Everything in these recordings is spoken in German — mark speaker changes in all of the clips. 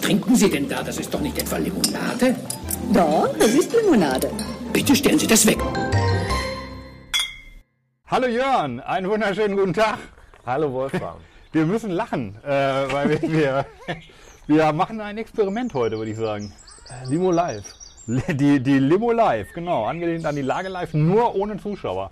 Speaker 1: trinken Sie denn da? Das ist doch nicht etwa Limonade?
Speaker 2: Doch, das ist Limonade.
Speaker 1: Bitte stellen Sie das weg.
Speaker 3: Hallo Jörn, einen wunderschönen guten Tag.
Speaker 4: Hallo Wolfram.
Speaker 3: Wir müssen lachen, äh, weil wir, wir, wir machen ein Experiment heute, würde ich sagen.
Speaker 4: Limo Live.
Speaker 3: Die, die Limo Live, genau, angelehnt an die Lage Live, nur ohne Zuschauer.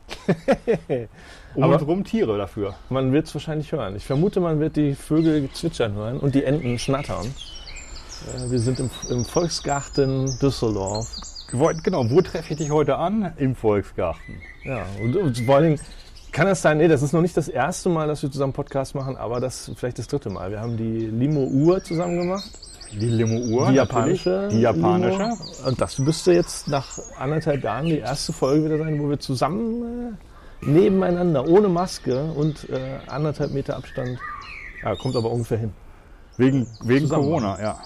Speaker 3: Um
Speaker 4: Aber-
Speaker 3: uns rum Tiere dafür.
Speaker 4: Man wird es wahrscheinlich hören. Ich vermute, man wird die Vögel zwitschern hören und die Enten schnattern. Äh, Wir sind im, im Volksgarten Düsseldorf.
Speaker 3: Gewoll- Genau, wo treffe ich dich heute an? Im Volksgarten.
Speaker 4: Ja, und, und vor allen Dingen kann das sein, nee, das ist noch nicht das erste Mal, dass wir zusammen Podcast machen, aber das vielleicht das dritte Mal. Wir haben die Limo-Uhr zusammen gemacht.
Speaker 3: Die Limo-Uhr.
Speaker 4: Die
Speaker 3: natürlich.
Speaker 4: japanische.
Speaker 3: Die japanische.
Speaker 4: Limo. Und das müsste jetzt nach anderthalb Jahren die erste Folge wieder sein, wo wir zusammen äh, nebeneinander, ohne Maske und äh, anderthalb Meter Abstand. Ja, kommt aber ungefähr hin.
Speaker 3: Wegen, wegen
Speaker 4: Zusammen
Speaker 3: Corona, ja.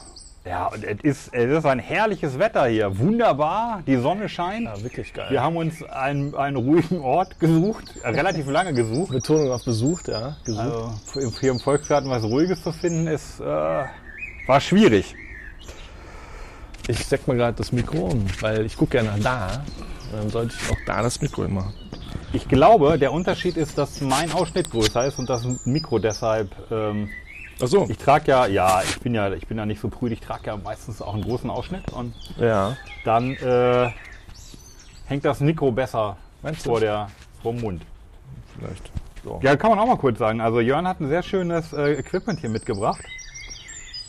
Speaker 3: Ja, und es ist, es ist ein herrliches Wetter hier. Wunderbar, die Sonne scheint.
Speaker 4: Ja, Ah, wirklich geil.
Speaker 3: Wir haben uns einen, einen ruhigen Ort gesucht, äh, relativ lange gesucht.
Speaker 4: Betonung auf besucht, ja. Gesucht.
Speaker 3: Also im- hier im Volksgarten was Ruhiges zu finden, ist, äh, war schwierig.
Speaker 4: Ich steck mal gerade das Mikro um, weil ich gucke gerne nach da. Dann sollte ich auch da das Mikro immer.
Speaker 3: Ich glaube, der Unterschied ist, dass mein Ausschnitt größer ist und das Mikro deshalb. Ähm,
Speaker 4: Ach so.
Speaker 3: ich trage ja, ja, ich bin ja, ich bin ja nicht so prüde, ich trage ja meistens auch einen großen Ausschnitt und
Speaker 4: Ja.
Speaker 3: dann äh, hängt das Mikro besser
Speaker 4: Meinst du?
Speaker 3: vor, der, vor dem Mund.
Speaker 4: Vielleicht.
Speaker 3: Ja, kann man auch mal kurz sagen. Also Jörn hat ein sehr schönes äh, Equipment hier mitgebracht.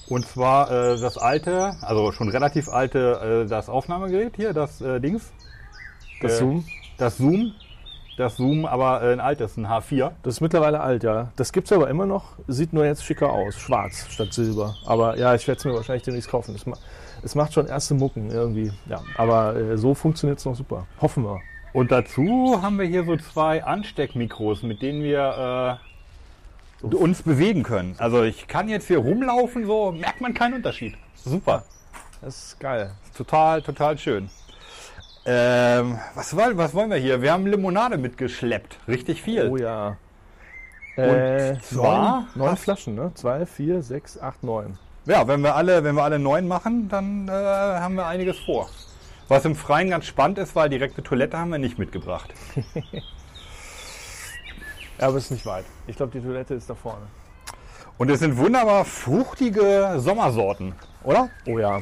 Speaker 3: Und zwar äh, das alte, also schon relativ alte, äh, das Aufnahmegerät hier, das äh, Dings,
Speaker 4: Das
Speaker 3: Äh,
Speaker 4: Zoom.
Speaker 3: das Zoom. Das Zoom, aber äh, ein altes, ein H4.
Speaker 4: Das ist mittlerweile alt, ja. Das gibt's aber immer noch. Sieht nur jetzt schicker aus. Schwarz statt Silber. Aber ja, ich werde es mir wahrscheinlich demnächst kaufen. Es, ma es macht schon erste Mucken irgendwie. Ja. Aber äh, so funktioniert's noch super. Hoffen wir.
Speaker 3: Und dazu haben wir hier so zwei Ansteckmikros, mit denen wir äh, uns bewegen können. Also ich kann jetzt hier rumlaufen, so merkt man keinen Unterschied. Super.
Speaker 4: Das ist geil.
Speaker 3: Total, total schön. Ähm, was, wollen- was wollen wir hier? Wir haben Limonade mitgeschleppt. Richtig viel.
Speaker 4: Oh ja. Äh,
Speaker 3: zwar
Speaker 4: neun, neun Flaschen, ne? Zwei, vier, sechs, acht, neun.
Speaker 3: Ja, wenn wir alle, wenn wir alle neun machen, dann äh, haben wir einiges vor. Was im Freien ganz spannend ist, weil direkte Toilette haben wir nicht mitgebracht.
Speaker 4: Ja, Aber es ist nicht weit. Ich glaube, die Toilette ist da vorne.
Speaker 3: Und es sind wunderbar fruchtige Sommersorten, oder?
Speaker 4: Oh ja.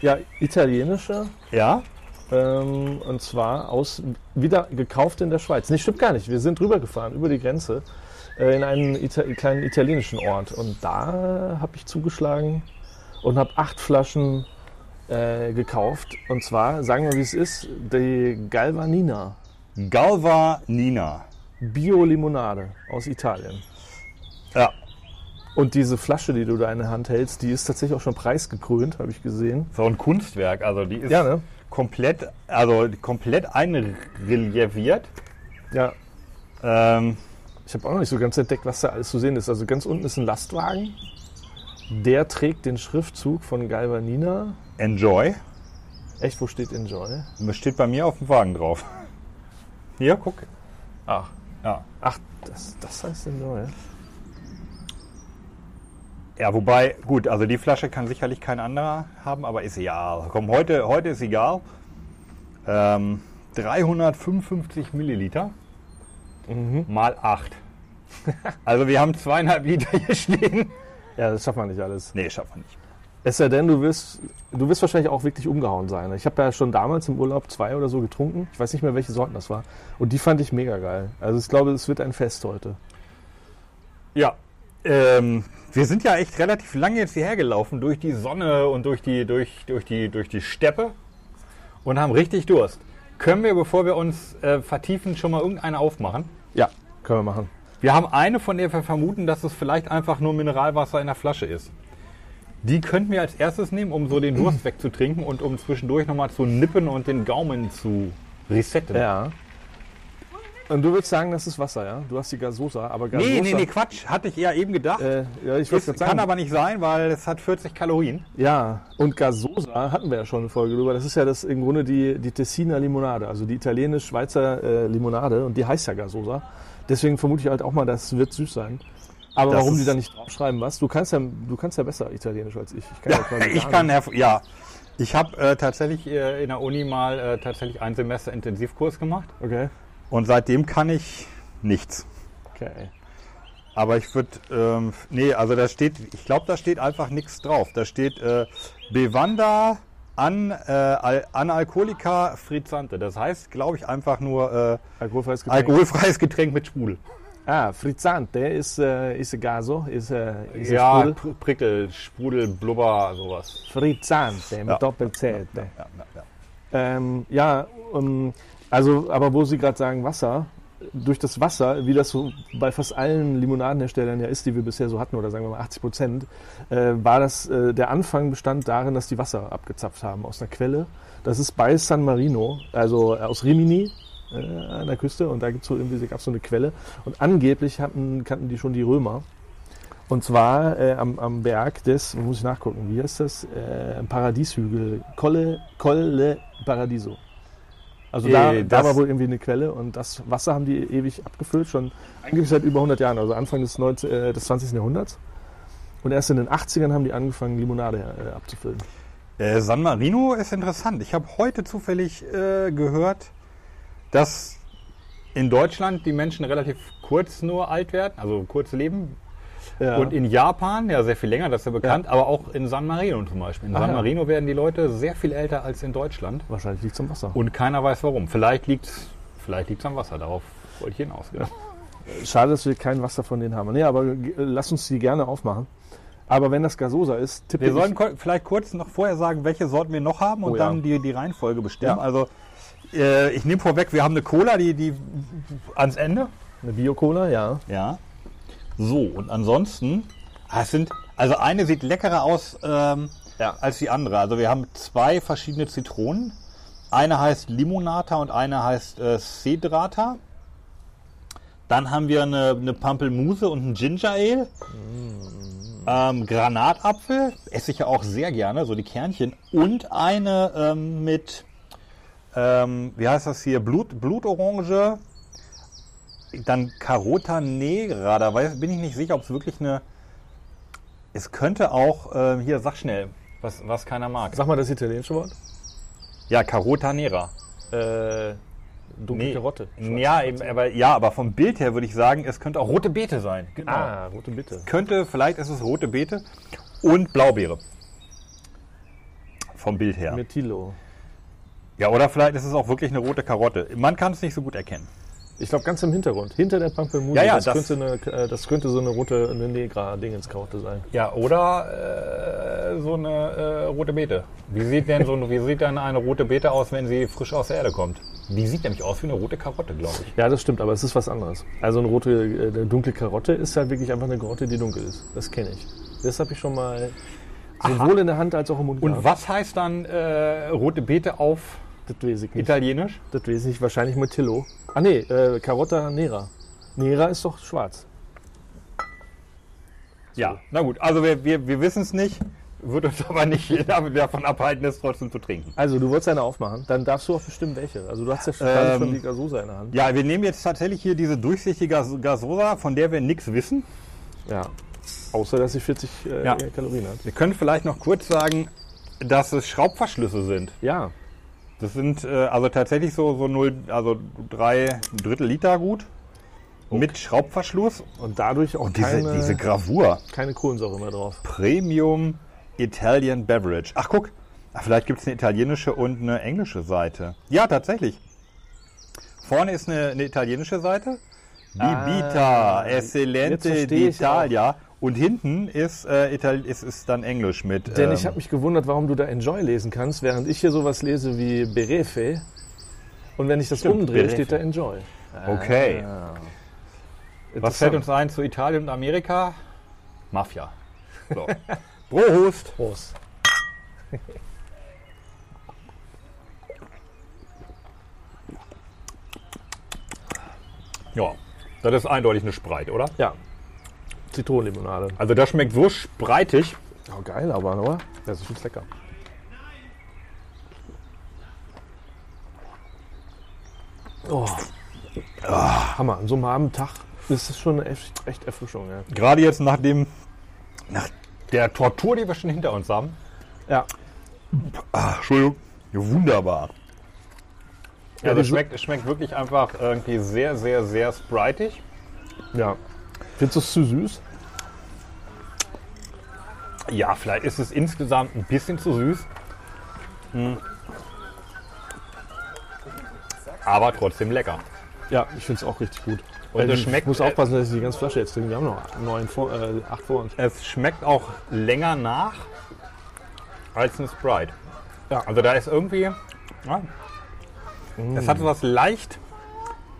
Speaker 4: Ja, italienische.
Speaker 3: Ja.
Speaker 4: Ähm, und zwar aus wieder gekauft in der Schweiz. Nee, stimmt gar nicht. Wir sind rübergefahren über die Grenze äh, in einen Ita kleinen italienischen Ort. Und da habe ich zugeschlagen und habe acht Flaschen äh, gekauft. Und zwar, sagen wir wie es ist, die Galvanina
Speaker 3: Galva Nina.
Speaker 4: Bio-Limonade aus Italien.
Speaker 3: Ja.
Speaker 4: Und diese Flasche, die du da in der Hand hältst, die ist tatsächlich auch schon preisgekrönt, habe ich gesehen.
Speaker 3: So ein Kunstwerk. Also die ist
Speaker 4: Ja, ne?
Speaker 3: komplett, also komplett einrelieviert.
Speaker 4: Ja,
Speaker 3: Ähm,
Speaker 4: Ich habe auch noch nicht so ganz entdeckt, was da alles zu sehen ist. Also ganz unten ist ein Lastwagen. Der trägt den Schriftzug von Galvanina.
Speaker 3: enjoy.
Speaker 4: Echt, wo steht Enjoy?
Speaker 3: Das steht bei mir auf dem Wagen drauf. Hier, guck.
Speaker 4: Ach.
Speaker 3: Ja.
Speaker 4: Ach, das, das heißt Enjoy.
Speaker 3: Ja, wobei, gut, also die Flasche kann sicherlich kein anderer haben, aber ist egal. Komm, heute, heute ist egal. Ähm, 355 Milliliter mal 8. Also wir haben zweieinhalb Liter hier stehen.
Speaker 4: Ja, das schafft man nicht alles.
Speaker 3: Nee, schafft man nicht.
Speaker 4: Es sei denn, du wirst, du wirst wahrscheinlich auch wirklich umgehauen sein. Ich habe ja schon damals im Urlaub zwei oder so getrunken. Ich weiß nicht mehr, welche Sorten das war. Und die fand ich mega geil. Also ich glaube, es wird ein Fest heute.
Speaker 3: Ja. Ähm, wir sind ja echt relativ lange jetzt hierher gelaufen durch die Sonne und durch die, durch, durch die, durch die Steppe und haben richtig Durst. Können wir, bevor wir uns äh, vertiefen, schon mal irgendeine aufmachen?
Speaker 4: Ja, können wir machen.
Speaker 3: Wir haben eine, von der wir vermuten, dass es vielleicht einfach nur Mineralwasser in der Flasche ist. Die könnten wir als erstes nehmen, um so den Durst wegzutrinken und um zwischendurch nochmal zu nippen und den Gaumen zu resetten.
Speaker 4: Ja. Und du würdest sagen, das ist Wasser, ja? Du hast die Gasosa, aber Gasosa...
Speaker 3: Nee, nee, nee, Quatsch. Hatte ich ja eben gedacht.
Speaker 4: Äh, ja, ich
Speaker 3: das
Speaker 4: wollte gerade sagen.
Speaker 3: kann aber nicht sein, weil es hat 40 Kalorien.
Speaker 4: ja, und Gasosa hatten wir ja schon eine Folge drüber. Das ist ja das im Grunde die, die Tessiner Limonade, also die italienisch-schweizer äh, Limonade und die heißt ja Gasosa. Deswegen vermute ich halt auch mal, das wird süß sein. Aber
Speaker 3: Das
Speaker 4: warum
Speaker 3: ist-
Speaker 4: die da nicht draufschreiben, was? Du kannst ja, du kannst ja besser Italienisch als ich. Ich kann ja, quasi
Speaker 3: ich
Speaker 4: gar
Speaker 3: kann
Speaker 4: nicht.
Speaker 3: herv- ja. Ich habe äh, tatsächlich äh, in der Uni mal äh, tatsächlich ein Semester Intensivkurs gemacht
Speaker 4: Okay.
Speaker 3: und seitdem kann ich nichts.
Speaker 4: Okay.
Speaker 3: Aber ich würde, ähm, nee, also da steht, ich glaube, da steht einfach nichts drauf. Da steht äh, Bevanda an äh, Al- Analkolika Frizzante. Das heißt, glaube ich, einfach nur
Speaker 4: Alkoholfreies
Speaker 3: äh,
Speaker 4: Getränk.
Speaker 3: alkoholfreies Getränk mit Schwul.
Speaker 4: Ah, frizzante ist, äh, ist gaso, ist, äh, ist Sprudel.
Speaker 3: Pr- Prickel, Sprudel, Blubber, sowas.
Speaker 4: frizzante mit
Speaker 3: Ja.
Speaker 4: Doppel-Z.
Speaker 3: Ja, ja, ja, ja.
Speaker 4: Ähm, ja, ähm, also, aber wo Sie gerade sagen Wasser, durch das Wasser, wie das so bei fast allen Limonadenherstellern ja ist, die wir bisher so hatten, oder sagen wir mal 80 Prozent, äh, war das, äh, der Anfang bestand darin, dass die Wasser abgezapft haben aus einer Quelle. Das ist bei San Marino, also aus Rimini äh, an der Küste und da gibt's so irgendwie, gab's so eine Quelle und angeblich hatten, kannten die schon die Römer. Und zwar äh, am, am Berg des, muss ich nachgucken, wie heißt das? Äh, Paradieshügel, Colle, Colle Paradiso. Also da,
Speaker 3: Äh,
Speaker 4: da
Speaker 3: das-
Speaker 4: war wohl irgendwie eine Quelle und das Wasser haben die ewig abgefüllt, schon angeblich seit über 100 Jahren, also Anfang des, 19, äh, des 20. Jahrhunderts. Und erst in den 80ern haben die angefangen, Limonade äh, abzufüllen.
Speaker 3: Äh, San Marino ist interessant. Ich habe heute zufällig äh, gehört, dass in Deutschland die Menschen relativ kurz nur alt werden, also kurz leben.
Speaker 4: Ja.
Speaker 3: Und in Japan, ja sehr viel länger, das ist ja bekannt, aber auch in San Marino zum Beispiel. In
Speaker 4: Ah,
Speaker 3: San
Speaker 4: ja.
Speaker 3: Marino werden die Leute sehr viel älter als in Deutschland.
Speaker 4: Wahrscheinlich liegt es am Wasser.
Speaker 3: Und keiner weiß warum. Vielleicht liegt es vielleicht liegt's am Wasser, darauf wollte ich hinaus. Genau.
Speaker 4: Schade, dass wir kein Wasser von denen haben. Nee, aber äh, lass uns die gerne aufmachen. Aber wenn das Gasosa ist, tippe
Speaker 3: Wir sollen
Speaker 4: ich...
Speaker 3: ko- vielleicht kurz noch vorher sagen, welche Sorten wir noch haben und
Speaker 4: Oh ja.
Speaker 3: dann die, die Reihenfolge bestimmen.
Speaker 4: Ja.
Speaker 3: Also äh, ich nehme vorweg, wir haben eine Cola, die, die ans Ende.
Speaker 4: Eine Bio-Cola, ja.
Speaker 3: Ja. So, und ansonsten, ah, es sind, also eine sieht leckerer aus ähm,
Speaker 4: Ja.
Speaker 3: als die andere. Also wir haben zwei verschiedene Zitronen. Eine heißt Limonata und eine heißt äh, Cedrata. Dann haben wir eine, eine Pampelmuse und ein Ginger Ale. Ähm, Granatapfel esse ich ja auch sehr gerne, so die Kernchen. Und eine ähm, mit, ähm, wie heißt das hier, Blut, Blutorange, dann Carota Negra. Da weiß, bin ich nicht sicher, ob es wirklich eine. Es könnte auch, ähm, hier, sag schnell, was, was keiner mag.
Speaker 4: Sag mal das italienische Wort.
Speaker 3: Ja, Carota Negra.
Speaker 4: Äh, dunkle
Speaker 3: Nee.
Speaker 4: Karotte.
Speaker 3: Ja, eben, aber, ja, aber vom Bild her würde ich sagen, es könnte auch rote Beete sein. Genau.
Speaker 4: Ah, rote Bitte.
Speaker 3: Könnte, vielleicht ist es rote Beete und Blaubeere. Vom Bild her.
Speaker 4: Mirtillo.
Speaker 3: Ja, oder vielleicht ist es auch wirklich eine rote Karotte. Man kann es nicht so gut erkennen.
Speaker 4: Ich glaube, ganz im Hintergrund. Hinter der Pampelmuse.
Speaker 3: Ja, ja,
Speaker 4: das,
Speaker 3: das-
Speaker 4: könnte eine, äh, das könnte so eine rote, eine Negra-Dingenskarotte sein.
Speaker 3: Ja, oder so eine äh, rote Beete. Wie sieht denn so wie sieht dann eine rote Beete aus, wenn sie frisch aus der Erde kommt? Die sieht nämlich aus wie eine rote Karotte, glaube ich.
Speaker 4: Ja, das stimmt, aber es ist was anderes. Also eine rote, äh, eine dunkle Karotte ist halt wirklich einfach eine Karotte, die dunkel ist. Das kenne ich. Das habe ich schon mal sowohl in der Hand als auch im Mund
Speaker 3: Und
Speaker 4: gehabt.
Speaker 3: was heißt dann äh, rote Beete auf
Speaker 4: Das weiß ich nicht.
Speaker 3: Italienisch?
Speaker 4: Das weiß ich nicht. Wahrscheinlich Mirtillo. Ah nee, äh, Carotta Nera. Nera ist doch schwarz.
Speaker 3: Ja, na gut, also wir, wir, wir wissen es nicht, wird uns aber nicht davon abhalten, es trotzdem zu trinken.
Speaker 4: Also du wolltest eine aufmachen, dann darfst du auch bestimmen welche. Also du hast ja schon,
Speaker 3: Ähm,
Speaker 4: schon die Gasosa in der Hand.
Speaker 3: Ja, wir nehmen jetzt tatsächlich hier diese durchsichtige Gas- Gasosa, von der wir nichts wissen.
Speaker 4: Ja. Außer, dass sie 40 äh,
Speaker 3: Ja.
Speaker 4: Kalorien hat.
Speaker 3: Wir können vielleicht noch kurz sagen, dass es Schraubverschlüsse sind.
Speaker 4: Ja.
Speaker 3: Das sind äh, also tatsächlich so, so 0, also 3 Drittel Liter gut. Mit Schraubverschluss.
Speaker 4: Und dadurch auch keine,
Speaker 3: Gravur.
Speaker 4: keine Kohlensäure mehr drauf.
Speaker 3: Premium Italian Beverage. Ach, guck. Ah, Vielleicht gibt es eine italienische und eine englische Seite. Ja, tatsächlich. Vorne ist eine, eine italienische Seite. Bibita,
Speaker 4: Ah, jetzt
Speaker 3: Escelente
Speaker 4: versteh ich's
Speaker 3: d'Italia. Und hinten ist, äh, Ital ist, ist dann Englisch mit.
Speaker 4: Denn
Speaker 3: ähm,
Speaker 4: ich habe mich gewundert, warum du da Enjoy lesen kannst, während ich hier sowas lese wie Berefe. Und wenn ich das
Speaker 3: Stimmt,
Speaker 4: umdrehe,
Speaker 3: Berefe.
Speaker 4: steht da Enjoy.
Speaker 3: Okay. Was
Speaker 4: Ah. Interessant.
Speaker 3: fällt uns ein zu Italien und Amerika? Mafia. So. Prost!
Speaker 4: Prost.
Speaker 3: Ja, das ist eindeutig eine Spreit, oder?
Speaker 4: Ja. Zitronenlimonade.
Speaker 3: Also das schmeckt so spreitig.
Speaker 4: Oh, geil, aber, oder? Das ist schon lecker. Oh. Ah, Hammer, an so einem warmen Tag. Das ist schon eine echt, echt Erfrischung, ja.
Speaker 3: Gerade jetzt nach dem, nach der Tortur, die wir schon hinter uns haben.
Speaker 4: Ja,
Speaker 3: Ach, Entschuldigung. Wunderbar.
Speaker 4: Ja,
Speaker 3: Ja,
Speaker 4: die
Speaker 3: das
Speaker 4: Su-
Speaker 3: schmeckt, es schmeckt wirklich einfach irgendwie sehr, sehr, sehr spritig.
Speaker 4: ja. Findest du es zu süß?
Speaker 3: Ja, vielleicht ist es insgesamt ein bisschen zu süß. Hm. Aber trotzdem lecker.
Speaker 4: Ja, ich finde es auch richtig gut.
Speaker 3: Und
Speaker 4: Äh,
Speaker 3: das
Speaker 4: ich
Speaker 3: schmeckt-
Speaker 4: muss aufpassen, dass ich die ganze Flasche jetzt trinke. Wir haben noch neun vor, äh, acht vor uns.
Speaker 3: Es schmeckt auch länger nach als ein Sprite.
Speaker 4: Ja.
Speaker 3: Also da ist irgendwie. Ja, Es
Speaker 4: Mm.
Speaker 3: hat so was leicht,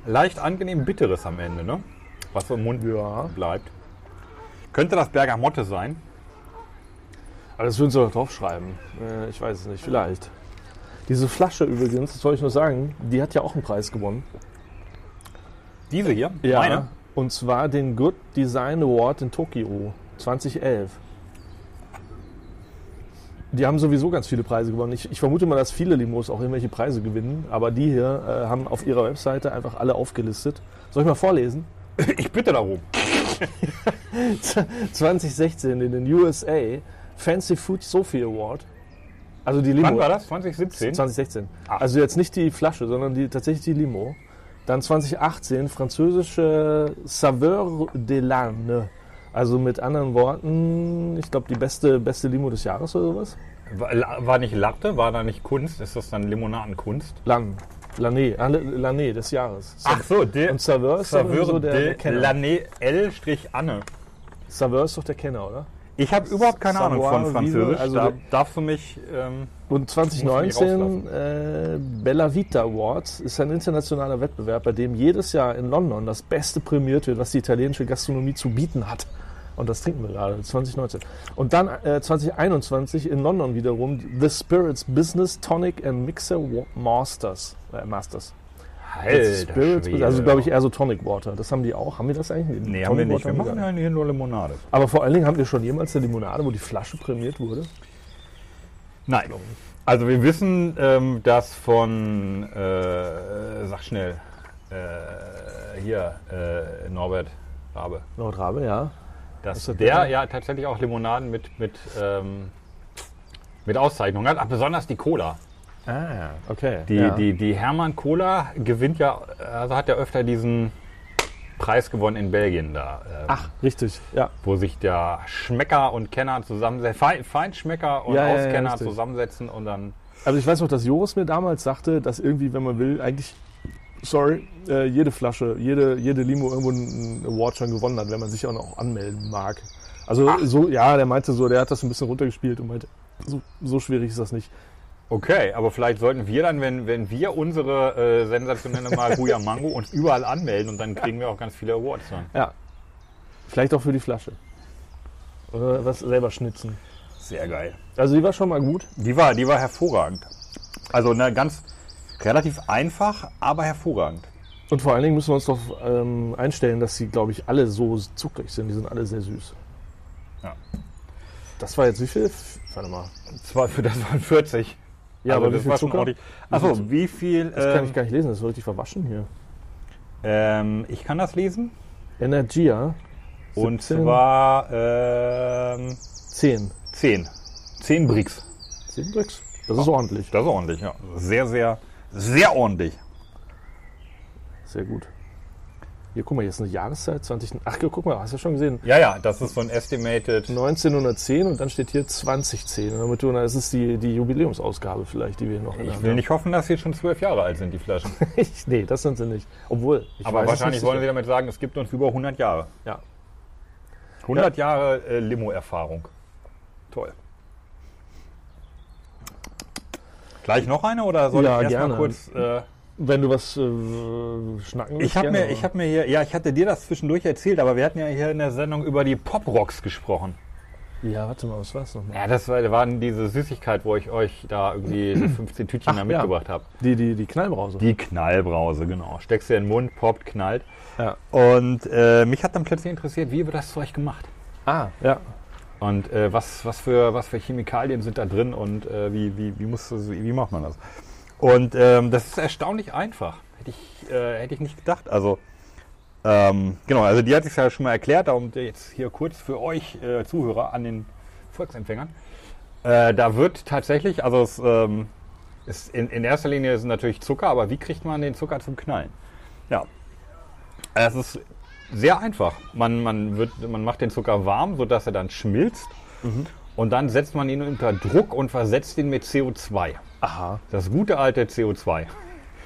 Speaker 3: leicht angenehm Bitteres am Ende, ne? Was so im Mund
Speaker 4: Ja.
Speaker 3: bleibt. Könnte das Bergamotte sein?
Speaker 4: Aber das würden sie doch draufschreiben. Äh, ich weiß es nicht, vielleicht. Diese Flasche übrigens, das soll ich nur sagen, die hat ja auch einen Preis gewonnen.
Speaker 3: Diese hier? Meine?
Speaker 4: Und zwar den Good Design Award in Tokio 2011. Die haben sowieso ganz viele Preise gewonnen. Ich, ich vermute mal, dass viele Limos auch irgendwelche Preise gewinnen, aber die hier äh, haben auf ihrer Webseite einfach alle aufgelistet. Soll ich mal vorlesen?
Speaker 3: Ich bitte darum.
Speaker 4: 2016 in den USA Fancy Food Sophie Award. Also die Limo.
Speaker 3: Wann war das? 2017?
Speaker 4: 2016. Also jetzt nicht die Flasche, sondern die, tatsächlich die Limo. Dann 2018 französische Saveur de l'Anne. Also mit anderen Worten, ich glaube, die beste, beste Limo des Jahres oder sowas.
Speaker 3: War, la- war nicht Latte? War da nicht Kunst? Ist das dann Limonadenkunst?
Speaker 4: L'Anne. L'année, ah, l'année des Jahres.
Speaker 3: Ach so, der
Speaker 4: Und Saveur ist dann
Speaker 3: Saveur
Speaker 4: so der, der
Speaker 3: de
Speaker 4: Kenner.
Speaker 3: L'année L-Anne.
Speaker 4: Saveur ist doch der Kenner, oder?
Speaker 3: Ich habe überhaupt keine
Speaker 4: Savoir
Speaker 3: Ahnung von
Speaker 4: vivre,
Speaker 3: Französisch.
Speaker 4: also
Speaker 3: da
Speaker 4: der-
Speaker 3: darfst du mich. Ähm,
Speaker 4: Und
Speaker 3: Muss
Speaker 4: 2019 äh, Bella Vita Awards ist ein internationaler Wettbewerb, bei dem jedes Jahr in London das Beste prämiert wird, was die italienische Gastronomie zu bieten hat. Und das trinken wir gerade, 2019. Und dann äh, 2021 in London wiederum The Spirits Business Tonic and Mixer Wa- Masters. Äh, Masters. The
Speaker 3: Alter
Speaker 4: Spirits,
Speaker 3: Schwede.
Speaker 4: also glaube ich eher so Tonic Water. Das haben die auch. Haben wir das eigentlich?
Speaker 3: Nee, haben wir
Speaker 4: Tonic
Speaker 3: nicht.
Speaker 4: Water
Speaker 3: Wir machen
Speaker 4: gar
Speaker 3: ja hier nur Limonade.
Speaker 4: Aber vor allen Dingen haben wir schon jemals eine Limonade, wo die Flasche prämiert wurde.
Speaker 3: Nein. Also wir wissen, ähm, dass von, äh, sag schnell, äh, hier, äh, Norbert Rabe,
Speaker 4: Nordrabe, ja.
Speaker 3: dass
Speaker 4: das
Speaker 3: der
Speaker 4: der?
Speaker 3: ja tatsächlich auch Limonaden mit, mit, ähm, mit Auszeichnung hat, aber besonders die Cola.
Speaker 4: Ah, okay.
Speaker 3: Die,
Speaker 4: ja.
Speaker 3: die, die Hermann Cola gewinnt ja, also hat ja öfter diesen Preis gewonnen in Belgien da. ähm,
Speaker 4: Ach, richtig, ja.
Speaker 3: wo sich der Schmecker und Kenner zusammensetzen, Fein, Feinschmecker und
Speaker 4: Ja, ja, ja,
Speaker 3: Auskenner
Speaker 4: richtig.
Speaker 3: zusammensetzen und dann
Speaker 4: Also ich weiß noch, dass Joris mir damals sagte, dass irgendwie, wenn man will, eigentlich, sorry, äh, jede Flasche, jede, jede Limo irgendwo einen Award schon gewonnen hat, wenn man sich auch noch anmelden mag. Also so, ja, der meinte so, der hat das ein bisschen runtergespielt und meinte, so, so schwierig ist das nicht.
Speaker 3: Okay, aber vielleicht sollten wir dann, wenn, wenn wir unsere äh, sensationelle Maracuja Mango uns überall anmelden und dann kriegen wir auch ganz viele Awards. Dann.
Speaker 4: Ja. Vielleicht auch für die Flasche. Oder was selber schnitzen.
Speaker 3: Sehr geil.
Speaker 4: Also die war schon mal gut.
Speaker 3: Die war, die war hervorragend. Also ne, ganz relativ einfach, aber hervorragend.
Speaker 4: Und vor allen Dingen müssen wir uns doch ähm, einstellen, dass sie, glaube ich, alle so zuckrig sind. Die sind alle sehr süß.
Speaker 3: Ja.
Speaker 4: Das war jetzt wie viel? Warte mal.
Speaker 3: Zwar für das waren 40.
Speaker 4: Ja,
Speaker 3: Also
Speaker 4: aber wie
Speaker 3: das
Speaker 4: viel
Speaker 3: war schon
Speaker 4: Zucker?
Speaker 3: ordentlich. Achso, wie viel?
Speaker 4: Das kann ich
Speaker 3: Ähm,
Speaker 4: gar nicht lesen, das wird richtig verwaschen hier.
Speaker 3: ähm, ich kann das lesen.
Speaker 4: Energia
Speaker 3: Und
Speaker 4: 17.
Speaker 3: zwar ähm,
Speaker 4: 10.
Speaker 3: 10. 10 Bricks.
Speaker 4: 10 Bricks. Das ist ordentlich.
Speaker 3: Das ist ordentlich, ja. Sehr, sehr, sehr ordentlich.
Speaker 4: Sehr gut. Hier, guck mal, hier ist eine Jahreszeit 20. Ach, hier, guck mal, hast du schon gesehen?
Speaker 3: Ja, ja, das ist so ein Estimated
Speaker 4: 1910 und dann steht hier 2010. Und Damit du, na, das ist die, die Jubiläumsausgabe vielleicht, die wir hier noch in der
Speaker 3: Ich
Speaker 4: Hand
Speaker 3: will
Speaker 4: haben.
Speaker 3: nicht hoffen, dass sie schon zwölf Jahre alt sind, die Flaschen.
Speaker 4: Ich- nee, das sind sie nicht. Obwohl. Ich
Speaker 3: Aber
Speaker 4: weiß es
Speaker 3: wahrscheinlich
Speaker 4: nicht
Speaker 3: wollen sie
Speaker 4: sicher.
Speaker 3: damit sagen, es gibt uns über 100 Jahre.
Speaker 4: Ja.
Speaker 3: 100 Jahre äh, Limo-Erfahrung. Toll. Gleich noch eine oder soll
Speaker 4: Ja,
Speaker 3: ich erstmal
Speaker 4: gerne.
Speaker 3: kurz. Äh,
Speaker 4: Wenn du was äh, schnacken
Speaker 3: ich
Speaker 4: willst,
Speaker 3: habe
Speaker 4: gerne,
Speaker 3: mir, ich hab mir hier, ja, ich hatte dir das zwischendurch erzählt, aber wir hatten ja hier in der Sendung über die Pop-Rocks gesprochen.
Speaker 4: Ja, warte mal, was war's nochmal?
Speaker 3: Ja, das war, waren diese Süßigkeit, wo ich euch da irgendwie 15 Tütchen da
Speaker 4: ja.
Speaker 3: mitgebracht habe.
Speaker 4: Die, die, die Knallbrause.
Speaker 3: Die Knallbrause, genau. Steckst dir in den Mund, poppt, knallt.
Speaker 4: Ja.
Speaker 3: Und äh, mich hat dann plötzlich interessiert, wie wird das Zeug gemacht?
Speaker 4: Ah, ja.
Speaker 3: Und äh, was, was, für, was für Chemikalien sind da drin und äh, wie, wie, wie, muss, das- wie macht man das? Und ähm, das ist erstaunlich einfach. Hätte ich, äh, hätte ich nicht gedacht. Also Ähm, genau, also die hat sich ja schon mal erklärt, darum jetzt hier kurz für euch äh, Zuhörer an den Volksempfängern. Äh, da wird tatsächlich, also es ähm, ist in, in erster Linie ist es natürlich Zucker, aber wie kriegt man den Zucker zum Knallen? Ja, es ist sehr einfach. Man, man, wird, man macht den Zucker warm, sodass er dann schmilzt.
Speaker 4: Mhm.
Speaker 3: Und dann setzt man ihn unter Druck und versetzt ihn mit CO2.
Speaker 4: Aha,
Speaker 3: Das gute alte CO2.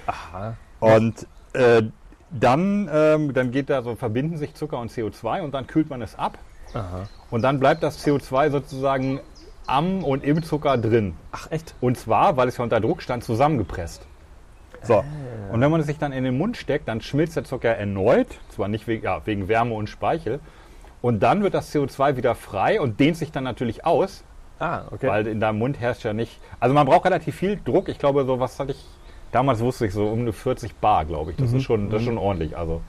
Speaker 4: aha.
Speaker 3: Und äh, dann, ähm, dann geht da so, verbinden sich Zucker und CO2 und dann kühlt man es ab. Und dann bleibt das CO2 sozusagen am und im Zucker drin.
Speaker 4: Ach, echt?
Speaker 3: Und zwar, weil es ja unter Druck stand, zusammengepresst. So. Und wenn man es sich dann in den Mund steckt, dann schmilzt der Zucker erneut, zwar nicht wegen, ja, wegen Wärme und Speichel. Und dann wird das CO2 wieder frei und dehnt sich dann natürlich aus,
Speaker 4: Ah, okay.
Speaker 3: weil in deinem Mund herrscht ja nicht. Also man braucht relativ viel Druck. Ich glaube, so was hatte ich. Damals wusste ich so um eine 40 Bar, glaube ich. Das ist schon, das ist schon ordentlich. Also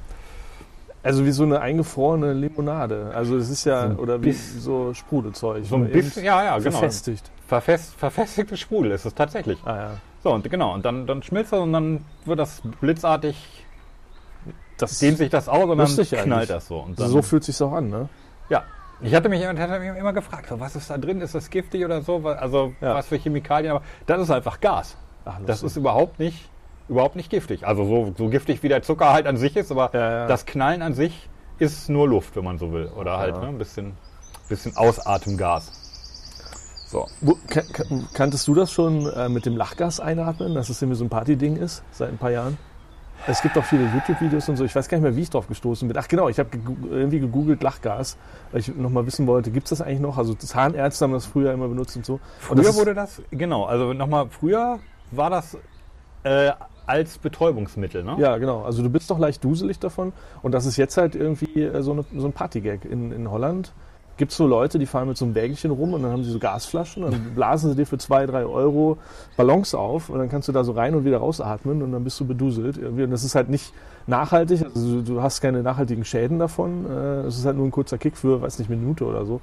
Speaker 4: also wie so eine eingefrorene Limonade. Also es ist ja, oder wie so Sprudelzeug.
Speaker 3: so ein
Speaker 4: nur eben
Speaker 3: bisschen, ja, ja, genau.
Speaker 4: Verfestigt.
Speaker 3: Verfest, verfestigte Sprudel ist es tatsächlich.
Speaker 4: Ah ja.
Speaker 3: So und genau. Und dann, dann schmilzt das und dann wird das blitzartig,
Speaker 4: Das
Speaker 3: dehnt sich das aus und dann
Speaker 4: Lustig eigentlich.
Speaker 3: knallt das so. Und dann,
Speaker 4: so fühlt sich's auch an, ne?
Speaker 3: Ja. Ich hatte mich, immer- hatte mich immer gefragt, so, was ist da drin? Ist das giftig oder so? Wa- Also
Speaker 4: Ja.
Speaker 3: was für Chemikalien? Aber das ist einfach Gas.
Speaker 4: Ach, lustig.
Speaker 3: Das ist überhaupt nicht, überhaupt nicht giftig. Also so, so giftig wie der Zucker halt an sich ist, aber
Speaker 4: Ja, ja.
Speaker 3: das Knallen an sich ist nur Luft, wenn man so will. Oder halt ne, ein bisschen, bisschen Ausatemgas. So.
Speaker 4: Wo, kan kan kanntest du das schon äh, mit dem Lachgas einatmen, dass es irgendwie so ein Partyding ist seit ein paar Jahren? Es gibt auch viele YouTube-Videos und so. Ich weiß gar nicht mehr, wie ich drauf gestoßen bin. Ach genau, ich habe gegoo- irgendwie gegoogelt Lachgas, weil ich nochmal wissen wollte, gibt es das eigentlich noch? Also Zahnärzte haben das früher immer benutzt und so. und
Speaker 3: Früher
Speaker 4: das
Speaker 3: wurde das, genau, also nochmal, früher war das äh, als Betäubungsmittel, ne?
Speaker 4: ist, ja genau. Also du bist doch leicht duselig davon. Und das ist jetzt halt irgendwie äh, so, eine, so ein Partygag in, in Holland. Gibt es so Leute, die fahren mit so einem Bägelchen rum und dann haben sie so Gasflaschen und dann blasen sie dir für zwei, drei Euro Ballons auf und dann kannst du da so rein und wieder rausatmen und dann bist du beduselt. Irgendwie. Und das ist halt nicht nachhaltig, also du du hast keine nachhaltigen Schäden davon. Äh, Es ist halt nur ein kurzer Kick für, weiß nicht, Minute oder so.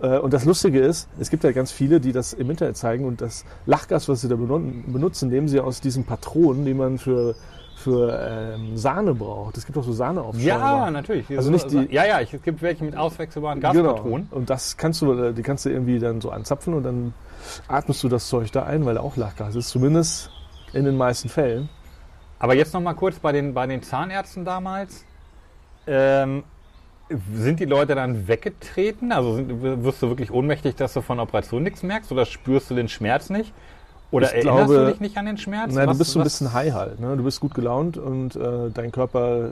Speaker 4: Äh, Und das Lustige ist, es gibt halt ganz viele, die das im Internet zeigen und das Lachgas, was sie da benutzen, benutzen nehmen sie aus diesen Patronen, die man für, für ähm, Sahne braucht. Es gibt auch so Sahne auf
Speaker 3: Ja, natürlich.
Speaker 4: Also nicht die-
Speaker 3: Ja, ja, ich, es gibt welche mit auswechselbaren
Speaker 4: Genau.
Speaker 3: Gaspatronen.
Speaker 4: Und das kannst du, äh, die kannst du irgendwie dann so anzapfen und dann atmest du das Zeug da ein, weil da auch Lachgas ist. Zumindest in den meisten Fällen.
Speaker 3: Aber jetzt noch mal kurz bei den, bei den Zahnärzten damals. Ähm, sind die Leute dann weggetreten? Also sind, wirst du wirklich ohnmächtig, dass du von Operationen nichts merkst? Oder spürst du den Schmerz nicht? Oder
Speaker 4: Ich
Speaker 3: erinnerst
Speaker 4: glaube-
Speaker 3: du dich nicht an den Schmerz?
Speaker 4: Nein,
Speaker 3: Was-
Speaker 4: du bist so ein
Speaker 3: was-
Speaker 4: bisschen high halt. Ne? Du bist gut gelaunt und äh, dein Körper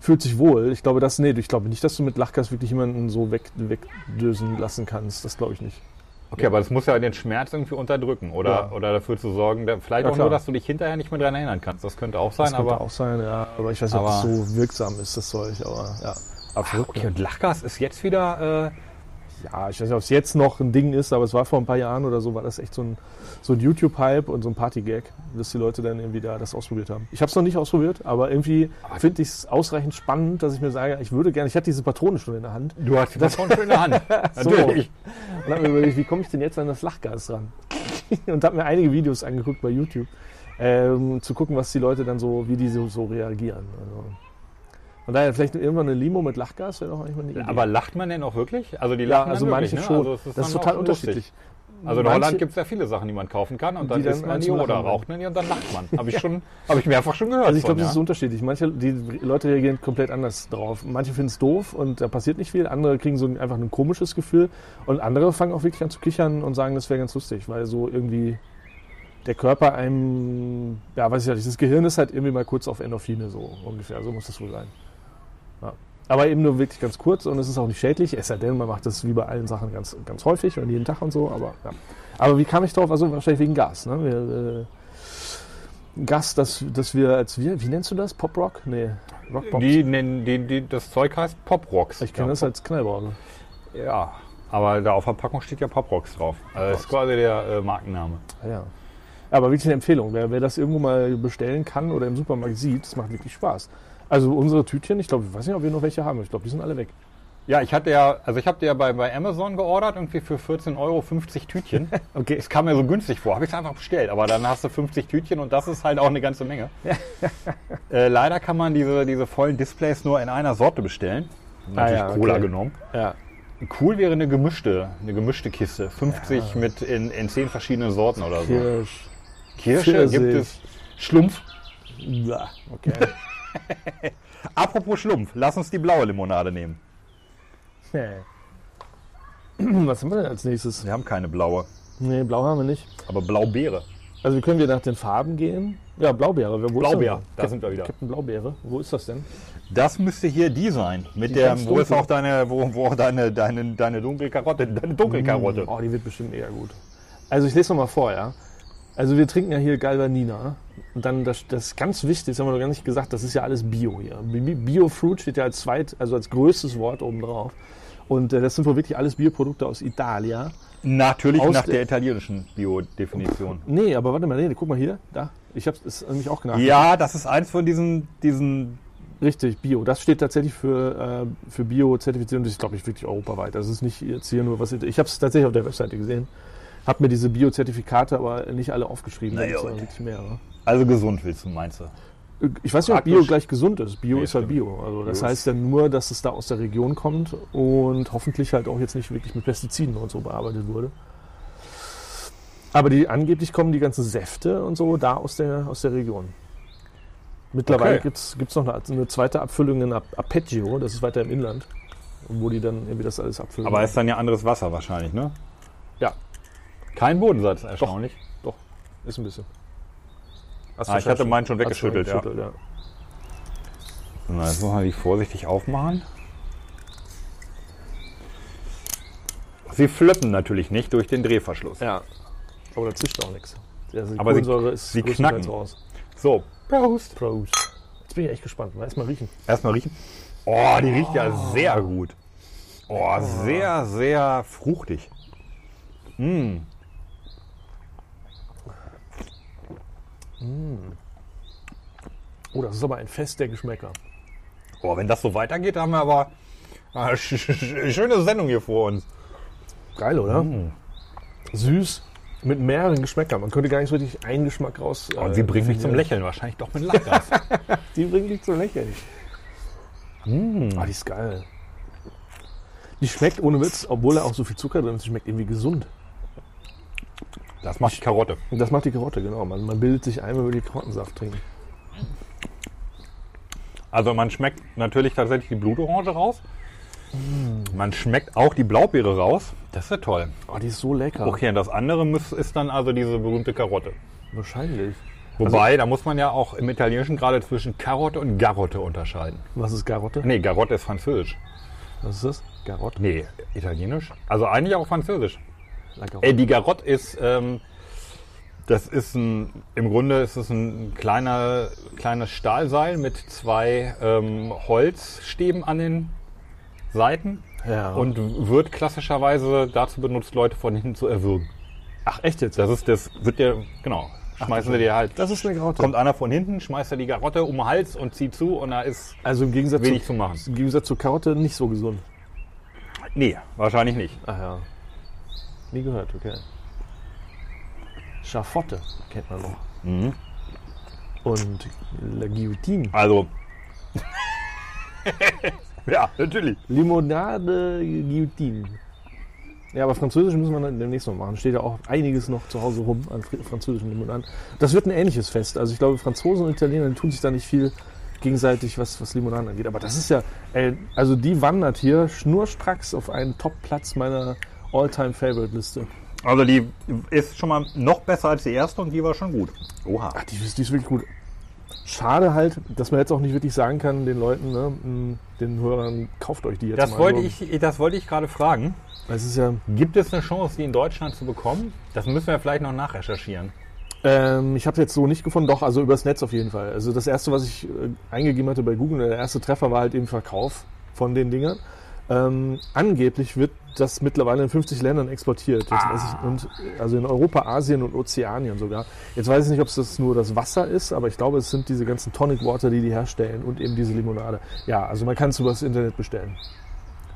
Speaker 4: fühlt sich wohl. Ich glaube, das, nee, ich glaube nicht, dass du mit Lachgas wirklich jemanden so weg, wegdösen lassen kannst. Das glaube ich nicht.
Speaker 3: Okay, aber das muss ja den Schmerz irgendwie unterdrücken oder,
Speaker 4: Ja.
Speaker 3: oder dafür zu sorgen, da, vielleicht
Speaker 4: Ja,
Speaker 3: auch
Speaker 4: klar.
Speaker 3: nur, dass du dich hinterher nicht mehr dran erinnern kannst. Das könnte auch sein,
Speaker 4: Das
Speaker 3: aber.
Speaker 4: könnte auch sein, ja. Aber ich weiß nicht, ob das
Speaker 3: aber-
Speaker 4: so wirksam ist, das Zeug. Aber ja. Aber
Speaker 3: Ach, okay, und Lachgas ist jetzt wieder. äh,
Speaker 4: Ja, ich weiß nicht, ob es jetzt noch ein Ding ist, aber es war vor ein paar Jahren oder so, war das echt so ein, so ein YouTube-Hype und so ein Party-Gag, dass die Leute dann irgendwie da das ausprobiert haben. Ich habe es noch nicht ausprobiert, aber irgendwie finde ich es ausreichend spannend, dass ich mir sage, ich würde gerne, ich hatte diese Patrone schon in der Hand
Speaker 3: Äh, du hast das schon in der Hand.
Speaker 4: So. und habe mir überlegt, wie komme ich denn jetzt an das Lachgas ran? und habe mir einige Videos angeguckt bei YouTube, ähm, zu gucken, was die Leute dann so, wie die so, so reagieren. Also, von daher, vielleicht irgendwann eine Limo mit Lachgas wäre doch eigentlich mal eine Idee.
Speaker 3: Aber lacht man denn auch wirklich? Also die
Speaker 4: ja,
Speaker 3: lachen
Speaker 4: also
Speaker 3: dann
Speaker 4: manche
Speaker 3: wirklich,
Speaker 4: schon.
Speaker 3: Ne? Also es
Speaker 4: das ist
Speaker 3: dann auch
Speaker 4: total
Speaker 3: schon
Speaker 4: unterschiedlich.
Speaker 3: Lustig. Also in
Speaker 4: Manche-
Speaker 3: Holland gibt es ja viele Sachen, die man kaufen kann und dann
Speaker 4: Die dann
Speaker 3: isst man
Speaker 4: als
Speaker 3: die
Speaker 4: Lachen
Speaker 3: oder
Speaker 4: werden.
Speaker 3: raucht man die und dann lacht man. Habe ich schon, habe ich mehrfach schon gehört.
Speaker 4: Also ich glaube,
Speaker 3: von,
Speaker 4: das ist
Speaker 3: ja.
Speaker 4: unterschiedlich. Manche, die Leute reagieren komplett anders drauf. Manche finden es doof und da passiert nicht viel. Andere kriegen so ein, einfach ein komisches Gefühl. Und andere fangen auch wirklich an zu kichern und sagen, das wäre ganz lustig, weil so irgendwie der Körper einem, ja, weiß ich nicht, das Gehirn ist halt irgendwie mal kurz auf Endorphine so ungefähr. So muss das wohl sein. Ja. Aber eben nur wirklich ganz kurz und es ist auch nicht schädlich. Es sei denn, man macht das wie bei allen Sachen ganz, ganz häufig und jeden Tag und so. Aber, ja. aber wie kam ich drauf? Also wahrscheinlich wegen Gas. Ne? Wir, äh, Gas, dass, dass wir als wir, wie nennst du das? Pop Rock? Nee, Rock Pop.
Speaker 3: Die, nennen- die, die, das Zeug heißt Pop Rocks.
Speaker 4: ich kenne
Speaker 3: ja,
Speaker 4: das als ne? Knallbauer.
Speaker 3: Pop- Ja, aber da auf der Packung steht ja Pop Rocks drauf. Also das ist quasi der äh, Markenname.
Speaker 4: Ah, Ja. Aber wirklich eine Empfehlung. Wer, wer das irgendwo mal bestellen kann oder im Supermarkt sieht, das macht wirklich Spaß. Also unsere Tütchen, ich glaube, ich weiß nicht, ob wir noch welche haben. Ich glaube, die sind alle weg.
Speaker 3: Ja, ich hatte ja, also ich habe dir ja bei, bei Amazon geordert, irgendwie für 14,50 Euro Tütchen.
Speaker 4: Okay.
Speaker 3: Es kam mir so günstig vor, habe ich es einfach bestellt. Aber dann hast du 50 Tütchen und das ist halt auch eine ganze Menge. Äh, leider kann man diese, diese vollen Displays nur in einer Sorte bestellen. Natürlich
Speaker 4: Ah ja, okay.
Speaker 3: Cola genommen.
Speaker 4: Ja.
Speaker 3: Cool wäre eine gemischte, eine gemischte Kiste. 50 mit in, in 10 verschiedenen Sorten oder so.
Speaker 4: Kirsch.
Speaker 3: Kirsche gibt
Speaker 4: Pfirsich.
Speaker 3: es Schlumpf.
Speaker 4: Ja, okay.
Speaker 3: Apropos Schlumpf, lass uns die blaue Limonade nehmen.
Speaker 4: Nee. Was haben wir denn als nächstes?
Speaker 3: Wir haben keine blaue,
Speaker 4: Nee, blau haben wir nicht.
Speaker 3: aber Blaubeere.
Speaker 4: Also wir können wir nach den Farben gehen. Ja, Blaubeere. Wo
Speaker 3: Blaubeer,
Speaker 4: Ist
Speaker 3: da sind wir wieder.
Speaker 4: Captain Blaubeere. Wo ist das denn?
Speaker 3: Das müsste hier die sein, mit
Speaker 4: Die
Speaker 3: der,
Speaker 4: ganz
Speaker 3: wo ist
Speaker 4: dunkel.
Speaker 3: auch deine, wo, wo auch deine, deine, deine Dunkelkarotte, deine Dunkelkarotte.
Speaker 4: Oh, die wird bestimmt mega gut. Also ich lese noch mal vor, ja. Also wir trinken ja hier Galvanina. ne? Und dann, das, das ist ganz wichtig, das haben wir noch gar nicht gesagt, das ist ja alles Bio hier. Bi- Bi- Bio-Fruit steht ja als zweit, also als größtes Wort oben drauf. Und äh, das sind wohl wirklich alles Bioprodukte aus Italia.
Speaker 3: Natürlich
Speaker 4: Mm. Aus
Speaker 3: nach
Speaker 4: der-
Speaker 3: der italienischen Bio-Definition.
Speaker 4: Nee, aber warte mal, nee, guck mal hier, da. Ich hab's es nämlich auch genau genannt.
Speaker 3: Ja, das ist eins von diesen, diesen,
Speaker 4: Richtig, Bio. Das steht tatsächlich für, äh, für Bio-Zertifizierung. Das ist, glaube ich, wirklich europaweit. Das ist nicht jetzt hier nur was. Ich habe es tatsächlich auf der Webseite gesehen. Hab mir diese Bio-Zertifikate aber nicht alle aufgeschrieben.
Speaker 3: Na
Speaker 4: Da gibt's
Speaker 3: ja,
Speaker 4: aber
Speaker 3: und-
Speaker 4: wirklich mehrere.
Speaker 3: also gesund willst du, meinst du?
Speaker 4: Ich weiß nicht, ob Bio
Speaker 3: Praktisch.
Speaker 4: gleich gesund ist. Bio
Speaker 3: Nee,
Speaker 4: ist ja
Speaker 3: stimmt.
Speaker 4: Bio. Also das
Speaker 3: Bio
Speaker 4: heißt ja nur, dass es da aus der Region kommt und hoffentlich halt auch jetzt nicht wirklich mit Pestiziden und so bearbeitet wurde. Aber die angeblich kommen die ganzen Säfte und so da aus der, aus der Region. Mittlerweile
Speaker 3: Okay.
Speaker 4: gibt's gibt's noch eine, eine zweite Abfüllung in Ap- Apeggio, das ist weiter im Inland, wo die dann irgendwie das alles abfüllen.
Speaker 3: Aber ist dann ja anderes Wasser wahrscheinlich, ne?
Speaker 4: ja,
Speaker 3: Kein Bodensatz, erstaunlich.
Speaker 4: doch, ist ein bisschen. Hast
Speaker 3: Ah, ich hatte meinen schon
Speaker 4: hast du
Speaker 3: weggeschüttelt, ja.
Speaker 4: geschüttelt, ja.
Speaker 3: Na, jetzt muss man die vorsichtig aufmachen. Sie flöppen natürlich nicht durch den Drehverschluss.
Speaker 4: Ja. Aber da zischt auch nichts. Also die
Speaker 3: Aber sie-
Speaker 4: Kohlensäure ist
Speaker 3: sie
Speaker 4: größtenteils
Speaker 3: knacken.
Speaker 4: raus.
Speaker 3: So,
Speaker 4: Prost. Prost. Jetzt bin ich echt gespannt. Mal erstmal riechen.
Speaker 3: erstmal riechen. Oh, die riecht ja sehr gut. Oh, sehr, sehr fruchtig.
Speaker 4: Oh, das ist aber ein Fest der Geschmäcker.
Speaker 3: Oh, wenn das so weitergeht, haben wir aber eine sch- sch- schöne Sendung hier vor uns.
Speaker 4: Geil, oder? Mm. Süß. Mit mehreren Geschmäckern. Man könnte gar nicht so richtig einen Geschmack raus. äh,
Speaker 3: Und sie bringt mich zum Lächeln, wahrscheinlich doch mit Lachgas.
Speaker 4: Die bringt dich zum Lächeln. Ah, die ist geil. Die schmeckt ohne Witz, obwohl da auch so viel Zucker drin ist, die schmeckt irgendwie gesund.
Speaker 3: Das macht die Karotte.
Speaker 4: Und das macht die Karotte, genau. Man, man bildet sich ein, wenn man die Karottensaft trinkt.
Speaker 3: Also man schmeckt natürlich tatsächlich die Blutorange raus. Man schmeckt auch die Blaubeere raus. Das ist ja toll.
Speaker 4: Oh, die ist so lecker.
Speaker 3: Okay, und das andere muss, ist dann also diese berühmte Karotte.
Speaker 4: Wahrscheinlich.
Speaker 3: Wobei, da muss man ja auch im Italienischen gerade zwischen Karotte und Garotte unterscheiden.
Speaker 4: Was ist Garotte?
Speaker 3: Nee, Garotte ist französisch.
Speaker 4: Was ist das? Garotte.
Speaker 3: Nee, italienisch. Also eigentlich auch französisch.
Speaker 4: La Garotte.
Speaker 3: Äh, die Garotte ist, ähm, das ist ein, im Grunde ist es ein kleiner, kleines Stahlseil mit zwei ähm, Holzstäben an den Seiten
Speaker 4: Ja.
Speaker 3: und wird klassischerweise dazu benutzt, Leute von hinten zu erwürgen.
Speaker 4: ach, echt jetzt?
Speaker 3: Das ist, das wird dir, genau, schmeißen sie dir halt.
Speaker 4: Das ist eine Garotte.
Speaker 3: Kommt einer von hinten, schmeißt er die Garotte um den Hals und zieht zu und da ist,
Speaker 4: Also im Gegensatz,
Speaker 3: Wenig
Speaker 4: zu,
Speaker 3: zu machen.
Speaker 4: im Gegensatz zur Karotte nicht so gesund.
Speaker 3: nee, wahrscheinlich nicht.
Speaker 4: Ach Ah ja. Nie gehört, okay. Schaffotte kennt man noch. Und La Guillotine.
Speaker 3: Also, ja, natürlich.
Speaker 4: Limonade Guillotine. Ja, aber Französisch müssen wir dann demnächst noch machen. Steht ja auch einiges noch zu Hause rum an fr- französischen Limonaden. Das wird ein ähnliches Fest. Also ich glaube, Franzosen und Italiener die tun sich da nicht viel gegenseitig, was, was Limonaden angeht. Aber das ist ja, ey, also die wandert hier schnurstracks auf einen Top-Platz meiner All-Time-Favorite-Liste.
Speaker 3: Also die ist schon mal noch besser als die erste und die war schon gut. Oha.
Speaker 4: Die ist, die ist wirklich gut. Schade halt, dass man jetzt auch nicht wirklich sagen kann, den Leuten, ne, mh, den Hörern, kauft euch die jetzt
Speaker 3: Das
Speaker 4: mal.
Speaker 3: wollte
Speaker 4: So.
Speaker 3: ich, das wollte ich gerade fragen.
Speaker 4: Es ist ja,
Speaker 3: Gibt es eine Chance, die in Deutschland zu bekommen? Das müssen wir vielleicht noch nachrecherchieren.
Speaker 4: ähm, ich habe jetzt so nicht gefunden, doch, also übers Netz auf jeden Fall. Also das erste, was ich äh, eingegeben hatte bei Google, der erste Treffer war halt eben Verkauf von den Dingern. Ähm, angeblich wird das mittlerweile in 50 Ländern exportiert. Jetzt weiß ich, und, also in Europa, Asien und Ozeanien sogar. Jetzt weiß ich nicht, ob es das nur das Wasser ist, aber ich glaube, es sind diese ganzen Tonic Water, die die herstellen und eben diese Limonade. Ja, also man kann es übers Internet bestellen.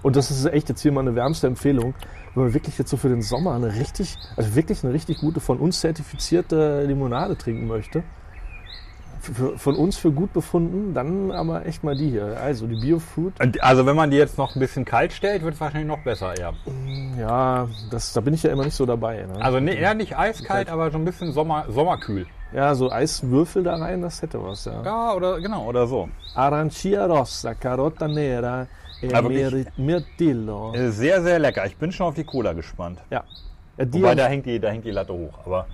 Speaker 4: Und das ist echt jetzt hier mal eine wärmste Empfehlung, wenn man wirklich jetzt so für den Sommer eine richtig, also wirklich eine richtig gute von uns zertifizierte Limonade trinken möchte. für, von uns für gut befunden, dann aber echt mal die hier. Also die Biofruit,
Speaker 3: Und Also wenn man die jetzt noch ein bisschen kalt stellt, wird es wahrscheinlich noch besser, ja.
Speaker 4: ja, das, da bin ich ja immer nicht so dabei. Ne?
Speaker 3: Also ne, eher nicht eiskalt, aber so ein bisschen Sommer, sommerkühl.
Speaker 4: Ja, so Eiswürfel da rein, das hätte was, ja.
Speaker 3: Ja, oder genau, oder so.
Speaker 4: Arancia rossa, Carota nera, e
Speaker 3: Ah, wirklich?
Speaker 4: Meri- Mirtillo.
Speaker 3: Äh, Sehr, sehr lecker. Ich bin schon auf die Cola gespannt.
Speaker 4: Ja. ja die,
Speaker 3: Wobei, da hängt die, da hängt die Latte hoch. Aber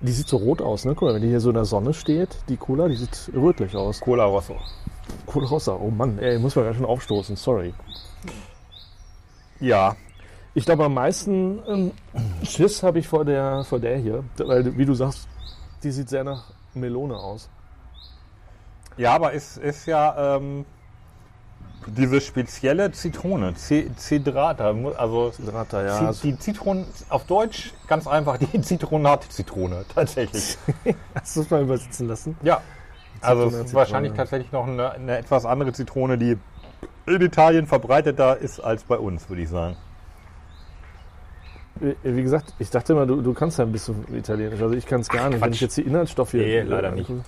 Speaker 4: die sieht so rot aus, ne? Guck mal, wenn die hier so in der Sonne steht, die Cola, die sieht rötlich aus.
Speaker 3: Cola Rosso.
Speaker 4: Cola rossa, oh Mann, ey, muss man ganz schön aufstoßen, sorry.
Speaker 3: Ja,
Speaker 4: Ich glaube, am meisten ähm, Schiss habe ich vor der, vor der hier, weil, wie du sagst, die sieht sehr nach Melone aus.
Speaker 3: Ja, aber es ist ja ähm, diese spezielle Zitrone, C- Cedrata, mu- also
Speaker 4: Drata,
Speaker 3: Zi- die Zitronen, auf Deutsch ganz einfach die Zitronat-Zitrone, tatsächlich.
Speaker 4: Hast du es mal übersetzen lassen?
Speaker 3: Ja, also es ist
Speaker 4: Zitronat-Zitrone.
Speaker 3: wahrscheinlich tatsächlich noch eine, eine etwas andere Zitrone, die in Italien verbreiteter ist als bei uns, würde ich sagen.
Speaker 4: Äh, Wie gesagt, ich dachte immer, du, du kannst ja ein bisschen Italienisch. Also ich kann es gar nicht. Wenn
Speaker 3: Quatsch.
Speaker 4: ich jetzt die Inhaltsstoffe hier.
Speaker 3: Nee, leider nicht.
Speaker 4: Äh,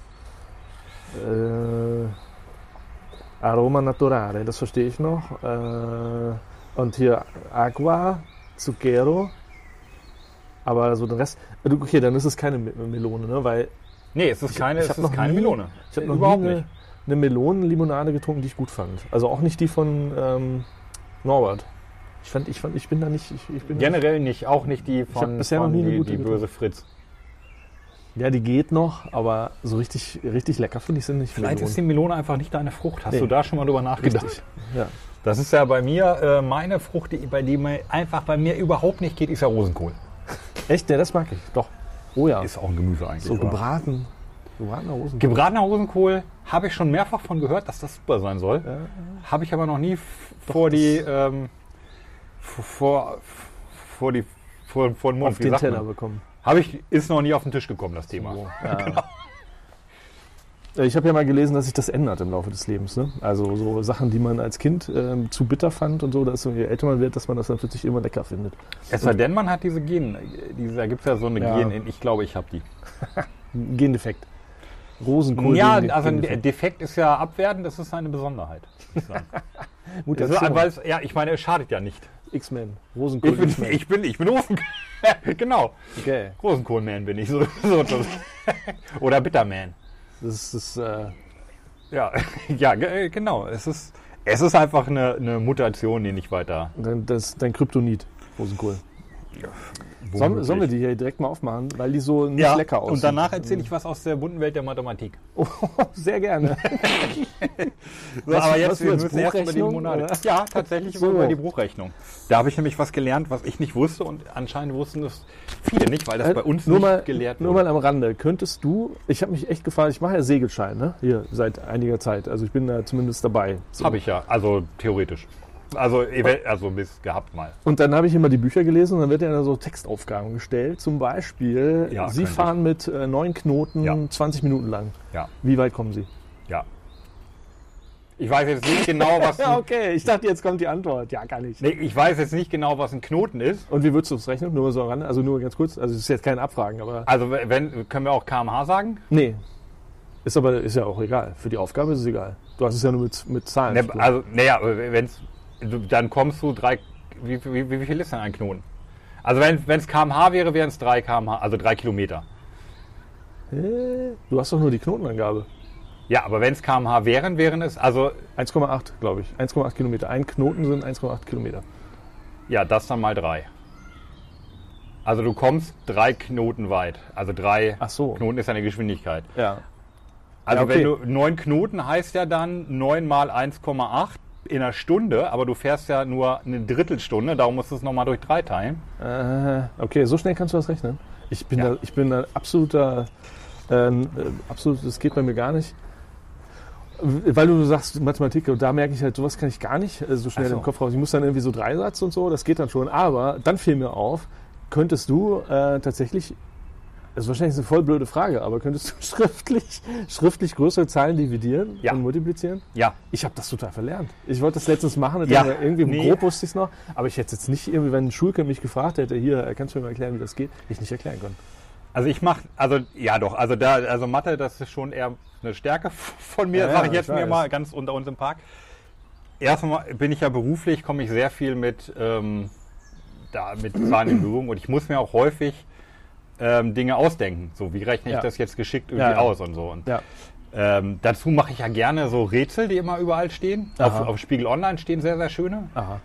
Speaker 4: Aroma Naturale, das verstehe ich noch. Äh, und hier Aqua, Zucchero. Aber so den Rest. Äh, du, Okay, dann ist es keine Me- Melone, ne? Weil
Speaker 3: Nee, es ist keine,
Speaker 4: ich
Speaker 3: es
Speaker 4: hab
Speaker 3: ist
Speaker 4: noch
Speaker 3: keine
Speaker 4: nie-
Speaker 3: Melone.
Speaker 4: ich habe
Speaker 3: Äh,
Speaker 4: noch
Speaker 3: Überhaupt
Speaker 4: nie eine,
Speaker 3: nicht.
Speaker 4: eine Melonenlimonade getrunken, die ich gut fand. Also auch nicht die von ähm, Norbert. Ich fand, ich fand, ich bin da nicht. Ich, ich bin da
Speaker 3: Generell nicht, auch nicht die von,
Speaker 4: bisher noch
Speaker 3: von
Speaker 4: nie eine
Speaker 3: die,
Speaker 4: gute
Speaker 3: die
Speaker 4: getrunken.
Speaker 3: böse Fritz.
Speaker 4: Ja, die geht noch, aber so richtig, richtig lecker finde ich sie nicht.
Speaker 3: Vielleicht ist die
Speaker 4: Melonen.
Speaker 3: Melone einfach nicht deine Frucht. Hast
Speaker 4: Nee.
Speaker 3: du da schon mal drüber nachgedacht?
Speaker 4: Richtig. Ja.
Speaker 3: Das ist ja bei mir äh, meine Frucht, die, bei der mir einfach bei mir überhaupt nicht geht, ist ja Rosenkohl.
Speaker 4: Echt? Ja, das mag ich. Doch. Oh ja.
Speaker 3: Ist auch ein Gemüse eigentlich.
Speaker 4: so
Speaker 3: oder?
Speaker 4: gebraten. Gebratener Rosen.
Speaker 3: Gebratener Rosenkohl habe ich schon mehrfach von gehört, dass das super sein soll. Habe ich aber noch nie f- vor die, ähm, f- vor, f- vor die vor, vor den Mund
Speaker 4: auf
Speaker 3: wie
Speaker 4: den
Speaker 3: sagt man?
Speaker 4: Teller bekommen.
Speaker 3: Habe ich ist noch nie auf den Tisch gekommen das Thema.
Speaker 4: So, ja.
Speaker 3: Genau.
Speaker 4: Ich habe ja mal gelesen, dass sich das ändert im Laufe des Lebens. Ne? Also so Sachen, die man als Kind ähm, zu bitter fand und so, dass so, je älter man wird, dass man das dann plötzlich immer lecker findet.
Speaker 3: Es sei denn, man hat diese Gen, diese, da gibt es ja so eine
Speaker 4: Ja.
Speaker 3: Gen, ich glaube, ich habe die.
Speaker 4: Gendefekt. Rosenkohl.
Speaker 3: ja,
Speaker 4: Gen-
Speaker 3: also ein
Speaker 4: Gendefekt.
Speaker 3: Defekt ist ja abwertend, das ist eine Besonderheit. würde ich sagen. äh, Das ist,
Speaker 4: Mutation.
Speaker 3: weil es, ja, ich meine, es schadet ja nicht.
Speaker 4: X-Men. Rosenkohl.
Speaker 3: Ich bin,
Speaker 4: X-Men.
Speaker 3: ich bin, ich bin Rosenkohl. genau.
Speaker 4: okay.
Speaker 3: Rosenkohlman bin ich. So, so, so. Oder Bitterman.
Speaker 4: Das ist das, äh,
Speaker 3: Ja, ja, ge- äh, genau. Es ist, es ist einfach eine, eine Mutation, die nicht weiter.
Speaker 4: dein, das, dein Kryptonit. Rosenkohl. Sollen, sollen wir die hier direkt mal aufmachen, weil die so nicht
Speaker 3: ja,
Speaker 4: lecker aussehen?
Speaker 3: Und danach erzähle ich was aus der bunten Welt der Mathematik.
Speaker 4: Oh, sehr gerne.
Speaker 3: So, aber jetzt
Speaker 4: was
Speaker 3: wir
Speaker 4: wird's?
Speaker 3: müssen erst über die
Speaker 4: Bruchrechnung,
Speaker 3: Monate.
Speaker 4: oder?
Speaker 3: Ja, tatsächlich
Speaker 4: So.
Speaker 3: über die Bruchrechnung. Da habe ich nämlich was gelernt, was ich nicht wusste und anscheinend wussten es viele nicht, weil das bei uns
Speaker 4: Äh, nur
Speaker 3: nicht
Speaker 4: mal,
Speaker 3: gelehrt
Speaker 4: Nur
Speaker 3: wurde.
Speaker 4: mal am Rande. Könntest du, ich habe mich echt gefragt, ich mache ja Segelschein, ne? Hier, seit einiger Zeit. Also ich bin da zumindest dabei. So.
Speaker 3: Habe ich ja, also theoretisch. Also, ev- also bis gehabt mal.
Speaker 4: Und dann habe ich immer die Bücher gelesen und dann wird ja so Textaufgaben gestellt. Zum Beispiel,
Speaker 3: Ja,
Speaker 4: Sie
Speaker 3: könnte ich.
Speaker 4: fahren mit äh, neun Knoten
Speaker 3: Ja.
Speaker 4: 20 Minuten lang.
Speaker 3: Ja.
Speaker 4: Wie weit kommen Sie?
Speaker 3: Ja. Ich weiß jetzt nicht genau, was.
Speaker 4: Ja,
Speaker 3: Ein,
Speaker 4: okay. Ich dachte, jetzt kommt die Antwort. Ja, gar nicht.
Speaker 3: nee, ich weiß jetzt nicht genau, was ein Knoten ist.
Speaker 4: Und wie würdest du es rechnen? Nur mal so am Rande. Also nur ganz kurz. Also es ist jetzt kein Abfragen, aber
Speaker 3: Also wenn können wir auch kmh sagen?
Speaker 4: Nee. Ist aber ist ja auch egal. Für die Aufgabe ist es egal. Du hast es ja nur mit, mit Zahlen.
Speaker 3: Ne,
Speaker 4: zu tun.
Speaker 3: also naja, wenn's du- dann kommst du drei. Wie, wie, wie viel ist denn ein Knoten? Also wenn wenn es kmh wäre, wären es drei kmh, also drei Kilometer.
Speaker 4: Hä? du hast doch nur die Knotenangabe.
Speaker 3: Ja, aber wenn es kmh wären, wären es also
Speaker 4: 1,8, glaube ich. 1,8 Kilometer. Ein Knoten sind 1,8 Kilometer.
Speaker 3: ja das dann mal drei. Also du kommst drei Knoten weit. Also drei
Speaker 4: Ach so.
Speaker 3: Knoten ist eine Geschwindigkeit.
Speaker 4: Ja.
Speaker 3: Also
Speaker 4: Ja, okay.
Speaker 3: wenn du neun Knoten heißt ja dann 9 mal 1,8 in einer Stunde, aber du fährst ja nur eine Drittelstunde, darum musst du es nochmal durch drei teilen.
Speaker 4: Äh, okay, so schnell kannst du das rechnen. Ich bin,
Speaker 3: Ja.
Speaker 4: da, ich bin ein absoluter, äh, äh, absolut, das geht bei mir gar nicht. W- Weil du sagst Mathematik, und da merke ich halt, sowas kann ich gar nicht äh, so schnell
Speaker 3: Ach so.
Speaker 4: im Kopf raus. Ich muss dann irgendwie so Dreisatz und so, das geht dann schon. Aber dann fiel mir auf, könntest du äh, tatsächlich, das ist wahrscheinlich eine voll blöde Frage, aber könntest du schriftlich, schriftlich größere Zahlen dividieren
Speaker 3: Ja.
Speaker 4: und multiplizieren?
Speaker 3: Ja,
Speaker 4: Ich habe das total verlernt. Ich wollte das letztens machen, und
Speaker 3: Ja,
Speaker 4: dann irgendwie
Speaker 3: nee.
Speaker 4: grob wusste ich es noch, aber ich hätte jetzt nicht irgendwie, wenn ein Schulkind mich gefragt hätte, hier, kannst du mir mal erklären, wie das geht, hätte ich nicht erklären können.
Speaker 3: Also ich mache, also ja doch, also da, also Mathe, das ist schon eher eine Stärke von mir,
Speaker 4: Ja,
Speaker 3: sage ich
Speaker 4: ja,
Speaker 3: jetzt
Speaker 4: ich
Speaker 3: mir
Speaker 4: weiß.
Speaker 3: mal ganz unter uns im Park. Erstmal bin ich ja beruflich, komme ich sehr viel mit, ähm, da, mit Zahlen in Berührung und ich muss mir auch häufig ähm, Dinge ausdenken. So, wie rechne ich
Speaker 4: Ja.
Speaker 3: das jetzt geschickt irgendwie
Speaker 4: Ja, ja.
Speaker 3: aus und so. Und
Speaker 4: Ja.
Speaker 3: ähm, dazu mache ich ja gerne so Rätsel, die immer überall stehen. Auf,
Speaker 4: Aha. Ah.
Speaker 3: auf Spiegel Online stehen sehr, sehr schöne.
Speaker 4: Aha.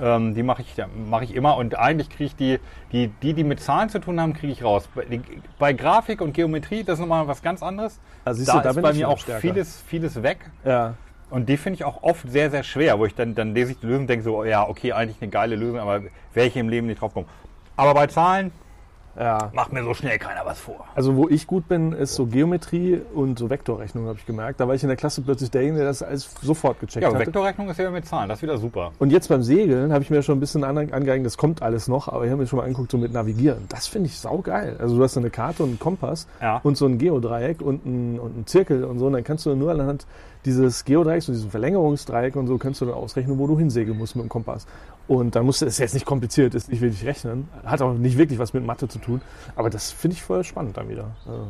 Speaker 3: Ähm, die mache ich, da- mache ich immer und eigentlich kriege ich die, die, die, die mit Zahlen zu tun haben, kriege ich raus. Bei, die, bei Grafik und Geometrie, das ist nochmal was ganz anderes.
Speaker 4: Ah, siehst du, da
Speaker 3: ist
Speaker 4: bin
Speaker 3: bei
Speaker 4: ich
Speaker 3: mir
Speaker 4: noch
Speaker 3: auch
Speaker 4: stärker.
Speaker 3: vieles, vieles weg.
Speaker 4: Ja.
Speaker 3: Und die finde ich auch oft sehr, sehr schwer, wo ich dann, dann lese ich die Lösung und denke so, oh ja, okay, eigentlich eine geile Lösung, aber wäre ich im Leben nicht drauf gekommen. Aber bei Zahlen
Speaker 4: Ja.
Speaker 3: macht mir so schnell keiner was vor.
Speaker 4: Also wo ich gut bin, ist so Geometrie und so Vektorrechnung, habe ich gemerkt. Da war ich in der Klasse plötzlich derjenige, der das alles sofort gecheckt
Speaker 3: Ja,
Speaker 4: hat.
Speaker 3: aber Vektorrechnung ist ja mit Zahlen, das ist wieder super.
Speaker 4: Und jetzt beim Segeln habe ich mir schon ein bisschen ange- angeeignet, das kommt alles noch, aber ich habe mir schon mal angeguckt, so mit Navigieren. Das finde ich saugeil. Also du hast eine Karte und einen Kompass
Speaker 3: Ja.
Speaker 4: und so ein Geodreieck und einen, und einen Zirkel und so. Und dann kannst du nur anhand dieses Geodreiecks und diesem Verlängerungsdreieck und so kannst du dann ausrechnen, wo du hinsegeln musst mit dem Kompass. Und dann musst du, ist jetzt nicht kompliziert, ist nicht wirklich rechnen, hat auch nicht wirklich was mit Mathe zu tun. Aber das finde ich voll spannend dann wieder. Also,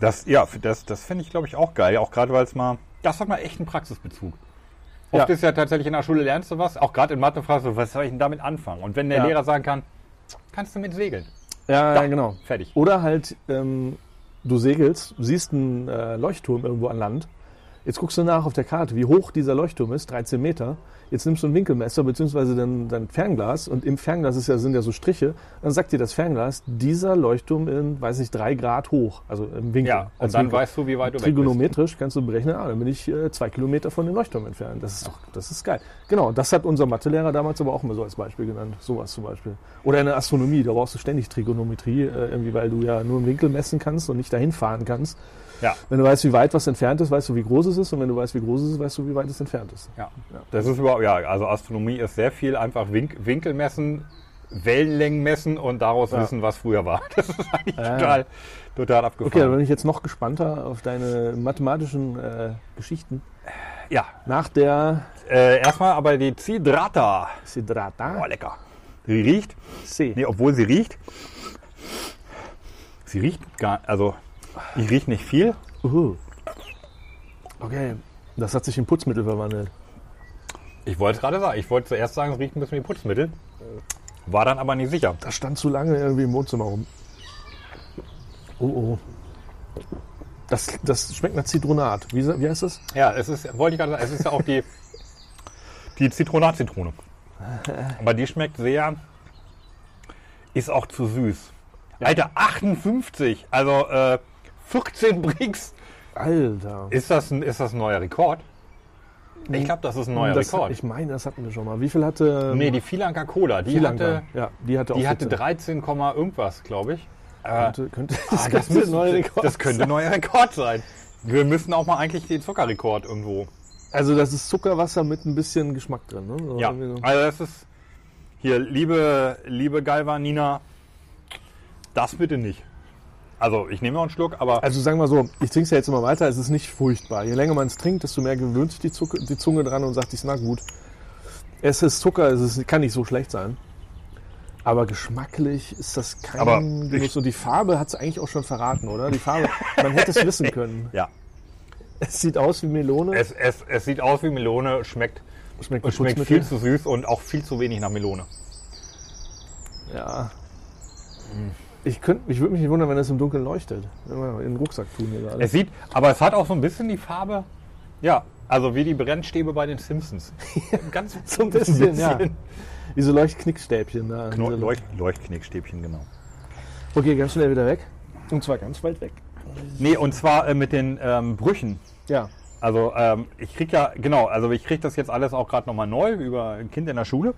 Speaker 3: Das, ja, das, das finde ich, glaube ich, auch geil. Auch gerade, weil es mal, das hat mal echt einen Praxisbezug. Oft
Speaker 4: Ja.
Speaker 3: ist ja tatsächlich in der Schule lernst du was, auch gerade in Mathe fragst du, was soll ich denn damit anfangen? Und wenn der
Speaker 4: Ja.
Speaker 3: Lehrer sagen kann, kannst du mit segeln.
Speaker 4: ja,
Speaker 3: Da.
Speaker 4: genau.
Speaker 3: Fertig.
Speaker 4: Oder halt, ähm, du segelst, siehst einen äh, Leuchtturm irgendwo an Land. Jetzt guckst du nach auf der Karte, wie hoch dieser Leuchtturm ist, 13 Meter. Jetzt nimmst du ein Winkelmesser bzw. Dein, dein Fernglas und im Fernglas ist ja, sind ja so Striche. Dann sagt dir das Fernglas, dieser Leuchtturm in, weiß nicht, drei Grad hoch, also im Winkel.
Speaker 3: Ja, und
Speaker 4: als
Speaker 3: dann
Speaker 4: Winkel.
Speaker 3: weißt du, wie weit du weg bist.
Speaker 4: Trigonometrisch kannst du berechnen, ah, dann bin ich äh, zwei Kilometer von dem Leuchtturm entfernt. Das ist doch, das ist geil. Genau, das hat unser Mathelehrer damals aber auch immer so als Beispiel genannt. Sowas zum Beispiel. Oder in der Astronomie, da brauchst du ständig Trigonometrie, äh, irgendwie, weil du ja nur einen Winkel messen kannst und nicht dahin fahren kannst.
Speaker 3: Ja,
Speaker 4: Wenn du weißt, wie weit was entfernt ist, weißt du, wie groß es ist. Und wenn du weißt, wie groß es ist, weißt du, wie weit es entfernt ist.
Speaker 3: ja. Das ist überhaupt, ja, also Astronomie ist sehr viel einfach Wink, Winkel messen, Wellenlängen messen und daraus wissen, was früher war. Das ist eigentlich total, total
Speaker 4: Ah. Okay, dann
Speaker 3: abgefahren.
Speaker 4: bin ich jetzt noch gespannter auf deine mathematischen äh, Geschichten.
Speaker 3: ja,
Speaker 4: Nach der
Speaker 3: äh, erstmal aber die Zidrata. Oh,
Speaker 4: Sidrata
Speaker 3: lecker. Die riecht.
Speaker 4: C.
Speaker 3: Nee, obwohl sie riecht. Sie riecht gar also ich rieche nicht viel.
Speaker 4: Uhu. Okay, das hat sich in Putzmittel verwandelt.
Speaker 3: Ich wollte es gerade sagen. Ich wollte zuerst sagen, es riecht ein bisschen wie Putzmittel. War dann aber nicht sicher.
Speaker 4: Das stand zu lange irgendwie im Wohnzimmer rum. Oh oh. Das, das schmeckt nach Zitronat. Wie, sa- wie heißt das?
Speaker 3: Ja, es ist, wollte ich gerade sagen, es ist ja auch die, die Zitronat-Zitrone. Aber die schmeckt sehr, ist auch zu süß. Alter, 58, also äh, 14 Bricks.
Speaker 4: Alter.
Speaker 3: Ist das ein, ist das ein neuer Rekord? Ich glaube, das ist ein neuer
Speaker 4: das,
Speaker 3: Rekord.
Speaker 4: ich meine, das hatten wir schon mal. Wie viel hatte
Speaker 3: nee, die Filanka Cola, die
Speaker 4: Lanka?
Speaker 3: hatte
Speaker 4: ja, die hatte auch
Speaker 3: Die hatte
Speaker 4: 14.
Speaker 3: 13, Komma irgendwas, glaube ich. Äh,
Speaker 4: Könnte, könnte,
Speaker 3: ah,
Speaker 4: könnte ein
Speaker 3: müsste-
Speaker 4: neuer Rekord
Speaker 3: das könnte ein neuer Rekord sein. Wir müssen auch mal eigentlich den Zuckerrekord irgendwo.
Speaker 4: sein. Also das ist Zuckerwasser mit ein bisschen Geschmack drin. Ne? So
Speaker 3: Ja,
Speaker 4: irgendwie
Speaker 3: also
Speaker 4: so.
Speaker 3: das ist hier, liebe, liebe Galvanina, das bitte nicht. Also ich nehme noch einen Schluck, aber
Speaker 4: Also sagen wir so, ich trinke es ja jetzt immer weiter, es ist nicht furchtbar. Je länger man es trinkt, desto mehr gewöhnt sich die, Zuck- die Zunge dran und sagt sich, na gut, es ist Zucker, es ist, kann nicht so schlecht sein. Aber geschmacklich ist das kein
Speaker 3: Aber ich-
Speaker 4: Genuss. Und die Farbe hat es eigentlich auch schon verraten, oder? Die Farbe, man hätte es wissen können.
Speaker 3: ja,
Speaker 4: Es sieht aus wie Melone.
Speaker 3: es, es, es sieht aus wie Melone, schmeckt,
Speaker 4: schmeckt,
Speaker 3: es schmeckt viel zu süß und auch viel zu wenig nach Melone.
Speaker 4: Ja. Ich, könnt, ich würde mich nicht wundern, wenn es im Dunkeln leuchtet. Immer in den Rucksack tun hier gerade.
Speaker 3: Es sieht, aber es hat auch so ein bisschen die Farbe, ja, also wie die Brennstäbe bei den Simpsons. Ganz
Speaker 4: So ein bisschen, ja. Diese Leuchtknickstäbchen da.
Speaker 3: Leuch- Leuch Leuchtknickstäbchen, genau.
Speaker 4: Okay, ganz schnell wieder weg. Und zwar ganz weit weg.
Speaker 3: Nee, und zwar äh, mit den ähm, Brüchen.
Speaker 4: Ja.
Speaker 3: Also ähm, ich krieg ja, genau, also ich krieg das jetzt alles auch gerade nochmal neu über ein Kind in der Schule.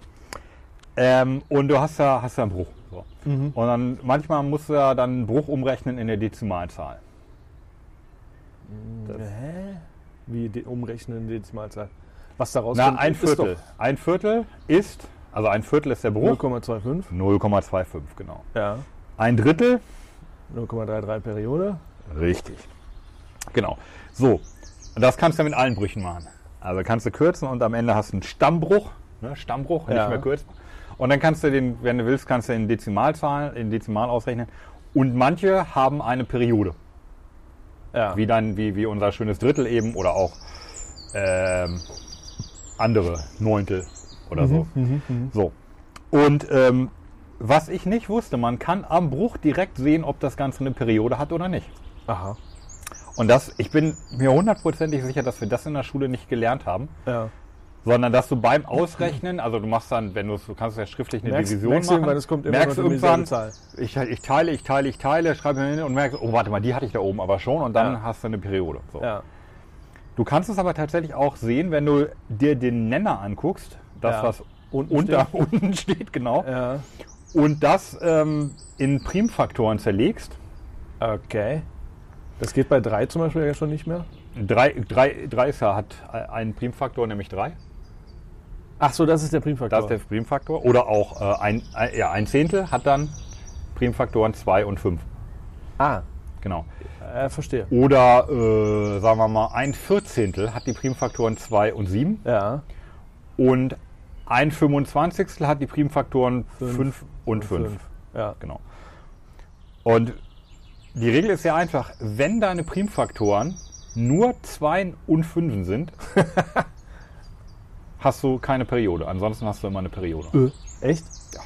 Speaker 3: Ähm, und du hast ja, hast ja einen Bruch. So. Und dann manchmal musst du ja dann einen Bruch umrechnen in der Dezimalzahl.
Speaker 4: Wie die umrechnen die Dezimalzahl. Was da
Speaker 3: Na,
Speaker 4: rauskommt,
Speaker 3: ein
Speaker 4: ist
Speaker 3: Viertel. Ein Viertel ist, also ein Viertel ist der
Speaker 4: doch
Speaker 3: Bruch.
Speaker 4: 0,25.
Speaker 3: 0,25, genau.
Speaker 4: Ja.
Speaker 3: Ein Drittel
Speaker 4: 0,33 Periode.
Speaker 3: Richtig. Genau. So, und das kannst du mit allen Brüchen machen. Also kannst du kürzen und am Ende hast du einen Stammbruch. Ne? Stammbruch,
Speaker 4: Ja.
Speaker 3: nicht mehr kürzen. Und dann kannst du den, wenn du willst, kannst du in Dezimalzahlen, in Dezimal ausrechnen. Und manche haben eine Periode.
Speaker 4: Ja.
Speaker 3: wie dann, wie, wie unser schönes Drittel eben oder auch ähm, andere Neuntel oder so. so. Und ähm, was ich nicht wusste, man kann am Bruch direkt sehen, ob das Ganze eine Periode hat oder nicht.
Speaker 4: Aha.
Speaker 3: Und das, ich bin mir hundertprozentig sicher, dass wir das in der Schule nicht gelernt haben,
Speaker 4: Ja.
Speaker 3: sondern dass du beim Ausrechnen, also du machst dann, wenn du es, du kannst ja schriftlich eine
Speaker 4: Merkst-
Speaker 3: Division
Speaker 4: merkst du
Speaker 3: machen,
Speaker 4: irgendwann, es kommt immer
Speaker 3: merkst du
Speaker 4: nur dieselbe
Speaker 3: irgendwann,
Speaker 4: Zahl.
Speaker 3: ich, ich teile, ich teile, ich teile, schreibe mir hin und merkst, oh warte mal, die hatte ich da oben aber schon und dann
Speaker 4: Ja.
Speaker 3: hast du eine Periode. So.
Speaker 4: Ja.
Speaker 3: Du kannst es aber tatsächlich auch sehen, wenn du dir den Nenner anguckst, das
Speaker 4: Ja.
Speaker 3: was
Speaker 4: Unten
Speaker 3: unter unten steht, genau,
Speaker 4: Ja.
Speaker 3: und das ähm, in Primfaktoren zerlegst.
Speaker 4: Okay. Das geht bei drei zum Beispiel ja schon nicht mehr.
Speaker 3: Drei, drei, drei ist ja, hat einen Primfaktor, nämlich drei.
Speaker 4: Ach so, das ist der Primfaktor.
Speaker 3: Das ist der Primfaktor. Oder auch äh, ein, ein, ja, ein Zehntel hat dann Primfaktoren 2 und 5.
Speaker 4: ah,
Speaker 3: Genau.
Speaker 4: äh, verstehe.
Speaker 3: Oder äh, sagen wir mal, ein Vierzehntel hat die Primfaktoren 2 und 7.
Speaker 4: Ja.
Speaker 3: Und ein Fünfundzwanzigstel hat die Primfaktoren 5 und 5.
Speaker 4: Fünf. Ja.
Speaker 3: Genau. Und die Regel ist sehr einfach. Wenn deine Primfaktoren nur 2 und 5 sind, hast du keine Periode. Ansonsten hast du immer eine Periode.
Speaker 4: Äh, echt? Ja.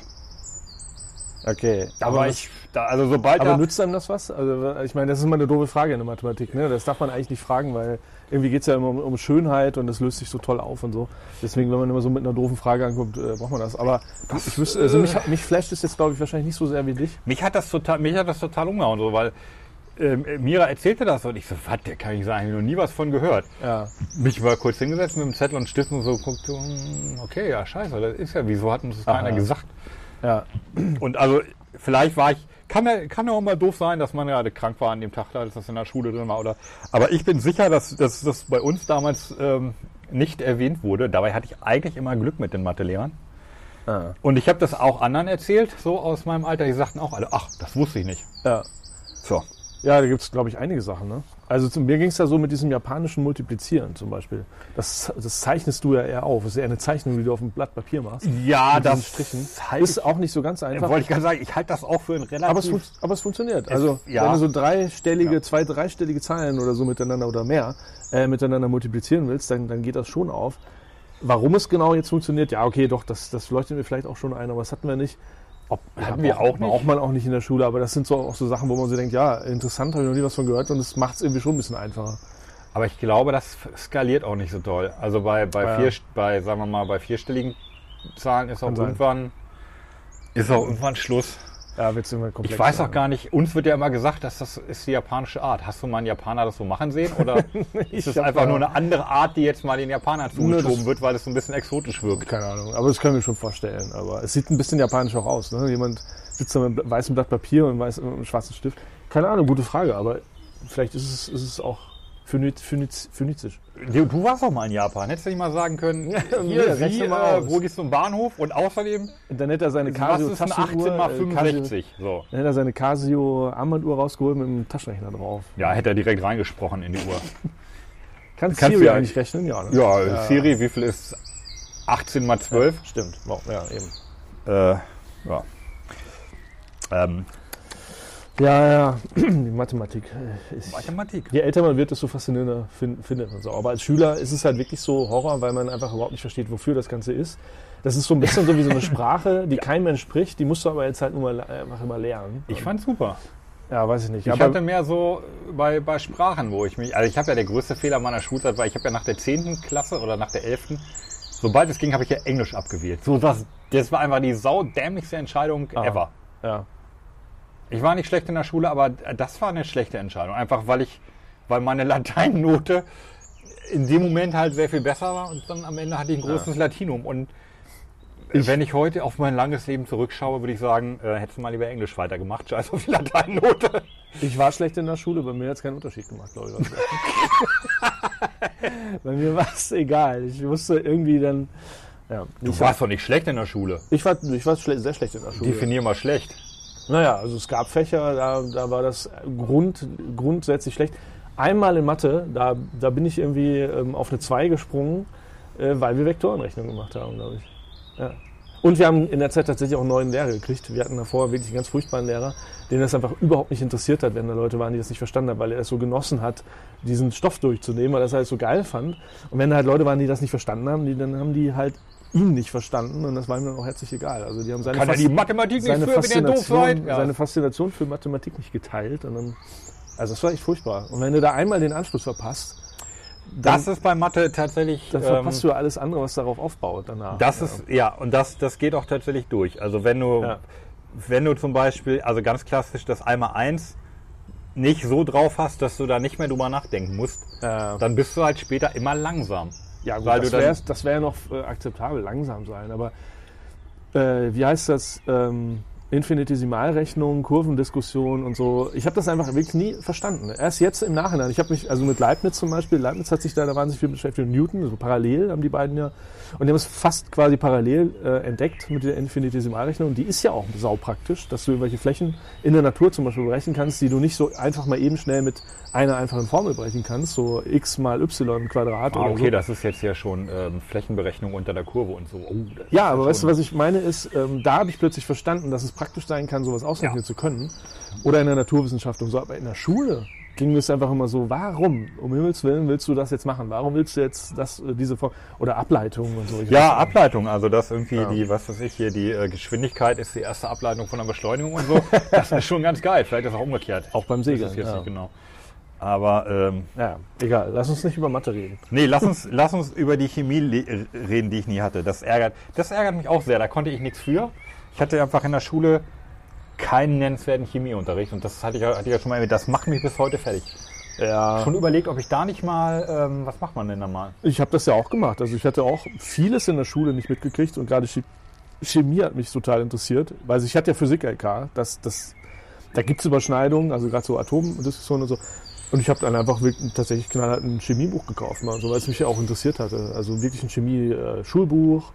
Speaker 4: Okay.
Speaker 3: Aber
Speaker 4: das-
Speaker 3: ich, da, also sobald
Speaker 4: Aber
Speaker 3: da,
Speaker 4: nützt einem das was? Also, ich meine, das ist immer eine doofe Frage in der Mathematik. Ne? Das darf man eigentlich nicht fragen, weil irgendwie geht es ja immer um, um Schönheit und das löst sich so toll auf und so. Deswegen, wenn man immer so mit einer doofen Frage ankommt, äh, braucht man das. Aber ich wüsste, also mich, mich flasht es jetzt, glaube ich, wahrscheinlich nicht so sehr wie dich.
Speaker 3: mich hat das total, mich hat das total umgehauen, so, weil ähm, Mira erzählte das und ich so, was, der kann ich sagen, ich habe noch nie was von gehört.
Speaker 4: Ja.
Speaker 3: Mich mal kurz hingesetzt mit dem Zettel und Stift und so guckt, so, hm, okay, ja, scheiße, das ist ja, wieso hat uns das keiner
Speaker 4: Aha.
Speaker 3: gesagt?
Speaker 4: Ja.
Speaker 3: Und also, vielleicht war ich, kann ja, kann ja auch mal doof sein, dass man gerade krank war an dem Tag, als das in der Schule drin war, oder? Aber ich bin sicher, dass, dass das bei uns damals ähm, nicht erwähnt wurde. Dabei hatte ich eigentlich immer Glück mit den Mathelehrern.
Speaker 4: Ah.
Speaker 3: Und ich habe das auch anderen erzählt, so aus meinem Alter. Die sagten auch alle, ach, das wusste ich nicht.
Speaker 4: Ja.
Speaker 3: So.
Speaker 4: Ja, da gibt es, glaube ich, einige Sachen. Ne? Also zu mir ging es ja so mit diesem japanischen Multiplizieren zum Beispiel. Das, das zeichnest du ja eher auf. Das ist ja eine Zeichnung, die du auf einem Blatt Papier machst.
Speaker 3: Ja,
Speaker 4: diesen
Speaker 3: das
Speaker 4: Strichen.
Speaker 3: Halt,
Speaker 4: Ist auch nicht so ganz einfach.
Speaker 3: wollte ich gerade sagen, ich halte das auch für ein relativ...
Speaker 4: Aber es, fun aber es funktioniert. Also
Speaker 3: ja.
Speaker 4: wenn du so dreistellige, zwei dreistellige Zahlen oder so miteinander oder mehr äh, miteinander multiplizieren willst, dann, dann geht das schon auf. Warum es genau jetzt funktioniert, ja okay, doch, das, das leuchtet mir vielleicht auch schon ein, aber das hatten wir nicht. Ob,
Speaker 3: Hatten wir auch nicht.
Speaker 4: Braucht man auch nicht in der Schule, aber das sind so auch so Sachen, wo man so denkt, ja, interessant, habe ich noch nie was von gehört und das macht es irgendwie schon ein bisschen einfacher.
Speaker 3: Aber ich glaube, das skaliert auch nicht so toll. Also bei, bei,
Speaker 4: Ja.
Speaker 3: vier, bei sagen wir mal, bei vierstelligen Zahlen ist auch
Speaker 4: Kann sein.
Speaker 3: irgendwann ist auch irgendwann Schluss.
Speaker 4: Ja, wird immer komplex.
Speaker 3: Ich weiß auch gar nicht, uns wird ja immer gesagt, dass das ist die japanische Art. Hast du mal einen Japaner das so machen sehen? Oder ist das
Speaker 4: hab
Speaker 3: einfach
Speaker 4: da-
Speaker 3: nur eine andere Art, die jetzt mal den Japanern zugeschoben
Speaker 4: das-
Speaker 3: wird, weil es so ein bisschen exotisch wirkt?
Speaker 4: Keine Ahnung, aber das können wir schon vorstellen. Aber es sieht ein bisschen japanisch auch aus. Ne? Jemand sitzt da mit einem weißem Blatt Papier und weiß, einem schwarzen Stift. Keine Ahnung, gute Frage, aber vielleicht ist es, ist es auch phöniz, phöniz, phönizisch.
Speaker 3: Du, du warst auch mal in Japan. Hättest du nicht mal sagen können, hier,
Speaker 4: mir,
Speaker 3: sie,
Speaker 4: rechne
Speaker 3: äh,
Speaker 4: mal aus.
Speaker 3: wo gehst du zum Bahnhof? Und außerdem,
Speaker 4: Und dann hätte er seine
Speaker 3: was
Speaker 4: casio
Speaker 3: ist ein
Speaker 4: Taschenuhr,
Speaker 3: 18 mal
Speaker 4: äh, Casio-
Speaker 3: 65? So.
Speaker 4: Dann hätte er seine casio armbanduhr rausgeholt mit einem Taschenrechner drauf.
Speaker 3: Ja, hätte er direkt reingesprochen in die Uhr. Kannst
Speaker 4: Kannst, Siri
Speaker 3: du ja-
Speaker 4: eigentlich rechnen? Ja, ne?
Speaker 3: Ja, Siri, wie viel ist 18 mal 12?
Speaker 4: stimmt. Wow, ja, eben.
Speaker 3: Ja. Äh, ja. Ähm,
Speaker 4: Ja, ja, die Mathematik. äh, Ist,
Speaker 3: Mathematik.
Speaker 4: Je älter man wird, desto faszinierender fin findet man es auch. Aber als Schüler ist es halt wirklich so Horror, weil man einfach überhaupt nicht versteht, wofür das Ganze ist. Das ist so ein bisschen so wie so eine Sprache, die kein Mensch spricht, die musst du aber jetzt halt nur mal, einfach immer lernen.
Speaker 3: Ich fand's super.
Speaker 4: ja, weiß ich nicht.
Speaker 3: Ich
Speaker 4: aber
Speaker 3: hatte mehr so bei, bei Sprachen, wo ich mich. Also ich habe ja der größte Fehler meiner Schulzeit, weil ich habe ja nach der 10. Klasse oder nach der 11. Sobald es ging, habe ich ja Englisch abgewählt. So, das, das war einfach die saudämlichste Entscheidung ever.
Speaker 4: ja,
Speaker 3: Ich war nicht schlecht in der Schule, aber das war eine schlechte Entscheidung. Einfach weil ich, weil meine Lateinnote in dem Moment halt sehr viel besser war und dann am Ende hatte ich ein großes Latinum. Und wenn ich heute auf mein langes Leben zurückschaue, würde ich sagen, äh, hättest du mal lieber Englisch weitergemacht, scheiß auf die Lateinnote.
Speaker 4: ich war schlecht in der Schule, bei mir hat es keinen Unterschied gemacht, glaube ich. Also was ich sage. bei mir war es egal. Ich wusste irgendwie dann. Ja,
Speaker 3: Du
Speaker 4: ich, war,
Speaker 3: warst doch nicht schlecht in der Schule.
Speaker 4: ich war, ich war schle sehr schlecht in der Schule.
Speaker 3: Definier mal schlecht.
Speaker 4: Naja, also es gab Fächer, da, da war das Grund, grundsätzlich schlecht. Einmal in Mathe, da, da bin ich irgendwie ähm, auf eine 2 gesprungen, äh, weil wir Vektorenrechnung gemacht haben, glaube ich. Ja. Und wir haben in der Zeit tatsächlich auch einen neuen Lehrer gekriegt. Wir hatten davor wirklich einen ganz furchtbaren Lehrer, den das einfach überhaupt nicht interessiert hat, wenn da Leute waren, die das nicht verstanden haben, weil er es so genossen hat, diesen Stoff durchzunehmen, weil er es halt so geil fand. Und wenn da halt Leute waren, die das nicht verstanden haben, die, dann haben die halt ihn nicht verstanden und das war ihm dann auch herzlich egal. Also die haben seine
Speaker 3: Kann er
Speaker 4: Fas-
Speaker 3: die Mathematik nicht
Speaker 4: seine
Speaker 3: für, wenn er doof seid?
Speaker 4: Faszination,
Speaker 3: Ja.
Speaker 4: seine Faszination für Mathematik nicht geteilt. Und dann, also das war echt furchtbar. Und wenn du da einmal den Anschluss verpasst,
Speaker 3: Das ist bei Mathe tatsächlich.
Speaker 4: dann
Speaker 3: ähm,
Speaker 4: verpasst du ja alles andere, was darauf aufbaut danach.
Speaker 3: Das
Speaker 4: ja.
Speaker 3: ist, ja, und das, das geht auch tatsächlich durch. Also wenn du,
Speaker 4: Ja.
Speaker 3: wenn du zum Beispiel, also ganz klassisch das einmal eins nicht so drauf hast, dass du da nicht mehr drüber nachdenken musst,
Speaker 4: Ja.
Speaker 3: dann bist du halt später immer langsam.
Speaker 4: Ja, gut,
Speaker 3: weil
Speaker 4: das
Speaker 3: du dann,
Speaker 4: wäre das wär ja noch äh, akzeptabel, langsam sein. Aber äh, wie heißt das? Ähm, Infinitesimalrechnung, Kurvendiskussion und so. Ich habe das einfach wirklich nie verstanden. Erst jetzt im Nachhinein. Ich habe mich, also mit Leibniz zum Beispiel, Leibniz hat sich da, da wahnsinnig viel beschäftigt. Und Newton, also parallel haben die beiden ja. Und die haben es fast quasi parallel äh, entdeckt mit der Infinitesimalrechnung. Die ist ja auch saupraktisch, dass du irgendwelche Flächen in der Natur zum Beispiel berechnen kannst, die du nicht so einfach mal eben schnell mit einer einfachen Formel berechnen kannst. So x mal y im Quadrat
Speaker 3: ah,
Speaker 4: oder so.
Speaker 3: okay, das ist jetzt ja schon ähm, Flächenberechnung unter der Kurve und so. Oh, das
Speaker 4: Ja,
Speaker 3: ist
Speaker 4: aber weißt du,
Speaker 3: schon-
Speaker 4: was ich meine ist, ähm, da habe ich plötzlich verstanden, dass es praktisch sein kann, sowas ausrechnen zu können. Oder in der Naturwissenschaft und so. Aber in der Schule ging es einfach immer so, warum, um Himmels Willen, willst du das jetzt machen? Warum willst du jetzt das, äh, diese Form? Oder Ableitungen und so. Ich
Speaker 3: Ja, Ableitung, also das irgendwie die, was weiß ich hier, die äh, Geschwindigkeit ist die erste Ableitung von der Beschleunigung und so. das ist schon ganz geil. Vielleicht ist auch umgekehrt.
Speaker 4: Auch beim
Speaker 3: Das
Speaker 4: Segeln.
Speaker 3: ist jetzt
Speaker 4: ja.
Speaker 3: nicht genau. Aber ähm,
Speaker 4: ja, egal. Lass uns nicht über Mathe reden.
Speaker 3: Nee, lass uns, lass uns über die Chemie le- reden, die ich nie hatte. Das ärgert, das ärgert mich auch sehr. Da konnte ich nichts für. Ich hatte einfach in der Schule keinen nennenswerten Chemieunterricht. Und das hatte ich, ja- hatte ich ja schon mal erwähnt. Das macht mich bis heute fertig.
Speaker 4: Ja.
Speaker 3: Schon überlegt, ob ich da nicht mal, ähm, was macht man denn da mal?
Speaker 4: Ich habe das ja auch gemacht. Also ich hatte auch vieles in der Schule nicht mitgekriegt und gerade Chi- Chemie hat mich total interessiert, weil ich hatte ja Physik-LK, das, das, da gibt's Überschneidungen, also gerade so Atomdiskussionen und so. Und ich habe dann einfach wirklich, tatsächlich knallhart ein Chemiebuch gekauft, mal, und so, weil es mich ja auch interessiert hatte. Also wirklich ein Chemie-Schulbuch,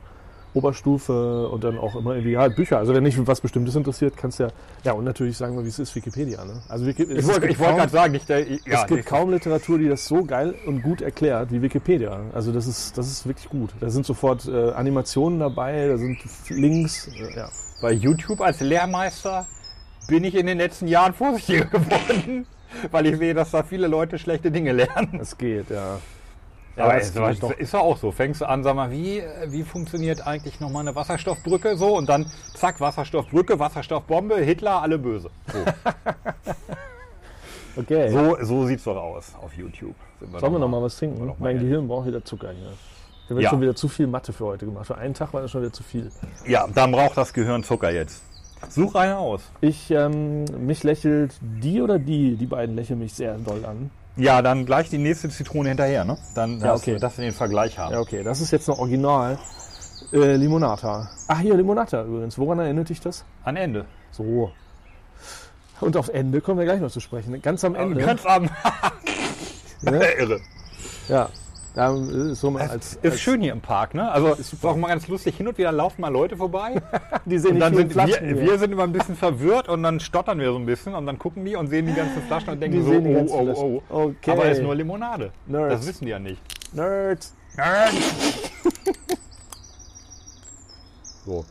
Speaker 4: Oberstufe und dann auch immer irgendwie ja, Bücher. Also wenn dich was Bestimmtes interessiert, kannst du ja, ja und natürlich sagen wir, wie es ist, Wikipedia. Ne? Also Wiki,
Speaker 3: Ich wollte ich wollte gerade sagen, ich, der, ja,
Speaker 4: es gibt
Speaker 3: ich-
Speaker 4: kaum Literatur, die das so geil und gut erklärt wie Wikipedia. Also das ist, das ist wirklich gut. Da sind sofort äh, Animationen dabei, da sind Links. Äh, ja.
Speaker 3: bei YouTube als Lehrmeister bin ich in den letzten Jahren vorsichtiger geworden. Weil ich sehe, dass da viele Leute schlechte Dinge lernen.
Speaker 4: Es geht, ja.
Speaker 3: Ja,
Speaker 4: Aber
Speaker 3: aber
Speaker 4: das
Speaker 3: es
Speaker 4: geht
Speaker 3: ist,
Speaker 4: doch.
Speaker 3: ist ja auch so. Fängst du an, sag mal, wie, äh, wie funktioniert eigentlich nochmal eine Wasserstoffbrücke so und dann zack, Wasserstoffbrücke, Wasserstoffbombe, Hitler, alle böse.
Speaker 4: Okay.
Speaker 3: So, so sieht's doch aus auf YouTube. Sind
Speaker 4: Sollen wir
Speaker 3: noch
Speaker 4: noch mal was trinken?
Speaker 3: noch mal
Speaker 4: mein
Speaker 3: ehrlich.
Speaker 4: Gehirn braucht wieder Zucker hier. Wir haben
Speaker 3: Ja.
Speaker 4: schon wieder zu viel Mathe für heute gemacht. Für einen Tag war das schon wieder zu viel.
Speaker 3: Ja, dann braucht das Gehirn Zucker jetzt. Such eine aus.
Speaker 4: Ich, ähm, mich lächelt die oder die, die beiden lächeln mich sehr doll an.
Speaker 3: Ja, dann gleich die nächste Zitrone hinterher, ne? Dann,
Speaker 4: Ja,
Speaker 3: dass-
Speaker 4: okay.
Speaker 3: dass wir den Vergleich haben.
Speaker 4: Ja, okay, das ist jetzt noch original. Äh, Limonata. Ach hier, Limonata übrigens. Woran erinnert dich das?
Speaker 3: An Ende.
Speaker 4: So. Und auf Ende kommen wir gleich noch zu sprechen. Ganz am Ende.
Speaker 3: Ganz am
Speaker 4: ne?
Speaker 3: Irre.
Speaker 4: Ja. Da ist so mal als,
Speaker 3: Als, ist
Speaker 4: als
Speaker 3: schön hier im Park, ne? Also ist auch mal ganz lustig. Hin und wieder laufen mal Leute vorbei.
Speaker 4: die sehen
Speaker 3: Und dann
Speaker 4: vielen
Speaker 3: sind wir,
Speaker 4: Flaschen hier.
Speaker 3: wir sind immer ein bisschen verwirrt und dann stottern wir so ein bisschen und dann gucken die und sehen die ganzen Flaschen und denken
Speaker 4: Die
Speaker 3: so,
Speaker 4: sehen die
Speaker 3: oh,
Speaker 4: ganzen
Speaker 3: oh,
Speaker 4: Flaschen.
Speaker 3: oh.
Speaker 4: Okay.
Speaker 3: Aber es ist nur Limonade.
Speaker 4: Nerds.
Speaker 3: Das wissen die ja nicht.
Speaker 4: Nerds.
Speaker 3: So.
Speaker 4: Oh,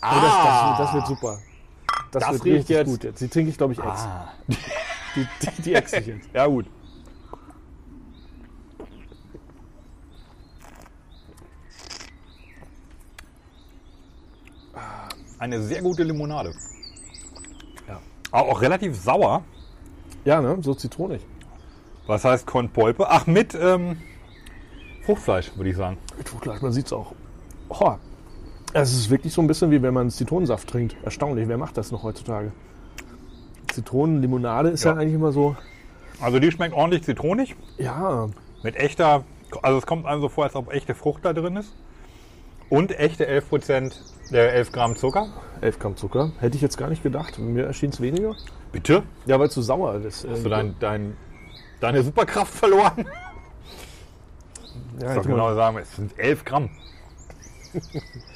Speaker 4: das, das, das wird super. Das,
Speaker 3: Ah. Das
Speaker 4: wird
Speaker 3: riecht
Speaker 4: richtig
Speaker 3: jetzt-
Speaker 4: gut jetzt. Die trinke ich, glaube ich, ex.
Speaker 3: Ah.
Speaker 4: Die, die, die ex ich jetzt.
Speaker 3: Ja gut. Ah, Eine sehr gute Limonade.
Speaker 4: Ja.
Speaker 3: Aber auch relativ sauer.
Speaker 4: Ja, ne? So zitronig.
Speaker 3: Was heißt Kornpolpe? Ach, mit ähm, Fruchtfleisch, würde ich sagen.
Speaker 4: Gleich, man sieht es auch. Oh, es ist wirklich so ein bisschen wie wenn man Zitronensaft trinkt. Erstaunlich, wer macht das noch heutzutage? Zitronenlimonade ist ja,
Speaker 3: Ja.
Speaker 4: eigentlich immer so,
Speaker 3: Also die schmeckt ordentlich zitronig.
Speaker 4: ja,
Speaker 3: Mit echter, also es kommt einem so vor, als ob echte Frucht da drin ist. Und echte 11%, der 11 Gramm Zucker.
Speaker 4: 11 Gramm Zucker. Hätte ich jetzt gar nicht gedacht. Mir erschien es weniger.
Speaker 3: Bitte?
Speaker 4: Ja, weil es so sauer ist.
Speaker 3: Hast du dein, dein, deine Superkraft verloren?
Speaker 4: ja,
Speaker 3: Ich
Speaker 4: hätte
Speaker 3: soll
Speaker 4: man-
Speaker 3: genau sagen, es sind 11 Gramm.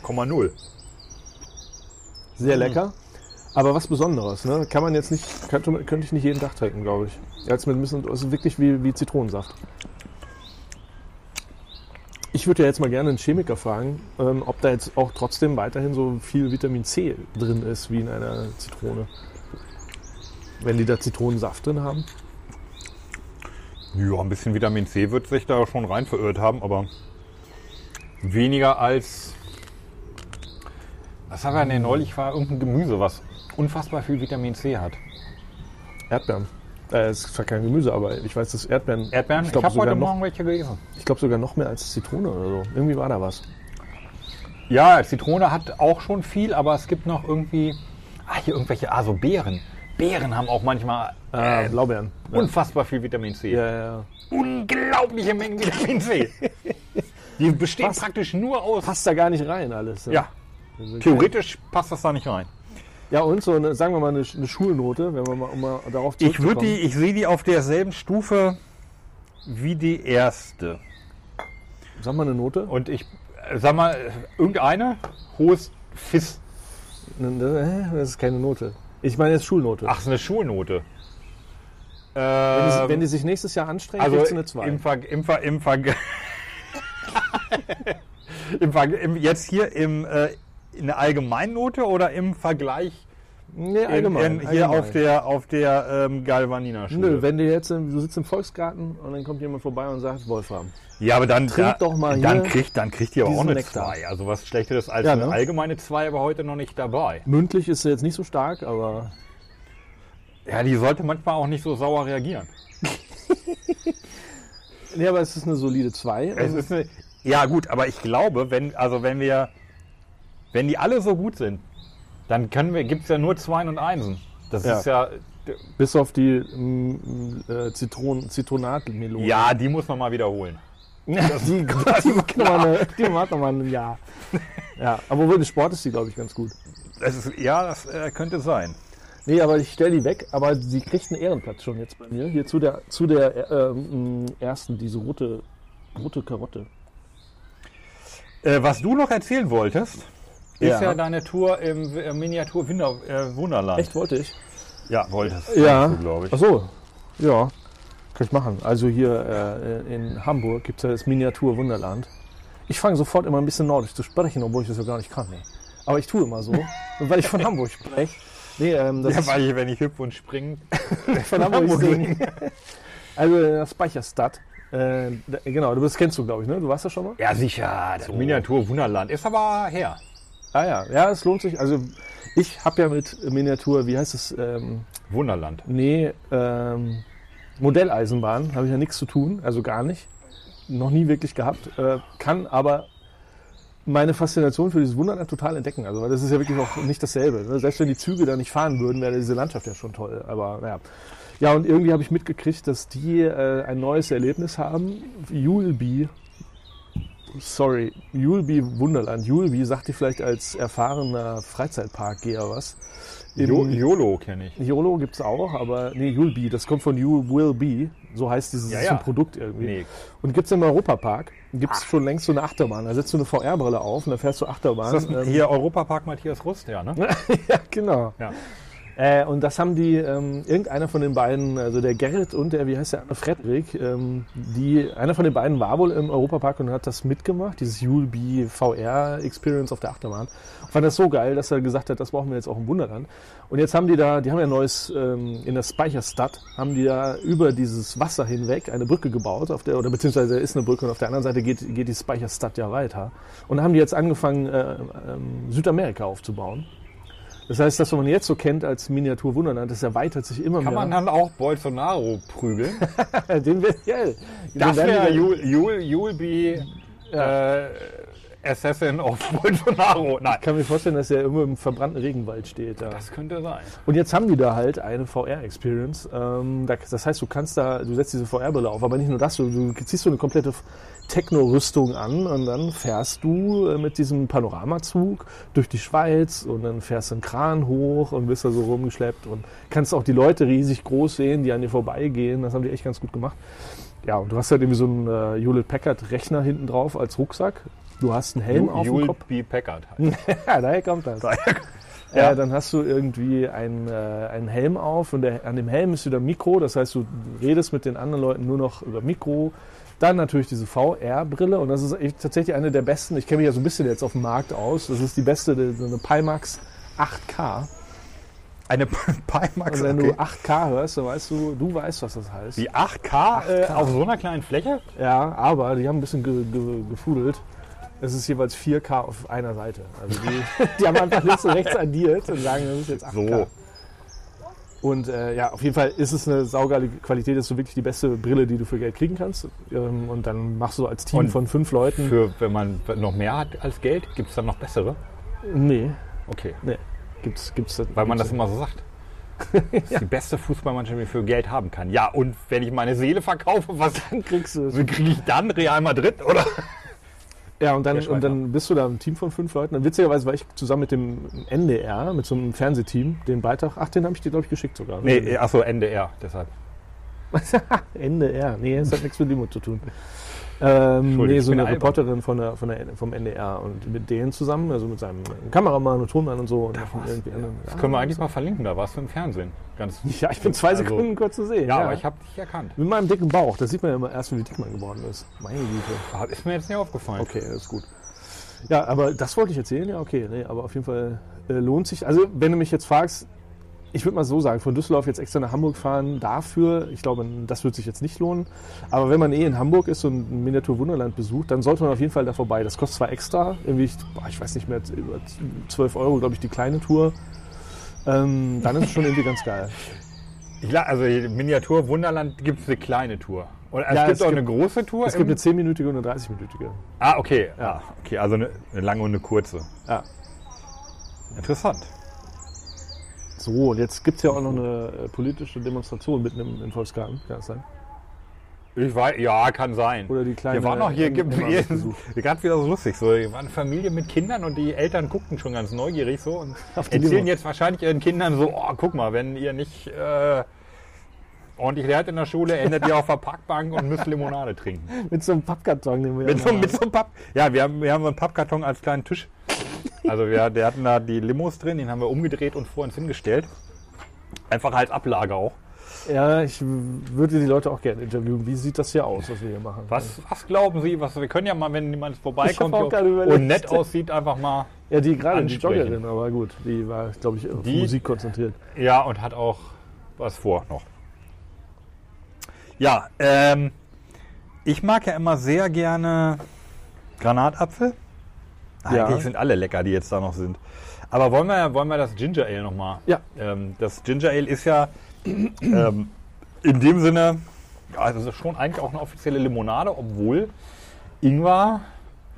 Speaker 3: 0,0.
Speaker 4: Sehr lecker. Aber was Besonderes, ne? Kann man jetzt nicht, könnte, man- könnte ich nicht jeden Tag trinken, glaube also ich. Jetzt mit ein bisschen, es ist wirklich wie, wie Zitronensaft. Ich würde ja jetzt mal gerne einen Chemiker fragen, ähm, ob da jetzt auch trotzdem weiterhin so viel Vitamin C drin ist wie in einer Zitrone. Wenn die da Zitronensaft drin haben.
Speaker 3: Ja, ein bisschen Vitamin C wird sich da schon rein verirrt haben, aber weniger als. Was haben wir denn neulich? War irgendein Gemüse, was unfassbar viel Vitamin C hat.
Speaker 4: Erdbeeren. Äh, es ist zwar kein Gemüse, aber ich weiß, dass Erdbeeren.
Speaker 3: Erdbeeren? Ich,
Speaker 4: Ich glaube
Speaker 3: habe heute
Speaker 4: sogar, noch-
Speaker 3: Morgen welche gelesen.
Speaker 4: ich glaub sogar noch mehr als Zitrone oder so. Irgendwie war da was.
Speaker 3: Ja, Zitrone hat auch schon viel, aber es gibt noch irgendwie. Ah, hier irgendwelche. Ah, so Beeren. Beeren haben auch manchmal
Speaker 4: Äh, Blaubeeren. Ja.
Speaker 3: unfassbar viel Vitamin C.
Speaker 4: Ja, ja, ja.
Speaker 3: Unglaubliche Mengen Vitamin C. Die bestehen
Speaker 4: Passt-
Speaker 3: praktisch nur aus.
Speaker 4: Passt da gar nicht rein alles. ne?
Speaker 3: Ja. Theoretisch passt das da nicht rein.
Speaker 4: Ja, und so, eine, sagen wir mal, eine, Sch- eine Schulnote, wenn wir mal, um mal darauf
Speaker 3: Ich
Speaker 4: zurückzukommen.
Speaker 3: würde die, ich sehe die auf derselben Stufe wie die erste.
Speaker 4: Sag mal eine Note.
Speaker 3: Und ich äh, sag mal, irgendeine hohes Fiss.
Speaker 4: Ne, Das ist keine Note. Ich meine jetzt Schulnote.
Speaker 3: Ach, ist eine Schulnote.
Speaker 4: wenn, die,
Speaker 3: Ähm,
Speaker 4: wenn die sich nächstes Jahr anstrengen,
Speaker 3: also
Speaker 4: kriegst du eine 2.
Speaker 3: im Ver, im Ver, im Ver, im Ver, im, jetzt hier im, äh, in der Allgemeinnote oder im Vergleich
Speaker 4: nee,
Speaker 3: in, in, hier auf der auf der ähm, Galvaniner Schule?
Speaker 4: Nö, wenn du jetzt, im- du sitzt im Volksgarten und dann kommt jemand vorbei und sagt, Wolfram.
Speaker 3: Ja, aber dann,
Speaker 4: Trink
Speaker 3: da,
Speaker 4: doch mal
Speaker 3: dann
Speaker 4: hier
Speaker 3: kriegt dann kriegt ihr aber auch
Speaker 4: diesen
Speaker 3: eine
Speaker 4: Nektar.
Speaker 3: 2. Also was schlechteres als
Speaker 4: Ja,
Speaker 3: eine
Speaker 4: ne?
Speaker 3: allgemeine 2, aber heute noch nicht dabei.
Speaker 4: Mündlich ist sie jetzt nicht so stark, aber
Speaker 3: Ja, die sollte manchmal auch nicht so sauer reagieren.
Speaker 4: nee, aber es ist eine solide 2.
Speaker 3: Es ist eine, ja gut, aber ich glaube, wenn also wenn wir wenn die alle so gut sind, dann können wir gibt's ja nur Zweien und Einsen. Das
Speaker 4: Ja.
Speaker 3: ist ja
Speaker 4: bis auf die mm, mm, äh, Zitronen, Zitronatmelone.
Speaker 3: ja, die muss man mal wiederholen.
Speaker 4: die,
Speaker 3: das
Speaker 4: die,
Speaker 3: ist
Speaker 4: macht noch
Speaker 3: klar.
Speaker 4: mal eine, die macht nochmal ein Jahr. Ja, aber wohl im Sport ist die, glaube ich, ganz gut.
Speaker 3: Das ist, ja, das äh, könnte sein.
Speaker 4: Nee, aber ich stelle die weg, aber sie kriegt einen Ehrenplatz schon jetzt bei mir. Hier zu der, zu der äh, ähm, ersten, diese rote, rote Karotte.
Speaker 3: Äh, was du noch erzählen wolltest, ist ja,
Speaker 4: Ja.
Speaker 3: deine Tour im äh, Miniatur Winder, äh, Wunderland.
Speaker 4: Echt, wollte ich?
Speaker 3: Ja, wolltest.
Speaker 4: Ja. Also,
Speaker 3: glaube ich.
Speaker 4: Ach so, ja. Kann ich machen. Also hier äh, in Hamburg gibt es ja das Miniatur Wunderland. Ich fange sofort immer ein bisschen nordisch zu sprechen, obwohl ich das ja gar nicht kann. Nee. Aber ich tue immer so, weil ich von Hamburg spreche. Nee, ähm, das
Speaker 3: Ja, weil ich, wenn ich hüpfe und springe,
Speaker 4: ist von Hamburg. singen. also in der Speicherstadt. Äh, da, genau, du bist, kennst du, glaube ich, ne? Du warst ja schon mal?
Speaker 3: Ja, sicher. Das Miniatur Wunderland ist aber her.
Speaker 4: Ah ja, ja, es lohnt sich. Also ich habe ja mit Miniatur, wie heißt es, ähm,
Speaker 3: Wunderland.
Speaker 4: nee, ähm, Modelleisenbahn, habe ich ja nichts zu tun, also gar nicht. Noch nie wirklich gehabt. Äh, kann aber meine Faszination für dieses Wunderland total entdecken. Also weil das ist ja wirklich auch nicht dasselbe. Ne? Selbst wenn die Züge da nicht fahren würden, wäre diese Landschaft ja schon toll. Aber naja. Ja, und irgendwie habe ich mitgekriegt, dass die äh, ein neues Erlebnis haben. You'll be sorry, Julbi Wunderland. Julbi sagt dir vielleicht als erfahrener Freizeitparkgeher was. Im
Speaker 3: Jo YOLO kenne ich.
Speaker 4: YOLO gibt's auch, aber nee, Julbi, das kommt von You Will Be. So heißt dieses
Speaker 3: Ja,
Speaker 4: ist
Speaker 3: ja.
Speaker 4: ein Produkt irgendwie.
Speaker 3: Nee. Ah.
Speaker 4: Und gibt's im Europapark, gibt's schon längst so eine Achterbahn. Da setzt du eine VR-Brille auf und da fährst du Achterbahn.
Speaker 3: Ist das
Speaker 4: Ähm,
Speaker 3: hier Europapark Matthias Rust, ja, ne?
Speaker 4: ja, genau.
Speaker 3: Ja.
Speaker 4: Äh, und das haben die, ähm, irgendeiner von den beiden, also der Gerrit und der, wie heißt der andere, Frederik, ähm, die, einer von den beiden war wohl im Europapark und hat das mitgemacht, dieses Julbi VR Experience auf der Achterbahn. Und fand das so geil, dass er gesagt hat, das brauchen wir jetzt auch im Wunderland. Und jetzt haben die da, die haben ja ein neues, ähm, in der Speicherstadt, haben die da über dieses Wasser hinweg eine Brücke gebaut, auf der, oder beziehungsweise ist eine Brücke und auf der anderen Seite geht, geht die Speicherstadt ja weiter. Und da haben die jetzt angefangen, äh, ähm, Südamerika aufzubauen. Das heißt, das, was man jetzt so kennt als Miniatur Wunderland, das erweitert sich immer
Speaker 3: Kann man
Speaker 4: mehr.
Speaker 3: dann auch Bolsonaro prügeln?
Speaker 4: Man den wird, ja, den
Speaker 3: Das
Speaker 4: werden
Speaker 3: wäre
Speaker 4: die-
Speaker 3: Jul, Jul, Julbi äh, Assassin of Bolsonaro. Nein.
Speaker 4: Ich kann mir vorstellen, dass er immer im verbrannten Regenwald steht. Ja.
Speaker 3: Das könnte sein.
Speaker 4: Und jetzt haben die da halt eine VR-Experience. Ähm, da- das heißt, du kannst da, du setzt diese VR-Brille auf, aber nicht nur das, du, du ziehst so eine komplette Techno-Rüstung an und dann fährst du äh, mit diesem Panoramazug durch die Schweiz und dann fährst du einen Kran hoch und bist da so rumgeschleppt und kannst auch die Leute riesig groß sehen, die an dir vorbeigehen. Das haben die echt ganz gut gemacht. Ja, und du hast halt irgendwie so einen äh, Hewlett-Packard-Rechner hinten drauf als Rucksack. Du hast einen Helm auf dem Kopf. Hm.
Speaker 3: Julbi Packard. heißt er.
Speaker 4: Ja, daher kommt das.
Speaker 3: Ja.
Speaker 4: Äh, dann hast du irgendwie einen, äh, einen Helm auf und der, an dem Helm ist wieder Mikro. Das heißt, du redest mit den anderen Leuten nur noch über Mikro. Dann natürlich diese VR-Brille und das ist echt tatsächlich eine der besten. Ich kenne mich ja so ein bisschen jetzt auf dem Markt aus. Das ist die beste, die- so eine Pimax 8K.
Speaker 3: Eine Pimax.
Speaker 4: Und Also wenn
Speaker 3: okay.
Speaker 4: du 8K hörst, dann weißt du, du weißt, was das heißt.
Speaker 3: Die 8K, Äh, auf so einer kleinen Fläche?
Speaker 4: Ja, aber die haben ein bisschen ge ge gefudelt. Es ist jeweils 4K auf einer Seite. Also die, die haben einfach links und rechts addiert und sagen, das ist jetzt 8K.
Speaker 3: So.
Speaker 4: Und äh, ja, auf jeden Fall ist es eine saugeile Qualität. Das ist so wirklich die beste Brille, die du für Geld kriegen kannst. Ähm, und dann machst du als Team
Speaker 3: Und
Speaker 4: von fünf Leuten.
Speaker 3: Für, wenn man noch mehr hat als Geld, gibt es dann noch bessere?
Speaker 4: nee,
Speaker 3: Okay.
Speaker 4: nee. Gibt's, gibt's,
Speaker 3: Weil man das
Speaker 4: gibt's-
Speaker 3: immer so sagt. Das ist die beste Fußballmannschaft, die ich für Geld haben kann. Ja, und wenn ich meine Seele verkaufe, was dann
Speaker 4: kriegst du es.
Speaker 3: kriege ich dann Real Madrid, oder?
Speaker 4: Mhm. Ja, und dann,
Speaker 3: Der
Speaker 4: und dann bist du da im Team von fünf Leuten. Und witzigerweise war ich zusammen mit dem NDR, mit so einem Fernsehteam, den Beitrag. Ach, den habe ich dir, glaube ich, geschickt sogar.
Speaker 3: Nee, äh, achso, NDR, deshalb.
Speaker 4: NDR. Nee, das hat nichts mit Limo zu tun. Ähm,
Speaker 3: Entschuldigung,
Speaker 4: nee,
Speaker 3: ich
Speaker 4: so
Speaker 3: bin
Speaker 4: eine
Speaker 3: albern.
Speaker 4: Reporterin von der, von der, vom NDR und mit denen zusammen, also mit seinem Kameramann und Tonmann und so. Und
Speaker 3: war's.
Speaker 4: irgendwie anderen.
Speaker 3: Das können wir eigentlich mal verlinken, da warst du im Fernsehen. Ganz
Speaker 4: Ah, Ja, ich bin zwei
Speaker 3: Also-
Speaker 4: Sekunden kurz zu sehen.
Speaker 3: Ja, aber ich habe dich erkannt.
Speaker 4: mit meinem dicken Bauch, das sieht man ja immer erst, wie dick man geworden ist. Meine Güte.
Speaker 3: Ist mir jetzt nicht aufgefallen.
Speaker 4: Okay, das ist gut. Ja, aber das wollte ich erzählen. Ja, okay. Nee, aber auf jeden Fall äh, lohnt sich. Also, wenn du mich jetzt fragst, ich würde mal so sagen, von Düsseldorf jetzt extra nach Hamburg fahren dafür, ich glaube, das wird sich jetzt nicht lohnen. Aber wenn man eh in Hamburg ist und ein Miniatur-Wunderland besucht, dann sollte man auf jeden Fall da vorbei. Das kostet zwar extra, irgendwie, ich, boah, ich weiß nicht mehr, über 12 Euro, glaube ich, die kleine Tour. Ähm, dann ist es schon irgendwie ganz geil.
Speaker 3: Ich, la- also Miniatur Wunderland gibt es eine kleine Tour. Und es
Speaker 4: Ja,
Speaker 3: gibt
Speaker 4: es
Speaker 3: auch
Speaker 4: gibt-
Speaker 3: eine große Tour.
Speaker 4: Es gibt
Speaker 3: im-
Speaker 4: eine 10-minütige und eine 30-minütige.
Speaker 3: ah, okay. Ja. okay. Also eine, eine lange und eine kurze.
Speaker 4: Ja.
Speaker 3: Interessant.
Speaker 4: So, und jetzt gibt es ja auch noch eine äh, politische Demonstration mitten im, im Volksgarten, kann das sein?
Speaker 3: Ich weiß, ja, kann sein.
Speaker 4: Oder die kleine
Speaker 3: Wir waren noch hier,
Speaker 4: Emma
Speaker 3: gibt-
Speaker 4: hat besucht.
Speaker 3: hier gerade wieder so lustig. So, wir waren Familie mit Kindern und die Eltern guckten schon ganz neugierig so und
Speaker 4: Auf die
Speaker 3: erzählen
Speaker 4: Demo.
Speaker 3: jetzt wahrscheinlich ihren Kindern so, oh, guck mal, wenn ihr nicht äh, ordentlich lernt in der Schule, endet ihr auf der Parkbank und müsst Limonade trinken.
Speaker 4: Mit so einem Pappkarton, den wir
Speaker 3: Mit so,
Speaker 4: immer
Speaker 3: mit so einem Papp. Ja, wir haben, wir haben so einen Pappkarton als kleinen Tisch. Also wir der hatten da die Limos drin, den haben wir umgedreht und vor uns hingestellt. Einfach als Ablage auch.
Speaker 4: haben. Ja, ich würde die Leute auch gerne interviewen. Wie sieht das hier aus, was wir hier machen?
Speaker 3: Was, was glauben Sie, was wir können ja mal, wenn jemand vorbeikommt
Speaker 4: auch gerade
Speaker 3: hier
Speaker 4: überlegt.
Speaker 3: und nett aussieht, einfach mal.
Speaker 4: Ja, die gerade, die
Speaker 3: ansprechen?
Speaker 4: Joggerin, aber gut, die war, glaube ich, auf
Speaker 3: Die-
Speaker 4: Musik konzentriert.
Speaker 3: Ja, und hat auch was vor noch. Ja, ähm, ich mag ja immer sehr gerne Granatapfel.
Speaker 4: Ja.
Speaker 3: Eigentlich sind alle lecker, die jetzt da noch sind. Aber wollen wir, wollen wir das Ginger Ale nochmal?
Speaker 4: Ja.
Speaker 3: Ähm, das Ginger Ale ist ja ähm, in dem Sinne, also es ist schon eigentlich auch eine offizielle Limonade, obwohl Ingwer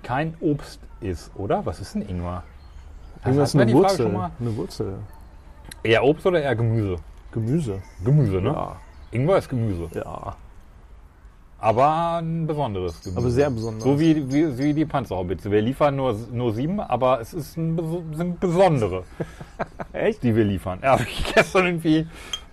Speaker 3: kein Obst ist, oder? Was ist denn Ingwer?
Speaker 4: Irgendwas
Speaker 3: hatten wir
Speaker 4: eine
Speaker 3: die Frage
Speaker 4: Wurzel,
Speaker 3: schon mal.
Speaker 4: eine Wurzel.
Speaker 3: Eher Obst oder eher Gemüse?
Speaker 4: Gemüse.
Speaker 3: Gemüse, ne?
Speaker 4: Ja,
Speaker 3: Ingwer ist Gemüse.
Speaker 4: ja.
Speaker 3: Aber ein besonderes Gemüse.
Speaker 4: Aber sehr besonderes.
Speaker 3: So wie, wie, wie die Panzerhaubitze. Wir liefern nur, nur sieben, aber es ist ein, bes- sind besondere. Echt? Die wir liefern. Ja, hab ich gestern irgendwie.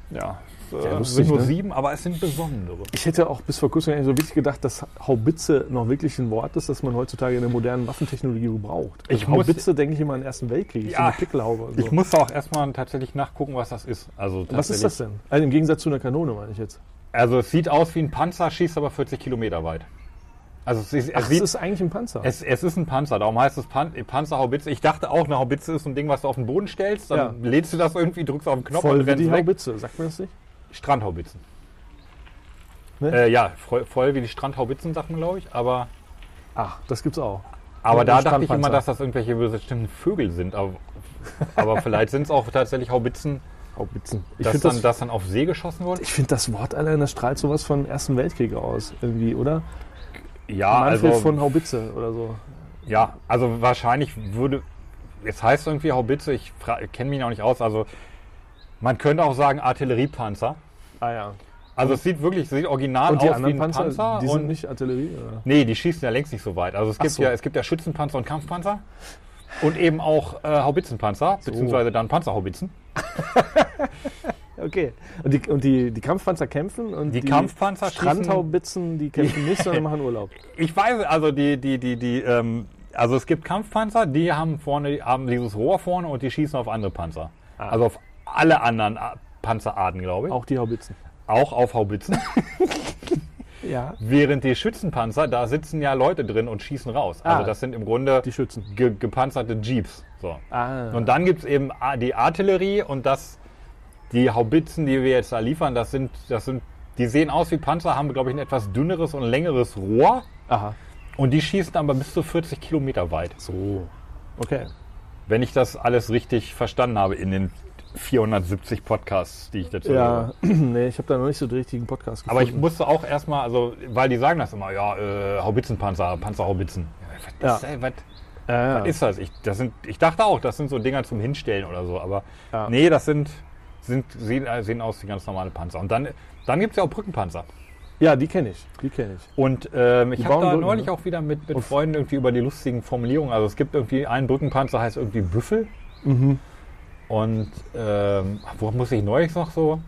Speaker 3: Ja, es äh,
Speaker 4: lustig,
Speaker 3: sind nur
Speaker 4: ne?
Speaker 3: sieben, aber es sind besondere.
Speaker 4: Ich hätte auch bis vor kurzem gar nicht so wirklich gedacht, dass Haubitze noch wirklich ein Wort ist, das man heutzutage in der modernen Waffentechnologie gebraucht. Also
Speaker 3: Ich muss-
Speaker 4: Haubitze denke ich immer an den Ersten Weltkrieg, so
Speaker 3: Ja.
Speaker 4: eine Pickelhaube und so.
Speaker 3: Ich muss auch erstmal tatsächlich nachgucken, was das ist. Also
Speaker 4: Was
Speaker 3: tatsächlich-
Speaker 4: ist das denn? Also Im Gegensatz zu einer Kanone, meine ich jetzt.
Speaker 3: Also es sieht aus wie ein Panzer, schießt aber 40 Kilometer weit. Also es, ist, es
Speaker 4: Ach,
Speaker 3: sieht
Speaker 4: es ist eigentlich ein Panzer.
Speaker 3: Es, es ist ein Panzer, darum heißt es Pan Panzerhaubitze. Ich dachte auch, eine Haubitze ist ein Ding, was du auf den Boden stellst, dann lädst du das irgendwie, drückst auf den Knopf
Speaker 4: Voll
Speaker 3: und
Speaker 4: wie
Speaker 3: rennst
Speaker 4: die
Speaker 3: weg.
Speaker 4: Haubitze, sagt man das nicht?
Speaker 3: Strandhaubitzen.
Speaker 4: Ne?
Speaker 3: Äh, ja, voll, voll wie die Strandhaubitzen, sagt man, glaube ich. Aber,
Speaker 4: Ach, das gibt's auch.
Speaker 3: aber
Speaker 4: Und
Speaker 3: da
Speaker 4: ein
Speaker 3: dachte ich immer,
Speaker 4: Strandpanzer.
Speaker 3: dass das irgendwelche bestimmten Vögel sind. Aber, aber vielleicht sind es auch tatsächlich Haubitzen,
Speaker 4: Haubitzen. Ich
Speaker 3: dass
Speaker 4: finde
Speaker 3: dann,
Speaker 4: das,
Speaker 3: dass dann auf See geschossen wurde.
Speaker 4: ich find das Wort allein, das strahlt sowas von Ersten Weltkrieg aus, irgendwie, oder?
Speaker 3: Ja,
Speaker 4: Manfred
Speaker 3: also,
Speaker 4: von Haubitze oder so.
Speaker 3: ja, also wahrscheinlich würde. Es heißt irgendwie Haubitze, ich kenne mich auch nicht aus. Also man könnte auch sagen Artilleriepanzer.
Speaker 4: Ah ja.
Speaker 3: Also es sieht wirklich, es sieht original
Speaker 4: Und die
Speaker 3: aus wie
Speaker 4: anderen
Speaker 3: ein
Speaker 4: Panzer,
Speaker 3: Panzer.
Speaker 4: die
Speaker 3: und
Speaker 4: sind nicht Artillerie? Oder?
Speaker 3: nee, die schießen ja längst nicht so weit. Also es gibt
Speaker 4: so.
Speaker 3: ja, es gibt ja Schützenpanzer und Kampfpanzer und eben auch äh, Haubitzenpanzer, beziehungsweise dann Panzerhaubitzen.
Speaker 4: Okay. Und die, und die, die Kampfpanzer kämpfen und
Speaker 3: Die Kampfpanzer schießen-
Speaker 4: Strandhaubitzen, die kämpfen nicht, sondern machen Urlaub.
Speaker 3: Ich weiß, also die, die, die, die, ähm, also es gibt Kampfpanzer, die haben vorne, haben dieses Rohr vorne und die schießen auf andere Panzer.
Speaker 4: Ah.
Speaker 3: Also auf alle anderen A- Panzerarten, glaube ich.
Speaker 4: Auch die Haubitzen.
Speaker 3: auch auf Haubitzen.
Speaker 4: Ja.
Speaker 3: Während die Schützenpanzer, da sitzen ja Leute drin und schießen raus. Also
Speaker 4: Ah.
Speaker 3: das sind im Grunde
Speaker 4: Die Schützen.
Speaker 3: Ge gepanzerte Jeeps. So.
Speaker 4: Ah.
Speaker 3: Und dann gibt es eben A- die Artillerie und das, die Haubitzen, die wir jetzt da liefern, das sind, das sind, die sehen aus wie Panzer, haben, glaube ich, ein etwas dünneres und längeres Rohr
Speaker 4: Aha.
Speaker 3: und die schießen aber bis zu 40 Kilometer weit.
Speaker 4: So. Okay.
Speaker 3: Wenn ich das alles richtig verstanden habe in den 470 Podcasts, die ich dazu höre.
Speaker 4: Ja, nee, ich habe da noch nicht so den richtigen Podcast gefunden.
Speaker 3: Aber ich musste auch erstmal, also, weil die sagen das immer, ja, äh, Haubitzenpanzer, Panzerhaubitzen. Ja, was, ist,
Speaker 4: Ja.
Speaker 3: ey, was,
Speaker 4: Ja,
Speaker 3: was ist das? Ich, das sind, ich dachte auch, das sind so Dinger zum Hinstellen oder so, aber
Speaker 4: Ja.
Speaker 3: nee, das sind, sind sehen, äh, sehen aus wie ganz normale Panzer. Und dann, dann gibt es ja auch Brückenpanzer.
Speaker 4: ja die kenne ich. Die kenne ich.
Speaker 3: Und ähm, ich habe
Speaker 4: bauen
Speaker 3: da
Speaker 4: Brücken,
Speaker 3: neulich
Speaker 4: ne?
Speaker 3: auch wieder mit, mit Freunden irgendwie über die lustigen Formulierungen. Also es gibt irgendwie einen Brückenpanzer, heißt irgendwie Büffel.
Speaker 4: Mhm.
Speaker 3: Und ähm, wo muss ich neulich noch so?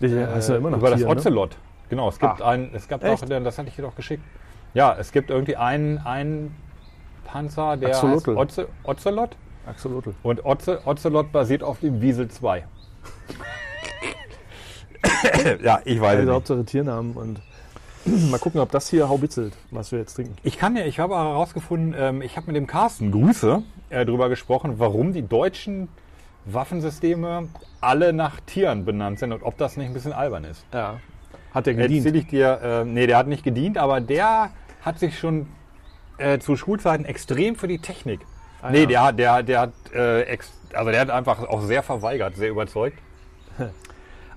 Speaker 4: Die hast du ja immer noch
Speaker 3: Äh, über das
Speaker 4: hier, ne?
Speaker 3: Ocelot. Genau, es gibt
Speaker 4: Ah.
Speaker 3: einen, es gab
Speaker 4: Echt?
Speaker 3: auch, das hatte ich dir doch geschickt. Ja, es gibt irgendwie einen, einen Panzer, der heißt
Speaker 4: Axolotl.
Speaker 3: Oce, Ocelot.
Speaker 4: Axolotl.
Speaker 3: Und Oce, Ocelot basiert auf dem Wiesel 2. ja, ich weiß
Speaker 4: Also Hauptsache Tiernamen und mal gucken, ob das hier haubitzelt, was wir jetzt trinken.
Speaker 3: Ich kann ja, ich habe auch herausgefunden, ähm, ich habe mit dem Carsten Grüße äh, drüber gesprochen, warum die deutschen Waffensysteme alle nach Tieren benannt sind und ob das nicht ein bisschen albern ist.
Speaker 4: Ja. Hat der
Speaker 3: Erzähl
Speaker 4: gedient.
Speaker 3: ich dir, äh, nee, der hat nicht gedient, aber der hat sich schon äh, zu Schulzeiten extrem für die Technik. nee,
Speaker 4: ja.
Speaker 3: der hat, der, hat- der hat, äh, ex, also der hat einfach auch sehr verweigert, sehr überzeugt.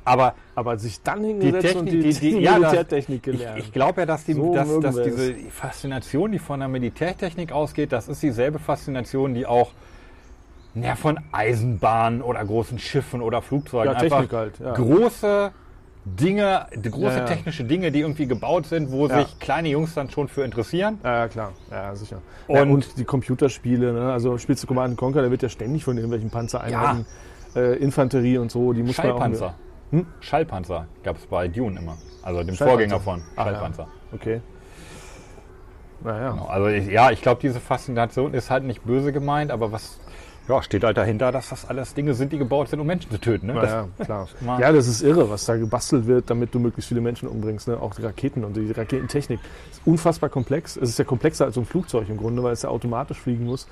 Speaker 3: Aber
Speaker 4: Aber sich dann
Speaker 3: die
Speaker 4: hingesetzt
Speaker 3: Technik,
Speaker 4: und
Speaker 3: die, die, ja, das-
Speaker 4: Militärtechnik gelernt.
Speaker 3: Ich, ich glaube ja, dass, die,
Speaker 4: So
Speaker 3: dass,
Speaker 4: mögen
Speaker 3: dass
Speaker 4: wir
Speaker 3: diese Faszination, die von der Militärtechnik ausgeht, das ist dieselbe Faszination, die auch na, von Eisenbahnen oder großen Schiffen oder Flugzeugen
Speaker 4: Ja,
Speaker 3: einfach
Speaker 4: Technik halt, ja.
Speaker 3: große Dinge, die große
Speaker 4: Ja, ja.
Speaker 3: technische Dinge, die irgendwie gebaut sind, wo
Speaker 4: Ja.
Speaker 3: sich kleine Jungs dann schon für interessieren.
Speaker 4: ja, ja, klar. Ja, sicher.
Speaker 3: Und-
Speaker 4: Und, ja, und die Computerspiele, ne? also spielst du Command Conquer, da wird ja ständig von irgendwelchen Panzereinheiten, äh, Infanterie und so, die muss man auch... Hm?
Speaker 3: Schallpanzer. Schallpanzer gab es bei Dune immer. Also dem
Speaker 4: Schallpanzer.
Speaker 3: Vorgänger von
Speaker 4: Ach,
Speaker 3: Schallpanzer.
Speaker 4: Ja. Okay. Naja.
Speaker 3: Also ich, ja, ich glaube, diese Faszination ist halt nicht böse gemeint, aber was ja, steht halt dahinter, dass das alles Dinge sind, die gebaut sind, um Menschen zu töten. Ne? Das-
Speaker 4: Naja, klar.
Speaker 3: Mal-
Speaker 4: Ja, das ist irre, was da gebastelt wird, damit du möglichst viele Menschen umbringst. Ne? Auch die Raketen und die Raketentechnik. Ist unfassbar komplex. Es ist ja komplexer als so ein Flugzeug im Grunde, weil es ja automatisch fliegen muss.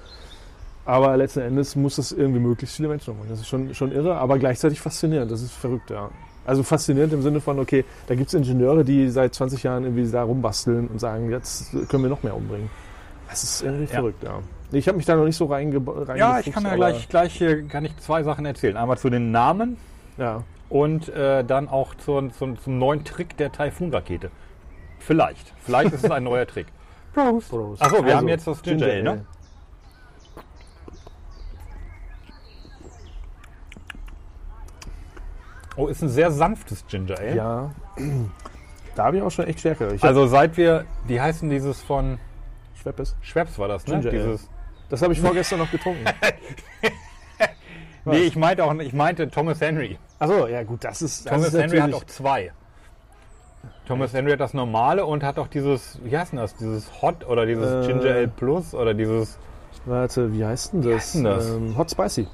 Speaker 4: Aber letzten Endes muss es irgendwie möglichst viele Menschen umbringen. Das ist schon, schon irre, aber gleichzeitig faszinierend. Das ist verrückt, ja. Also faszinierend im Sinne von, okay, da gibt es Ingenieure, die seit 20 Jahren irgendwie da rumbasteln und sagen, jetzt können wir noch mehr umbringen. Das ist irgendwie verrückt, ja. Ich habe mich da noch nicht so reinge
Speaker 3: Ja,
Speaker 4: reingefuchst,
Speaker 3: ich kann ja
Speaker 4: aber-
Speaker 3: gleich, gleich hier kann ich zwei Sachen erzählen. Einmal zu den Namen
Speaker 4: Ja,
Speaker 3: und äh, dann auch zu, zu, zum neuen Trick der Taifun-Rakete. Vielleicht. Vielleicht ist es ein neuer Trick.
Speaker 4: Prost. Also,
Speaker 3: Ach so, wir haben jetzt das Ginger Ale, ne? Oh, ist ein sehr sanftes Ginger Ale.
Speaker 4: Ja. Da habe ich auch schon echt Stärke. Ich also,
Speaker 3: Also seit wir, wie heißen dieses von
Speaker 4: Schweppes.
Speaker 3: Schweppes war das, ne?
Speaker 4: Ginger Ale.
Speaker 3: Dieses,
Speaker 4: Das habe ich vorgestern noch getrunken.
Speaker 3: nee, ich meinte auch, ich meinte Thomas Henry.
Speaker 4: Achso, ja gut, das ist, das
Speaker 3: Thomas
Speaker 4: ist
Speaker 3: Henry hat
Speaker 4: natürlich...
Speaker 3: auch zwei. Thomas Henry hat das normale und hat auch dieses, wie heißt denn das, dieses Hot oder dieses
Speaker 4: Äh.
Speaker 3: Ginger Ale Plus oder dieses,
Speaker 4: Warte, wie heißt denn das?
Speaker 3: heißt denn das?
Speaker 4: Ähm, Hot Spicy,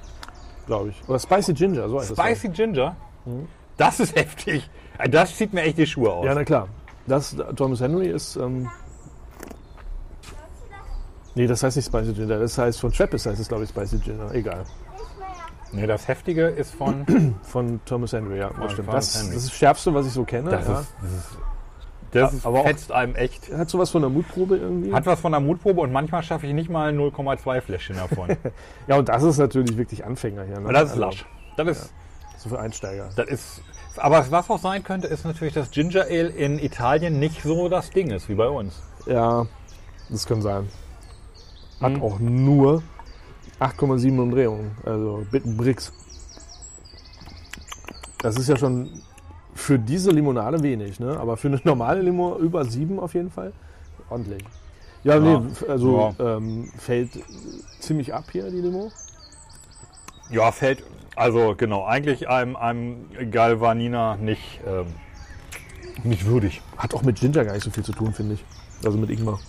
Speaker 4: glaube ich. Oder Spicy Ginger, so heißt
Speaker 3: Spicy Ginger. Das ist heftig. Äh, Das zieht mir echt die Schuhe aus.
Speaker 4: das. Ja, na klar. Das, Thomas Henry ist... Ähm, nee, das heißt nicht Spicy Ginger. Das heißt, von Trappist heißt es, glaube ich, Spicy Ginger. Egal.
Speaker 3: nee, das Heftige ist von.
Speaker 4: Von Thomas Henry, ja, das stimmt.
Speaker 3: Thomas
Speaker 4: Das, das
Speaker 3: Henry.
Speaker 4: ist das Schärfste, was ich so kenne.
Speaker 3: Das
Speaker 4: ja.
Speaker 3: ist. Das, ist, das ist
Speaker 4: Aber auch-
Speaker 3: fetzt einem echt.
Speaker 4: Hat sowas von einer Mutprobe irgendwie?
Speaker 3: Hat was von einer Mutprobe und manchmal schaffe ich nicht mal 0,2 Fläschchen davon. Und
Speaker 4: Ja, und das ist natürlich wirklich Anfänger hier. Ne?
Speaker 3: das ist
Speaker 4: Also,
Speaker 3: lasch. Das ist.
Speaker 4: So für Einsteiger.
Speaker 3: Das ist. Aber was auch sein könnte, ist natürlich, dass Ginger Ale in Italien nicht so das Ding ist wie bei uns.
Speaker 4: Ja, das kann sein. Hat auch nur 8,7 Umdrehungen, also Bit- Bricks. Das ist ja schon für diese Limonade wenig, ne? aber für eine normale Limo über 7 auf jeden Fall ordentlich. Ja,
Speaker 3: Ja.
Speaker 4: nee, f- also Ähm, fällt ziemlich ab hier die Limo.
Speaker 3: Ja, fällt. Also genau, eigentlich einem, einem Galvanina nicht, ähm, nicht würdig.
Speaker 4: Hat auch mit Ginger gar nicht so viel zu tun, finde ich. Also mit Ingmar.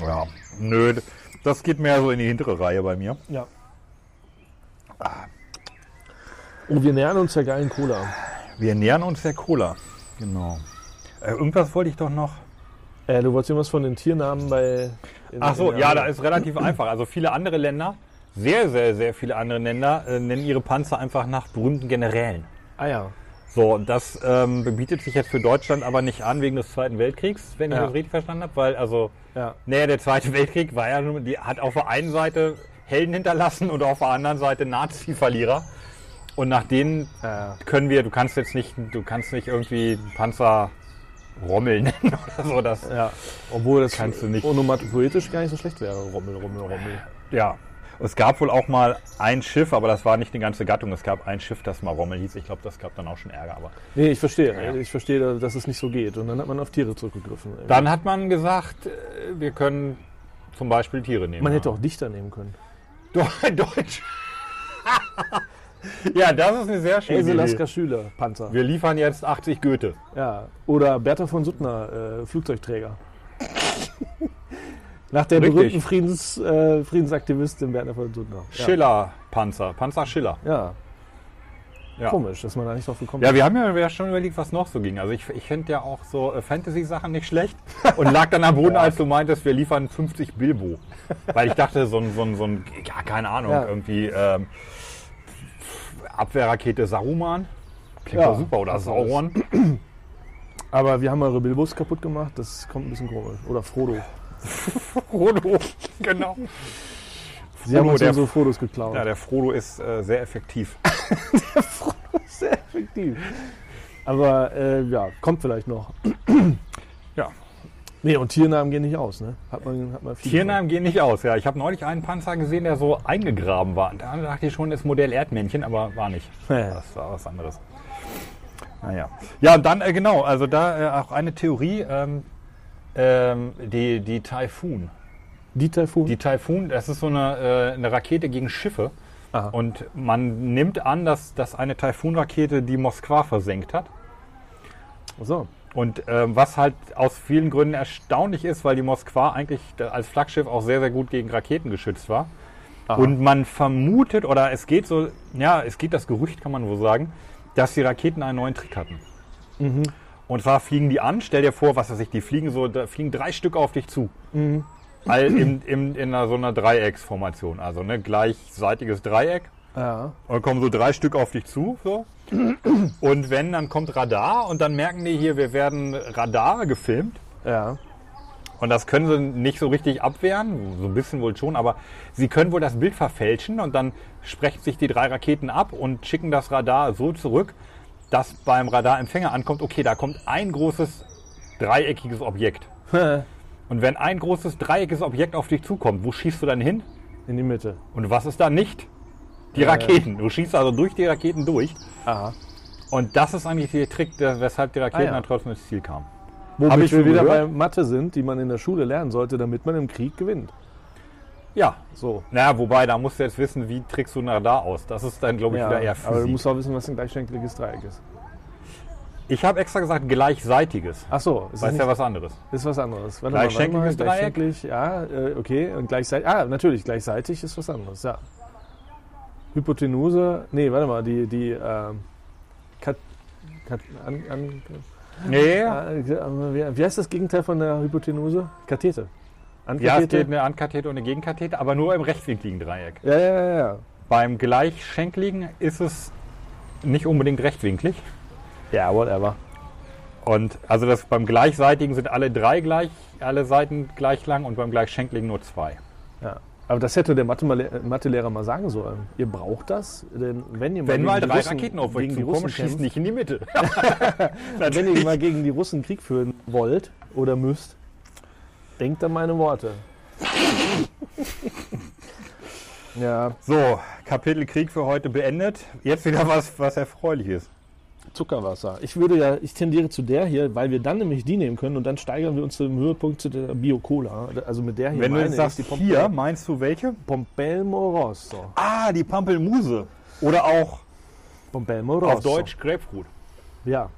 Speaker 3: Ja. Nö, das geht mehr so in die hintere Reihe bei mir.
Speaker 4: Ja. Oh, wir nähern uns der geilen Cola.
Speaker 3: Wir nähern uns der Cola. Genau. Äh, irgendwas wollte ich doch noch.
Speaker 4: Äh, du wolltest irgendwas von den Tiernamen bei. in-
Speaker 3: Ach so,
Speaker 4: in-
Speaker 3: ja, da ist relativ einfach. Also viele andere Länder, sehr, sehr, sehr viele andere Länder äh, nennen ihre Panzer einfach nach berühmten Generälen.
Speaker 4: Ah ja.
Speaker 3: So, und das ähm, bebietet sich jetzt für Deutschland aber nicht an wegen des Zweiten Weltkriegs, wenn
Speaker 4: Ja.
Speaker 3: ich das richtig verstanden habe, weil also,
Speaker 4: Ja.
Speaker 3: naja, der Zweite Weltkrieg war ja nur, die hat auf der einen Seite Helden hinterlassen und auf der anderen Seite Nazi-Verlierer. Und nach denen
Speaker 4: Ja.
Speaker 3: können wir, du kannst jetzt nicht, du kannst nicht irgendwie einen Panzer Rommel nennen oder so. Das,
Speaker 4: ja. Obwohl das
Speaker 3: Kannst du nicht.
Speaker 4: onomatopoetisch gar nicht so schlecht wäre. Rommel, Rommel, Rommel.
Speaker 3: Ja. Es gab wohl auch mal ein Schiff, aber das war nicht eine ganze Gattung. Es gab ein Schiff, das mal Rommel hieß. Ich glaube, das gab dann auch schon Ärger. Aber
Speaker 4: Nee, ich verstehe. Ich verstehe, dass es nicht so geht. Und dann hat man auf Tiere zurückgegriffen.
Speaker 3: dann hat man gesagt, äh, wir können zum Beispiel Tiere nehmen.
Speaker 4: man
Speaker 3: ja.
Speaker 4: hätte auch Dichter nehmen können.
Speaker 3: Deu- Deutsch. ja, das ist eine sehr schöne
Speaker 4: Else Lasker
Speaker 3: Idee.
Speaker 4: Schüler, Panzer.
Speaker 3: Wir liefern jetzt 80 Goethe.
Speaker 4: Ja. Oder Bertha von Suttner, äh, Flugzeugträger. Nach der
Speaker 3: Richtig.
Speaker 4: berühmten Friedens, äh, Friedensaktivistin Bertha von Suttner. Ja.
Speaker 3: Schiller Panzer, Panzer Schiller.
Speaker 4: ja.
Speaker 3: Ja.
Speaker 4: Komisch, dass man da nicht drauf gekommen
Speaker 3: Ja, wir haben ja wir haben schon überlegt, was noch so ging. Also ich, ich fände ja auch so äh, Fantasy-Sachen nicht schlecht und lag dann am Boden, als du meintest, wir liefern 50 Bilbo. Weil ich dachte, so ein, so ein, so ein ja, keine Ahnung,
Speaker 4: Ja.
Speaker 3: irgendwie ähm, Abwehrrakete Saruman. Klingt
Speaker 4: Ja.
Speaker 3: doch super. Oder
Speaker 4: Also
Speaker 3: Sauron.
Speaker 4: Aber wir haben eure Bilbos kaputt gemacht, das kommt ein bisschen komisch. Oder Frodo.
Speaker 3: Frodo, genau.
Speaker 4: Sie haben
Speaker 3: Frodo,
Speaker 4: uns
Speaker 3: der-
Speaker 4: unsere Fotos geklaut.
Speaker 3: Ja, der Frodo ist äh, sehr effektiv.
Speaker 4: Sehr effektiv. Aber äh, ja, kommt vielleicht noch.
Speaker 3: Ja.
Speaker 4: Nee, und Tiernamen gehen nicht aus, ne? Hat man, hat man viel
Speaker 3: Tiernamen gehen nicht aus, ja. Ich habe neulich einen Panzer gesehen, der so eingegraben war. Und da dachte ich schon, ist Modell Erdmännchen, aber war nicht.
Speaker 4: Ja.
Speaker 3: Das war was anderes. Naja. Ja, und dann, äh, genau, also da äh, auch eine Theorie, ähm, ähm, die, die Typhoon.
Speaker 4: von. Die Taifun?
Speaker 3: Die Typhoon, das ist so eine, äh, eine Rakete gegen Schiffe.
Speaker 4: Aha.
Speaker 3: Und man nimmt an, dass, dass eine Typhoon-Rakete die Moskwa versenkt hat.
Speaker 4: so.
Speaker 3: Und ähm, was halt aus vielen Gründen erstaunlich ist, weil die Moskwa eigentlich da- als Flaggschiff auch sehr, sehr gut gegen Raketen geschützt war. Und man vermutet, oder es geht so, ja, es geht das Gerücht, kann man wohl sagen, dass die Raketen einen neuen Trick hatten. Und zwar fliegen die an, stell dir vor, was weiß ich, die fliegen so, da fliegen drei Stück auf dich zu. All im, im, in einer, so einer Dreiecksformation, also ne, gleichseitiges Dreieck.
Speaker 4: Ja.
Speaker 3: Und dann kommen so drei Stück auf dich zu. So. Und wenn, dann kommt Radar und dann merken die hier, wir werden Radar gefilmt.
Speaker 4: Ja.
Speaker 3: Und das können sie nicht so richtig abwehren, so ein bisschen wohl schon, aber sie können wohl das Bild verfälschen und dann sprechen sich die drei Raketen ab und schicken das Radar so zurück, dass beim Radarempfänger ankommt, okay, da kommt ein großes dreieckiges Objekt. Und wenn ein großes dreieckiges Objekt auf dich zukommt, wo schießt du dann hin?
Speaker 4: In die Mitte.
Speaker 3: Und was ist da nicht? Die Raketen. Du schießt also durch die Raketen durch.
Speaker 4: Äh. Aha.
Speaker 3: Und das ist eigentlich der Trick, der, weshalb die Raketen
Speaker 4: Ah, ja.
Speaker 3: dann trotzdem ins Ziel kamen. Hab
Speaker 4: Womit
Speaker 3: ich
Speaker 4: wir
Speaker 3: schon
Speaker 4: wieder bei
Speaker 3: gehört.
Speaker 4: Mathe sind, die man in der Schule lernen sollte, damit man im Krieg gewinnt.
Speaker 3: Ja.
Speaker 4: So.
Speaker 3: Naja, wobei, da musst du jetzt wissen, wie trickst du ein Radar aus. Das ist dann, glaube ich, wieder eher
Speaker 4: aber du
Speaker 3: Physik.
Speaker 4: musst auch wissen, was ein gleichschenkliges Dreieck ist.
Speaker 3: Ich habe extra gesagt, gleichseitiges.
Speaker 4: Ach so, ist,
Speaker 3: Weißt
Speaker 4: nicht,
Speaker 3: ja was anderes.
Speaker 4: ist was anderes. Warte
Speaker 3: Gleichschenkliges Dreieck?
Speaker 4: Gleichschenklich, ja, äh, okay. Und gleichseitig, ah, natürlich, gleichseitig ist was anderes, ja. Hypotenuse, nee, warte mal, die, die, ähm, Kat, Kat, an, an,
Speaker 3: Nee. Ja,
Speaker 4: äh, wie- wie heißt das Gegenteil von der Hypotenuse? Kathete.
Speaker 3: es geht eine Ankathete und eine Gegenkathete, aber nur im rechtwinkligen Dreieck.
Speaker 4: Ja, ja, ja, ja.
Speaker 3: Beim gleichschenkligen ist es nicht unbedingt rechtwinklig.
Speaker 4: Ja, whatever.
Speaker 3: Und also das beim gleichseitigen sind alle drei gleich, alle Seiten gleich lang und beim gleichschenkligen nur zwei.
Speaker 4: Ja. Aber das hätte der Mathe- äh, Mathelehrer mal sagen sollen. Ihr braucht das, denn wenn ihr mal,
Speaker 3: Wenn mal
Speaker 4: gegen die
Speaker 3: drei
Speaker 4: Russen-
Speaker 3: Raketen auf euch
Speaker 4: gegen die
Speaker 3: zukommen,
Speaker 4: Russen
Speaker 3: schießt
Speaker 4: kämpft,
Speaker 3: nicht in die Mitte.
Speaker 4: wenn ihr mal gegen die Russen Krieg führen wollt oder müsst, denkt an meine Worte. ja,
Speaker 3: So, Kapitel Krieg für heute beendet. Jetzt wieder was, was erfreuliches.
Speaker 4: Zuckerwasser. Ich würde ja, ich tendiere zu der hier, weil wir dann nämlich die nehmen können und dann steigern wir uns zum Höhepunkt zu der Bio-Cola. Also mit der hier.
Speaker 3: Wenn du
Speaker 4: meine
Speaker 3: jetzt
Speaker 4: ich
Speaker 3: sagst,
Speaker 4: die Pompe-
Speaker 3: hier, meinst du welche?
Speaker 4: Pompelmo Rosso.
Speaker 3: Ah, die Pampelmuse. Oder auch
Speaker 4: Pompelmo Rosso.
Speaker 3: auf Deutsch Grapefruit.
Speaker 4: Ja.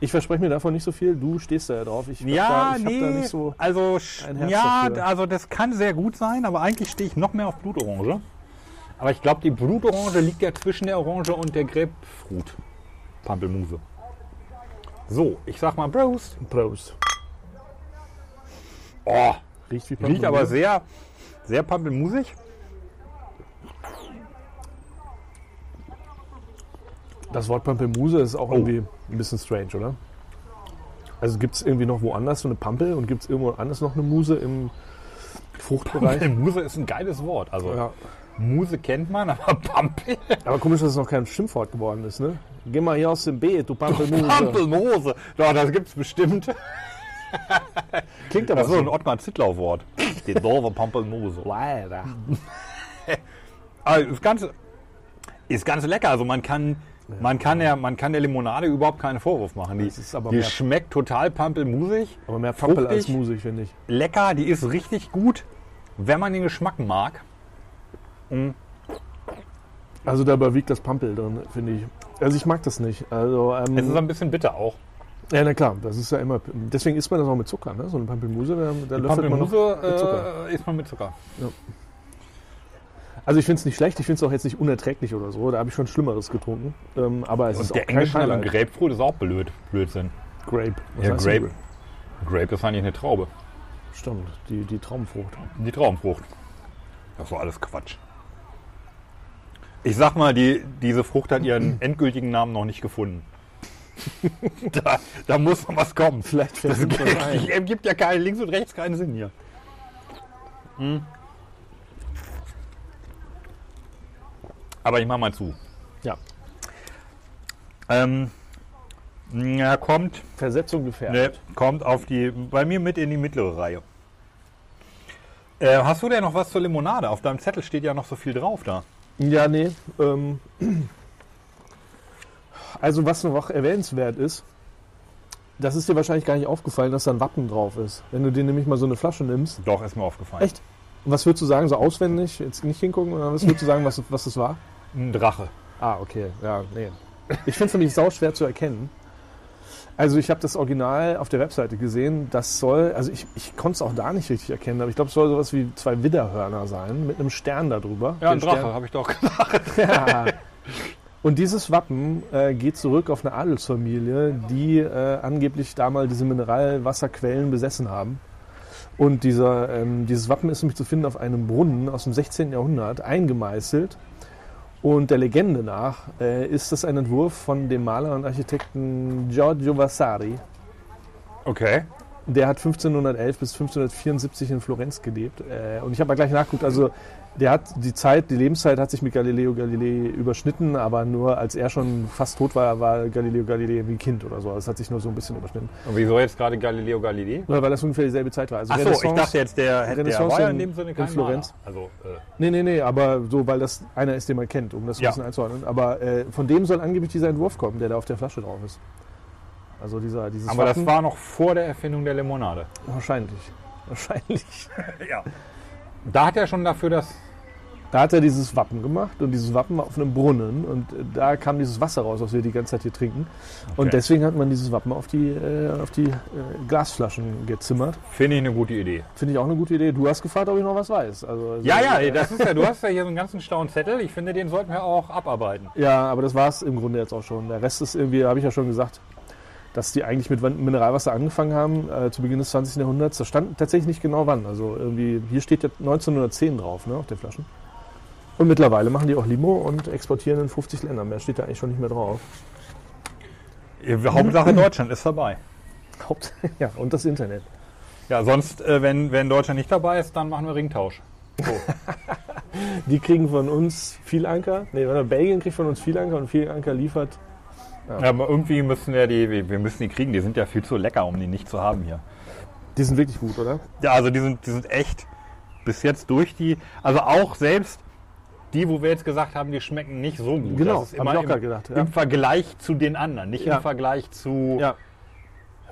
Speaker 4: Ich verspreche mir davon nicht so viel. Du stehst da ja drauf. Ich hab da, ich hab da nicht so.
Speaker 3: also sch-
Speaker 4: ein Herz
Speaker 3: ja,
Speaker 4: dafür.
Speaker 3: also das kann sehr gut sein, aber eigentlich stehe ich noch mehr auf Blutorange. Aber ich glaube, die Blutorange liegt ja zwischen der Orange und der Grapefruit. Pampelmuse. So, ich sag mal Brost.
Speaker 4: Prost.
Speaker 3: Oh,
Speaker 4: Riecht wie
Speaker 3: riecht aber sehr, sehr pampelmusig.
Speaker 4: Das Wort Pampelmuse ist
Speaker 3: Oh.
Speaker 4: auch irgendwie ein bisschen strange, oder? Also gibt es irgendwie noch woanders so eine Pampel und gibt es irgendwo anders noch eine Muse im Fruchtbereich?
Speaker 3: Muse ist ein geiles Wort. Also
Speaker 4: Ja.
Speaker 3: Muse kennt man, aber Pampel.
Speaker 4: Aber komisch, dass es noch kein Schimpfwort geworden ist, ne? Geh mal hier aus dem Beet, du Pampelmuse.
Speaker 3: Pampelmose. Doch, das gibt's bestimmt.
Speaker 4: Klingt
Speaker 3: Das
Speaker 4: aber
Speaker 3: ist so ein
Speaker 4: so.
Speaker 3: Ottmar Zittlau-Wort. Die doofe Pampelmuse. Also ist ganz, ist ganz lecker. Also man kann, man kann der, man kann der Limonade überhaupt keinen Vorwurf machen. Die,
Speaker 4: Das ist aber
Speaker 3: die
Speaker 4: mehr-
Speaker 3: schmeckt total pampelmusig,
Speaker 4: Aber mehr Pampel als
Speaker 3: Fruchtig.
Speaker 4: Musik, finde ich.
Speaker 3: lecker. Die ist richtig gut, wenn man den Geschmack mag.
Speaker 4: Also da überwiegt das Pampel drin, finde ich. Also ich mag das nicht. Also, ähm,
Speaker 3: Es ist ein bisschen bitter auch.
Speaker 4: ja, na klar, das ist ja immer. Deswegen isst man das auch mit Zucker, ne? So eine Pampelmuse, da, da löffelt man noch mit Zucker.
Speaker 3: Pampelmuse äh, isst man mit Zucker.
Speaker 4: Also ich finde es nicht schlecht, ich finde es auch jetzt nicht unerträglich oder so. Da habe ich schon Schlimmeres getrunken. Ähm, aber es
Speaker 3: Und
Speaker 4: ist auch
Speaker 3: der
Speaker 4: kein
Speaker 3: englische
Speaker 4: Highlight.
Speaker 3: Grapefruit ist auch blöd, Blödsinn.
Speaker 4: Grape. Was
Speaker 3: Ja,
Speaker 4: heißt
Speaker 3: Grape.
Speaker 4: denn?
Speaker 3: Grape ist eigentlich eine Traube.
Speaker 4: Stimmt, die, die Traumfrucht.
Speaker 3: Die Traubenfrucht. Das war alles Quatsch. Ich sag mal, die, diese Frucht hat ihren endgültigen Namen noch nicht gefunden. da, da muss noch was kommen.
Speaker 4: Vielleicht fällt
Speaker 3: Das
Speaker 4: uns was ein.
Speaker 3: gibt, gibt ja keine, links und rechts keinen Sinn hier. Hm. Aber ich mach mal zu.
Speaker 4: Ja,
Speaker 3: Ähm, na, kommt,
Speaker 4: Versetzung gefährdet.
Speaker 3: ne, kommt auf die, bei mir mit in die mittlere Reihe. Äh, hast du denn noch was zur Limonade? Auf deinem Zettel steht ja noch so viel drauf da.
Speaker 4: Ja, nee. Ähm, also was noch erwähnenswert ist, das ist dir wahrscheinlich gar nicht aufgefallen, dass da ein Wappen drauf ist. Wenn du dir nämlich mal so eine Flasche nimmst.
Speaker 3: Doch, ist mir aufgefallen.
Speaker 4: Echt? Was würdest du sagen, so auswendig, jetzt nicht hingucken, sondern was würdest du sagen, was, was das war?
Speaker 3: Ein Drache.
Speaker 4: Ah, okay. Ja, nee. Ich finde es nämlich sauschwer zu erkennen. Also ich habe das Original auf der Webseite gesehen. Das soll, also ich, ich konnte es auch da nicht richtig erkennen, aber ich glaube, es soll sowas wie zwei Widderhörner sein, mit einem Stern darüber. Den Stern-
Speaker 3: habe ich doch gesagt.
Speaker 4: Ja. Und dieses Wappen äh, geht zurück auf eine Adelsfamilie, die äh, angeblich damals diese Mineralwasserquellen besessen haben. Und dieser, ähm, dieses Wappen ist nämlich zu finden auf einem Brunnen aus dem 16. Jahrhundert, eingemeißelt. Und der Legende nach äh, ist das ein Entwurf von dem Maler und Architekten Giorgio Vasari.
Speaker 3: Okay.
Speaker 4: Der hat 1511 bis 1574 in Florenz gelebt. Äh, und ich habe mal gleich nachgeguckt. Also der hat die Zeit, die Lebenszeit hat sich mit Galileo Galilei überschnitten, aber nur als er schon fast tot war, war Galileo Galilei wie Kind oder so. Das hat sich nur so ein bisschen überschnitten.
Speaker 3: Und wieso jetzt gerade Galileo Galilei?
Speaker 4: Oder weil das ungefähr dieselbe Zeit war. Also
Speaker 3: Achso, ich
Speaker 4: Renaissance-
Speaker 3: dachte jetzt, der, der
Speaker 4: Renaissance
Speaker 3: war ja in
Speaker 4: in-
Speaker 3: dem Sinne
Speaker 4: in
Speaker 3: kein
Speaker 4: Florenz.
Speaker 3: Maler. Also, äh,
Speaker 4: Nee, nee, nee, aber so, weil das einer ist, den man kennt, um das ein
Speaker 3: Ja.
Speaker 4: bisschen einzuordnen. Aber äh, von dem soll angeblich dieser Entwurf kommen, der da auf der Flasche drauf ist. Also dieser, dieses
Speaker 3: aber das
Speaker 4: Wappen-
Speaker 3: war noch vor der Erfindung der Limonade.
Speaker 4: wahrscheinlich. Wahrscheinlich.
Speaker 3: Ja. Da hat er schon dafür das...
Speaker 4: Da hat er dieses Wappen gemacht und dieses Wappen war auf einem Brunnen und äh, da kam dieses Wasser raus, was wir die ganze Zeit hier trinken. Und deswegen hat man dieses Wappen auf die, äh, auf die äh, Glasflaschen gezimmert.
Speaker 3: Finde ich eine gute Idee.
Speaker 4: Finde ich auch eine gute Idee. Du hast gefragt, ob ich noch was weiß. Also, also,
Speaker 3: Ja, ja,
Speaker 4: äh,
Speaker 3: ey, das ist ja, du hast ja hier so einen ganzen schlauen Zettel. Ich finde, den sollten wir auch abarbeiten.
Speaker 4: Ja, aber das war es im Grunde jetzt auch schon. Der Rest ist irgendwie, habe ich ja schon gesagt, dass die eigentlich mit Wan- Mineralwasser angefangen haben, äh, zu Beginn des 20. Jahrhunderts. Da stand tatsächlich nicht genau wann. Also irgendwie, hier steht ja 1910 drauf, ne, auf den Flaschen. Und mittlerweile machen die auch Limo und exportieren in 50 Länder. Mehr steht da eigentlich schon nicht mehr drauf.
Speaker 3: Hauptsache Deutschland ist dabei.
Speaker 4: Haupt ja, und das Internet.
Speaker 3: Ja, sonst, äh, wenn, wenn Deutschland nicht dabei ist, dann machen wir Ringtausch.
Speaker 4: Die kriegen von uns viel Anker. Nee, warte, Belgien kriegt von uns viel Anker und viel Anker liefert.
Speaker 3: Ja, Aber irgendwie müssen wir die, wir- wir müssen die kriegen. Die sind ja viel zu lecker, um die nicht zu haben hier.
Speaker 4: Die sind wirklich gut, oder?
Speaker 3: Ja, also die sind, die sind echt bis jetzt durch die, also auch selbst die, wo wir jetzt gesagt haben, die schmecken nicht so gut.
Speaker 4: Genau,
Speaker 3: das ist
Speaker 4: hab
Speaker 3: immer
Speaker 4: ich auch
Speaker 3: im,
Speaker 4: gerade gedacht, ja.
Speaker 3: Im Vergleich zu den anderen, nicht
Speaker 4: Ja.
Speaker 3: im Vergleich zu,
Speaker 4: Ja,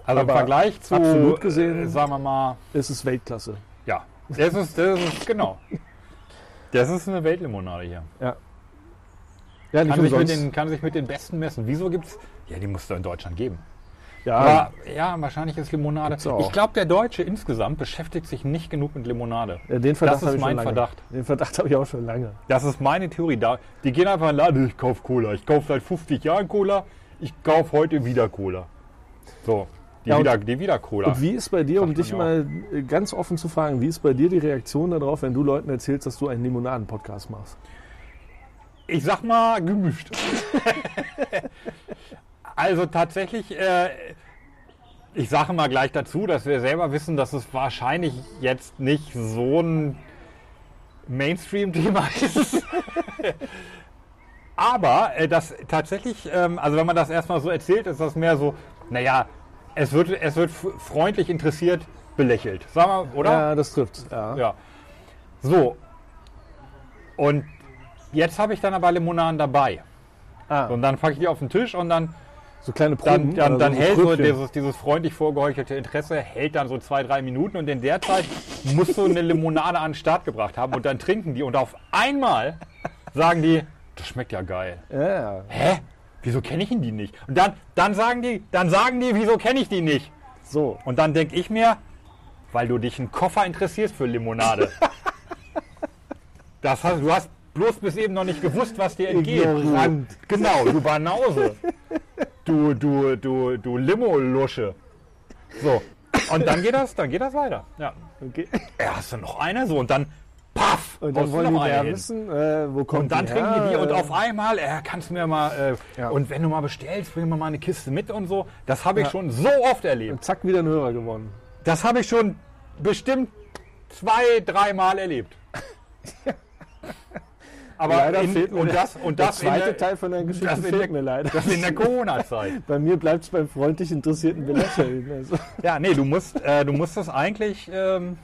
Speaker 3: also im
Speaker 4: aber
Speaker 3: Vergleich zu,
Speaker 4: absolut gesehen-
Speaker 3: äh, sagen wir mal,
Speaker 4: es ist Weltklasse.
Speaker 3: ja, das ist, das ist genau. Das ist eine Weltlimonade hier.
Speaker 4: Ja,
Speaker 3: Kann sich, mit
Speaker 4: umsonst.
Speaker 3: den, kann sich mit den Besten messen. Wieso gibt's? Ja, die muss es doch in Deutschland geben.
Speaker 4: ja,
Speaker 3: Aber ja, wahrscheinlich ist Limonade.
Speaker 4: Gibt's auch.
Speaker 3: Ich glaube, der Deutsche insgesamt beschäftigt sich nicht genug mit Limonade.
Speaker 4: Ja, Den Verdacht
Speaker 3: Das ist
Speaker 4: habe ich schon
Speaker 3: mein
Speaker 4: lange.
Speaker 3: Verdacht.
Speaker 4: Den Verdacht habe ich auch schon lange.
Speaker 3: Das ist meine Theorie. Da, die gehen einfach in den Laden, ich kaufe Cola. Ich kaufe seit 50 Jahren Cola. Ich kaufe heute wieder Cola. So, die,
Speaker 4: Ja, und-
Speaker 3: wieder, die wieder Cola.
Speaker 4: Und wie ist bei dir, um
Speaker 3: Sagt
Speaker 4: dich mal
Speaker 3: man
Speaker 4: äh, ganz offen zu fragen, wie ist bei dir die Reaktion darauf, wenn du Leuten erzählst, dass du einen Limonaden-Podcast machst?
Speaker 3: ich sag mal gemischt. also tatsächlich, äh, ich sage mal gleich dazu, dass wir selber wissen, dass es wahrscheinlich jetzt nicht so ein Mainstream-Thema ist. Aber äh, das tatsächlich, ähm, also wenn man das erstmal so erzählt, ist das mehr so, naja, es wird, es wird f- freundlich interessiert belächelt. Sag mal, oder?
Speaker 4: Ja, das trifft. Ja.
Speaker 3: Ja. So. Und jetzt habe ich dann aber Limonaden dabei.
Speaker 4: Ah.
Speaker 3: Und dann packe ich die auf den Tisch und dann,
Speaker 4: So kleine
Speaker 3: dann,
Speaker 4: Proben.
Speaker 3: dann,
Speaker 4: oder
Speaker 3: dann
Speaker 4: so
Speaker 3: hält so
Speaker 4: Krüppchen.
Speaker 3: dieses, dieses freundlich vorgeheuchelte Interesse, hält dann so zwei, drei Minuten und in der Zeit musst du eine Limonade an den Start gebracht haben und dann trinken die und auf einmal sagen die, das schmeckt ja geil.
Speaker 4: Ja, ja.
Speaker 3: Hä? Wieso kenne ich die nicht? Und dann, dann sagen die, dann sagen die, wieso kenne ich die nicht?
Speaker 4: So.
Speaker 3: Und dann denke ich mir, weil du dich einen Koffer interessierst für Limonade. Das hast, du hast bloß bis eben noch nicht gewusst, was dir entgeht.
Speaker 4: Ignorant.
Speaker 3: Genau, du Banause. Du, du, du, du Limo-Lusche. So. Und dann geht das, dann geht das weiter. Ja.
Speaker 4: Okay.
Speaker 3: ja, hast du noch eine so und dann paff!
Speaker 4: Und
Speaker 3: haust
Speaker 4: dann
Speaker 3: du
Speaker 4: wollen die
Speaker 3: noch eine
Speaker 4: mehr
Speaker 3: hin.
Speaker 4: wissen, äh, wo kommt
Speaker 3: Und dann
Speaker 4: die
Speaker 3: trinken die
Speaker 4: her?
Speaker 3: die und auf einmal, äh, kannst du mir mal, äh,
Speaker 4: Ja.
Speaker 3: und wenn du mal bestellst, bring mir mal eine Kiste mit und so. Das habe ich
Speaker 4: Ja.
Speaker 3: schon so oft erlebt.
Speaker 4: Und zack, wieder ein Hörer gewonnen.
Speaker 3: Das habe ich schon bestimmt zwei, dreimal erlebt. Aber
Speaker 4: Leider
Speaker 3: in,
Speaker 4: fehlt mir
Speaker 3: und
Speaker 4: der-
Speaker 3: das, und das
Speaker 4: der zweite
Speaker 3: in der,
Speaker 4: Teil von der Geschichte
Speaker 3: das in
Speaker 4: fehlt
Speaker 3: der-
Speaker 4: mir leider.
Speaker 3: das in der Corona-Zeit.
Speaker 4: Bei mir bleibt es beim freundlich interessierten Belächeln. Also.
Speaker 3: Ja, nee, du musst, äh, du musst das eigentlich. Ähm,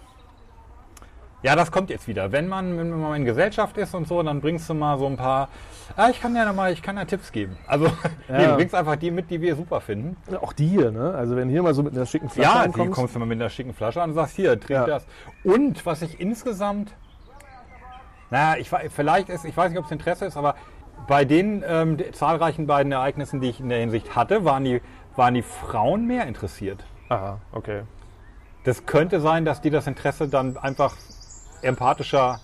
Speaker 3: ja, das kommt jetzt wieder. Wenn man, wenn man mal in Gesellschaft ist und so, dann bringst du mal so ein paar. Ah, ich kann ja noch mal, ich kann ja Tipps geben. Also, nee, du bringst einfach die mit, die wir super finden.
Speaker 4: Auch die hier, ne? Also wenn hier mal so mit einer schicken Flasche
Speaker 3: ja, die
Speaker 4: ankommst,
Speaker 3: kommst du mal mit einer schicken Flasche an und sagst, hier, trink
Speaker 4: Ja.
Speaker 3: das. Und was ich insgesamt, naja, ich, wei- vielleicht ist, ich weiß nicht, ob es Interesse ist, aber bei den ähm, d- zahlreichen beiden Ereignissen, die ich in der Hinsicht hatte, waren die, waren die Frauen mehr interessiert.
Speaker 4: Aha, okay.
Speaker 3: Das könnte sein, dass die das Interesse dann einfach empathischer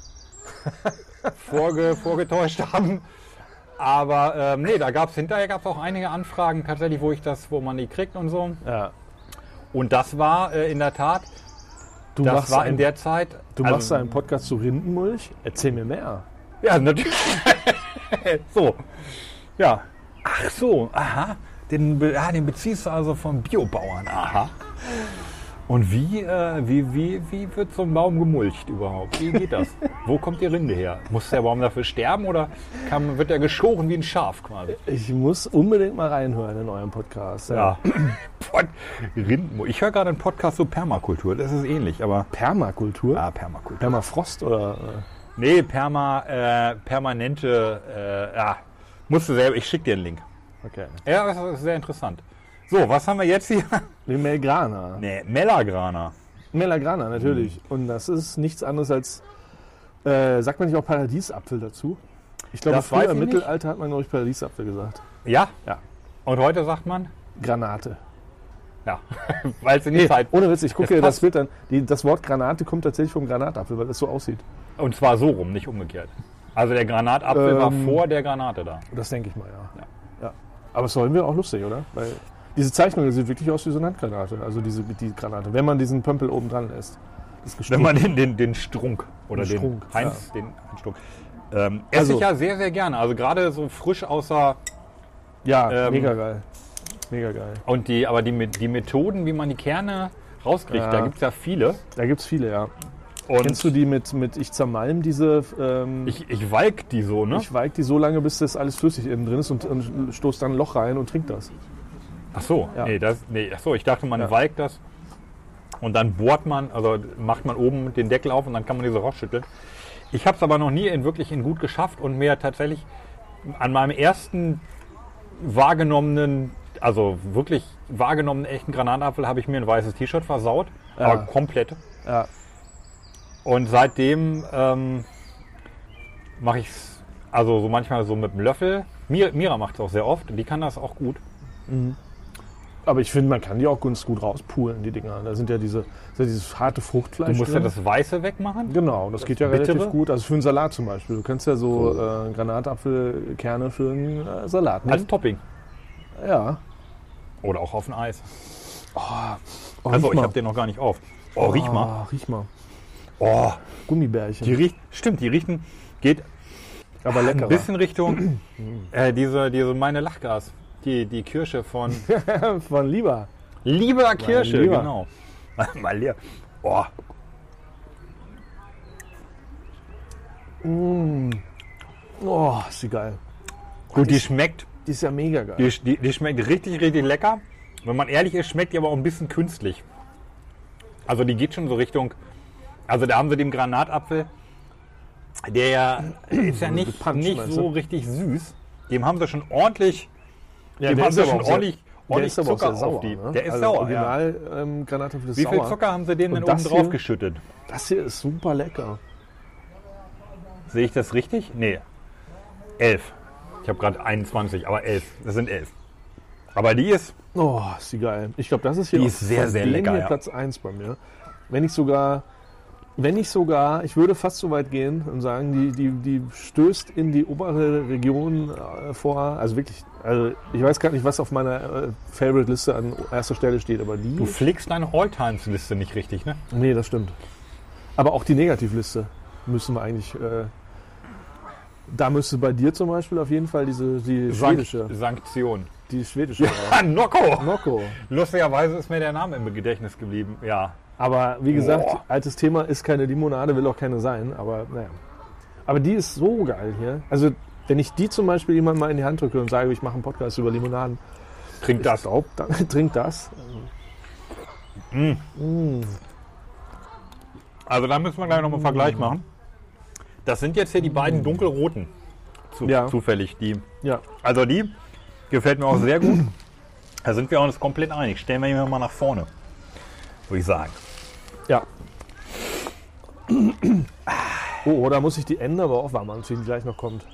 Speaker 3: vorge, vorgetäuscht haben. Aber ähm, nee, da gab es hinterher gab's auch einige Anfragen tatsächlich, wo ich das, wo man die kriegt und so.
Speaker 4: Ja.
Speaker 3: Und das war äh, in der Tat
Speaker 4: Du
Speaker 3: das
Speaker 4: machst
Speaker 3: war
Speaker 4: ein-
Speaker 3: in der Zeit. also
Speaker 4: Du machst einen Podcast zu Rindenmulch? Erzähl mir mehr.
Speaker 3: Ja, natürlich. so. Ja. Ach so, aha. Den, be- ah, den beziehst du also vom Biobauern. Aha. Und wie, äh, wie, wie, wie wird so ein Baum gemulcht überhaupt? Wie geht das? Wo kommt die Rinde her? Muss der Baum dafür sterben oder kann, wird er geschoren wie ein Schaf quasi?
Speaker 4: Ich muss unbedingt mal reinhören in euren Podcast.
Speaker 3: Pod- Rindenmulch. Ich höre gerade einen Podcast zu Permakultur. Das ist ähnlich, aber.
Speaker 4: Permakultur?
Speaker 3: Ah, Permakultur.
Speaker 4: Permafrost oder?
Speaker 3: Nee, perma, äh, permanente. Äh, ja, musst du selber. Ich schicke dir einen Link.
Speaker 4: Äh, okay.
Speaker 3: Ja, das ist sehr interessant. So, was haben wir jetzt hier?
Speaker 4: Den Melgrana.
Speaker 3: Nee, Melagrana.
Speaker 4: Melagrana, natürlich.
Speaker 3: Mhm.
Speaker 4: Und das ist nichts anderes als, äh, sagt man nicht auch Paradiesapfel dazu? Ich glaube,
Speaker 3: Das weiß
Speaker 4: früher
Speaker 3: ich
Speaker 4: im
Speaker 3: nicht.
Speaker 4: Mittelalter hat man, glaube ich, Paradiesapfel gesagt.
Speaker 3: Ja?
Speaker 4: Ja.
Speaker 3: Und heute sagt man?
Speaker 4: Granate.
Speaker 3: Ja. Weil es in die Zeit.
Speaker 4: Ohne Witz, ich gucke
Speaker 3: Das
Speaker 4: dir das
Speaker 3: passt.
Speaker 4: Bild an. Die, das Wort Granate kommt tatsächlich vom Granatapfel, weil das so aussieht.
Speaker 3: Und zwar so rum, nicht umgekehrt. Also der Granatapfel war
Speaker 4: Ähm.
Speaker 3: vor der Granate da.
Speaker 4: Das denke ich mal, ja. ja. Aber es sollen wir auch lustig, oder? Weil diese Zeichnung sieht wirklich aus wie so eine Handgranate. Also diese die Granate, wenn man diesen Pömpel oben dran lässt. Das
Speaker 3: Wenn man den, den, den Strunk oder
Speaker 4: Den
Speaker 3: den,
Speaker 4: Strunk,
Speaker 3: Heinz, den Strunk. Ähm, esse
Speaker 4: Also-
Speaker 3: ich ja sehr, sehr gerne. Also gerade so frisch außer.
Speaker 4: ja,
Speaker 3: Ähm,
Speaker 4: mega geil. Mega geil.
Speaker 3: Und die, aber die, Me- die Methoden, wie man die Kerne rauskriegt,
Speaker 4: Ja.
Speaker 3: da gibt es ja viele.
Speaker 4: Da gibt es viele, ja.
Speaker 3: Und
Speaker 4: Kennst du die mit, mit Ich zermalm diese? Ähm,
Speaker 3: ich, ich walk die so, ne?
Speaker 4: ich weig die so lange, bis das alles flüssig innen drin ist und, und stoß dann ein Loch rein und trink das.
Speaker 3: Ach so,
Speaker 4: Ja.
Speaker 3: nee, das, nee, ach so, ich dachte, man
Speaker 4: Ja.
Speaker 3: walkt das und dann bohrt man, also macht man oben den Deckel auf und dann kann man diese rausschütteln. Ich habe es aber noch nie in wirklich in gut geschafft und mir tatsächlich an meinem ersten wahrgenommenen, also wirklich wahrgenommenen echten Granatapfel habe ich mir ein weißes T-Shirt versaut, aber komplett.
Speaker 4: Ja.
Speaker 3: Und seitdem ähm, mache ich es, also so manchmal so mit dem Löffel. Mira, Mira macht es auch sehr oft, die kann das auch gut.
Speaker 4: Aber ich finde, man kann die auch ganz gut rauspulen, die Dinger. Da sind ja diese, ist ja dieses harte Fruchtfleisch.
Speaker 3: Du musst ja
Speaker 4: drin.
Speaker 3: das Weiße wegmachen.
Speaker 4: Genau, das geht ja relativ
Speaker 3: Bittere?
Speaker 4: gut. Also für einen Salat zum Beispiel. Du kannst ja so äh, Granatapfelkerne für einen äh, Salat
Speaker 3: Als
Speaker 4: nehmen.
Speaker 3: Topping.
Speaker 4: ja.
Speaker 3: Oder auch auf ein Eis.
Speaker 4: Oh,
Speaker 3: Also
Speaker 4: riech
Speaker 3: ich
Speaker 4: mal.
Speaker 3: habe den noch gar nicht auf. Oh, riech mal.
Speaker 4: Ah, riech mal.
Speaker 3: Oh,
Speaker 4: Gummibärchen.
Speaker 3: die riecht, stimmt, die riechen, geht
Speaker 4: aber
Speaker 3: ein bisschen Richtung äh, diese, diese meine Lachgas. Die, die Kirsche von
Speaker 4: Von lieber.
Speaker 3: Lieber Kirsche,
Speaker 4: Lieber.
Speaker 3: genau. Mal leer. Oh.
Speaker 4: Oh, ist die geil.
Speaker 3: Gut, die schmeckt,
Speaker 4: Die ist ja mega geil.
Speaker 3: die, die, die schmeckt richtig, richtig lecker. Wenn man ehrlich ist, schmeckt die aber auch ein bisschen künstlich. Also die geht schon so Richtung. Also da haben sie den Granatapfel, der ja ist ja nicht,
Speaker 4: gepanscht,
Speaker 3: nicht
Speaker 4: meinst
Speaker 3: so
Speaker 4: du?
Speaker 3: richtig süß. Dem haben sie schon ordentlich,
Speaker 4: ja,
Speaker 3: dem haben sie schon
Speaker 4: sehr-
Speaker 3: ordentlich,
Speaker 4: der
Speaker 3: ordentlich
Speaker 4: ist aber auch
Speaker 3: Zucker
Speaker 4: sehr
Speaker 3: auf
Speaker 4: sauer.
Speaker 3: die.
Speaker 4: Ne?
Speaker 3: Der ist
Speaker 4: also
Speaker 3: sauer. ja.
Speaker 4: Original ähm, Granatapfel ist
Speaker 3: Wie viel
Speaker 4: sauer.
Speaker 3: Zucker haben sie denen
Speaker 4: Und
Speaker 3: denn oben
Speaker 4: das
Speaker 3: drauf
Speaker 4: hier?
Speaker 3: geschüttet?
Speaker 4: Das hier ist super lecker.
Speaker 3: Sehe ich das richtig? Nee. Elf. Ich habe gerade 21, aber elf. Das sind elf. Aber die ist.
Speaker 4: Oh, ist die geil. Ich glaube, das ist hier
Speaker 3: Die
Speaker 4: auch
Speaker 3: ist sehr,
Speaker 4: von
Speaker 3: sehr
Speaker 4: denen
Speaker 3: lecker,
Speaker 4: hier
Speaker 3: ja.
Speaker 4: Platz 1 bei mir. Wenn ich sogar, wenn ich sogar, ich würde fast so weit gehen und sagen, die, die, die stößt in die obere Region äh, vor. Also wirklich, also ich weiß gar nicht, was auf meiner äh, Favorite-Liste an erster Stelle steht, aber die.
Speaker 3: Du flickst deine All-Times-Liste nicht richtig, ne?
Speaker 4: Nee, das stimmt. Aber auch die Negativliste müssen wir eigentlich. Äh, da müsste bei dir zum Beispiel auf jeden Fall diese die schwedische,
Speaker 3: Sanktion.
Speaker 4: die schwedische.
Speaker 3: Ah, Nocco!
Speaker 4: Nocco.
Speaker 3: Lustigerweise ist mir der Name im Gedächtnis geblieben. Ja.
Speaker 4: Aber wie gesagt,
Speaker 3: Boah.
Speaker 4: altes Thema ist keine Limonade, will auch keine sein. Aber naja. Aber die ist so geil hier. Also, wenn ich die zum Beispiel jemandem mal in die Hand drücke und sage, ich mache einen Podcast über Limonaden,
Speaker 3: Trink das.
Speaker 4: glaub, dann trink das.
Speaker 3: Also da müssen wir gleich noch mal einen Vergleich machen. Das sind jetzt hier die beiden dunkelroten. Zu,
Speaker 4: Ja.
Speaker 3: Zufällig. Die.
Speaker 4: Ja.
Speaker 3: Also die gefällt mir auch sehr gut. Da sind wir uns komplett einig. Stellen wir ihn mal nach vorne. Würde ich sagen.
Speaker 4: Ja. Oh, da muss ich die Ende aber auch warm anziehen, die gleich noch kommt.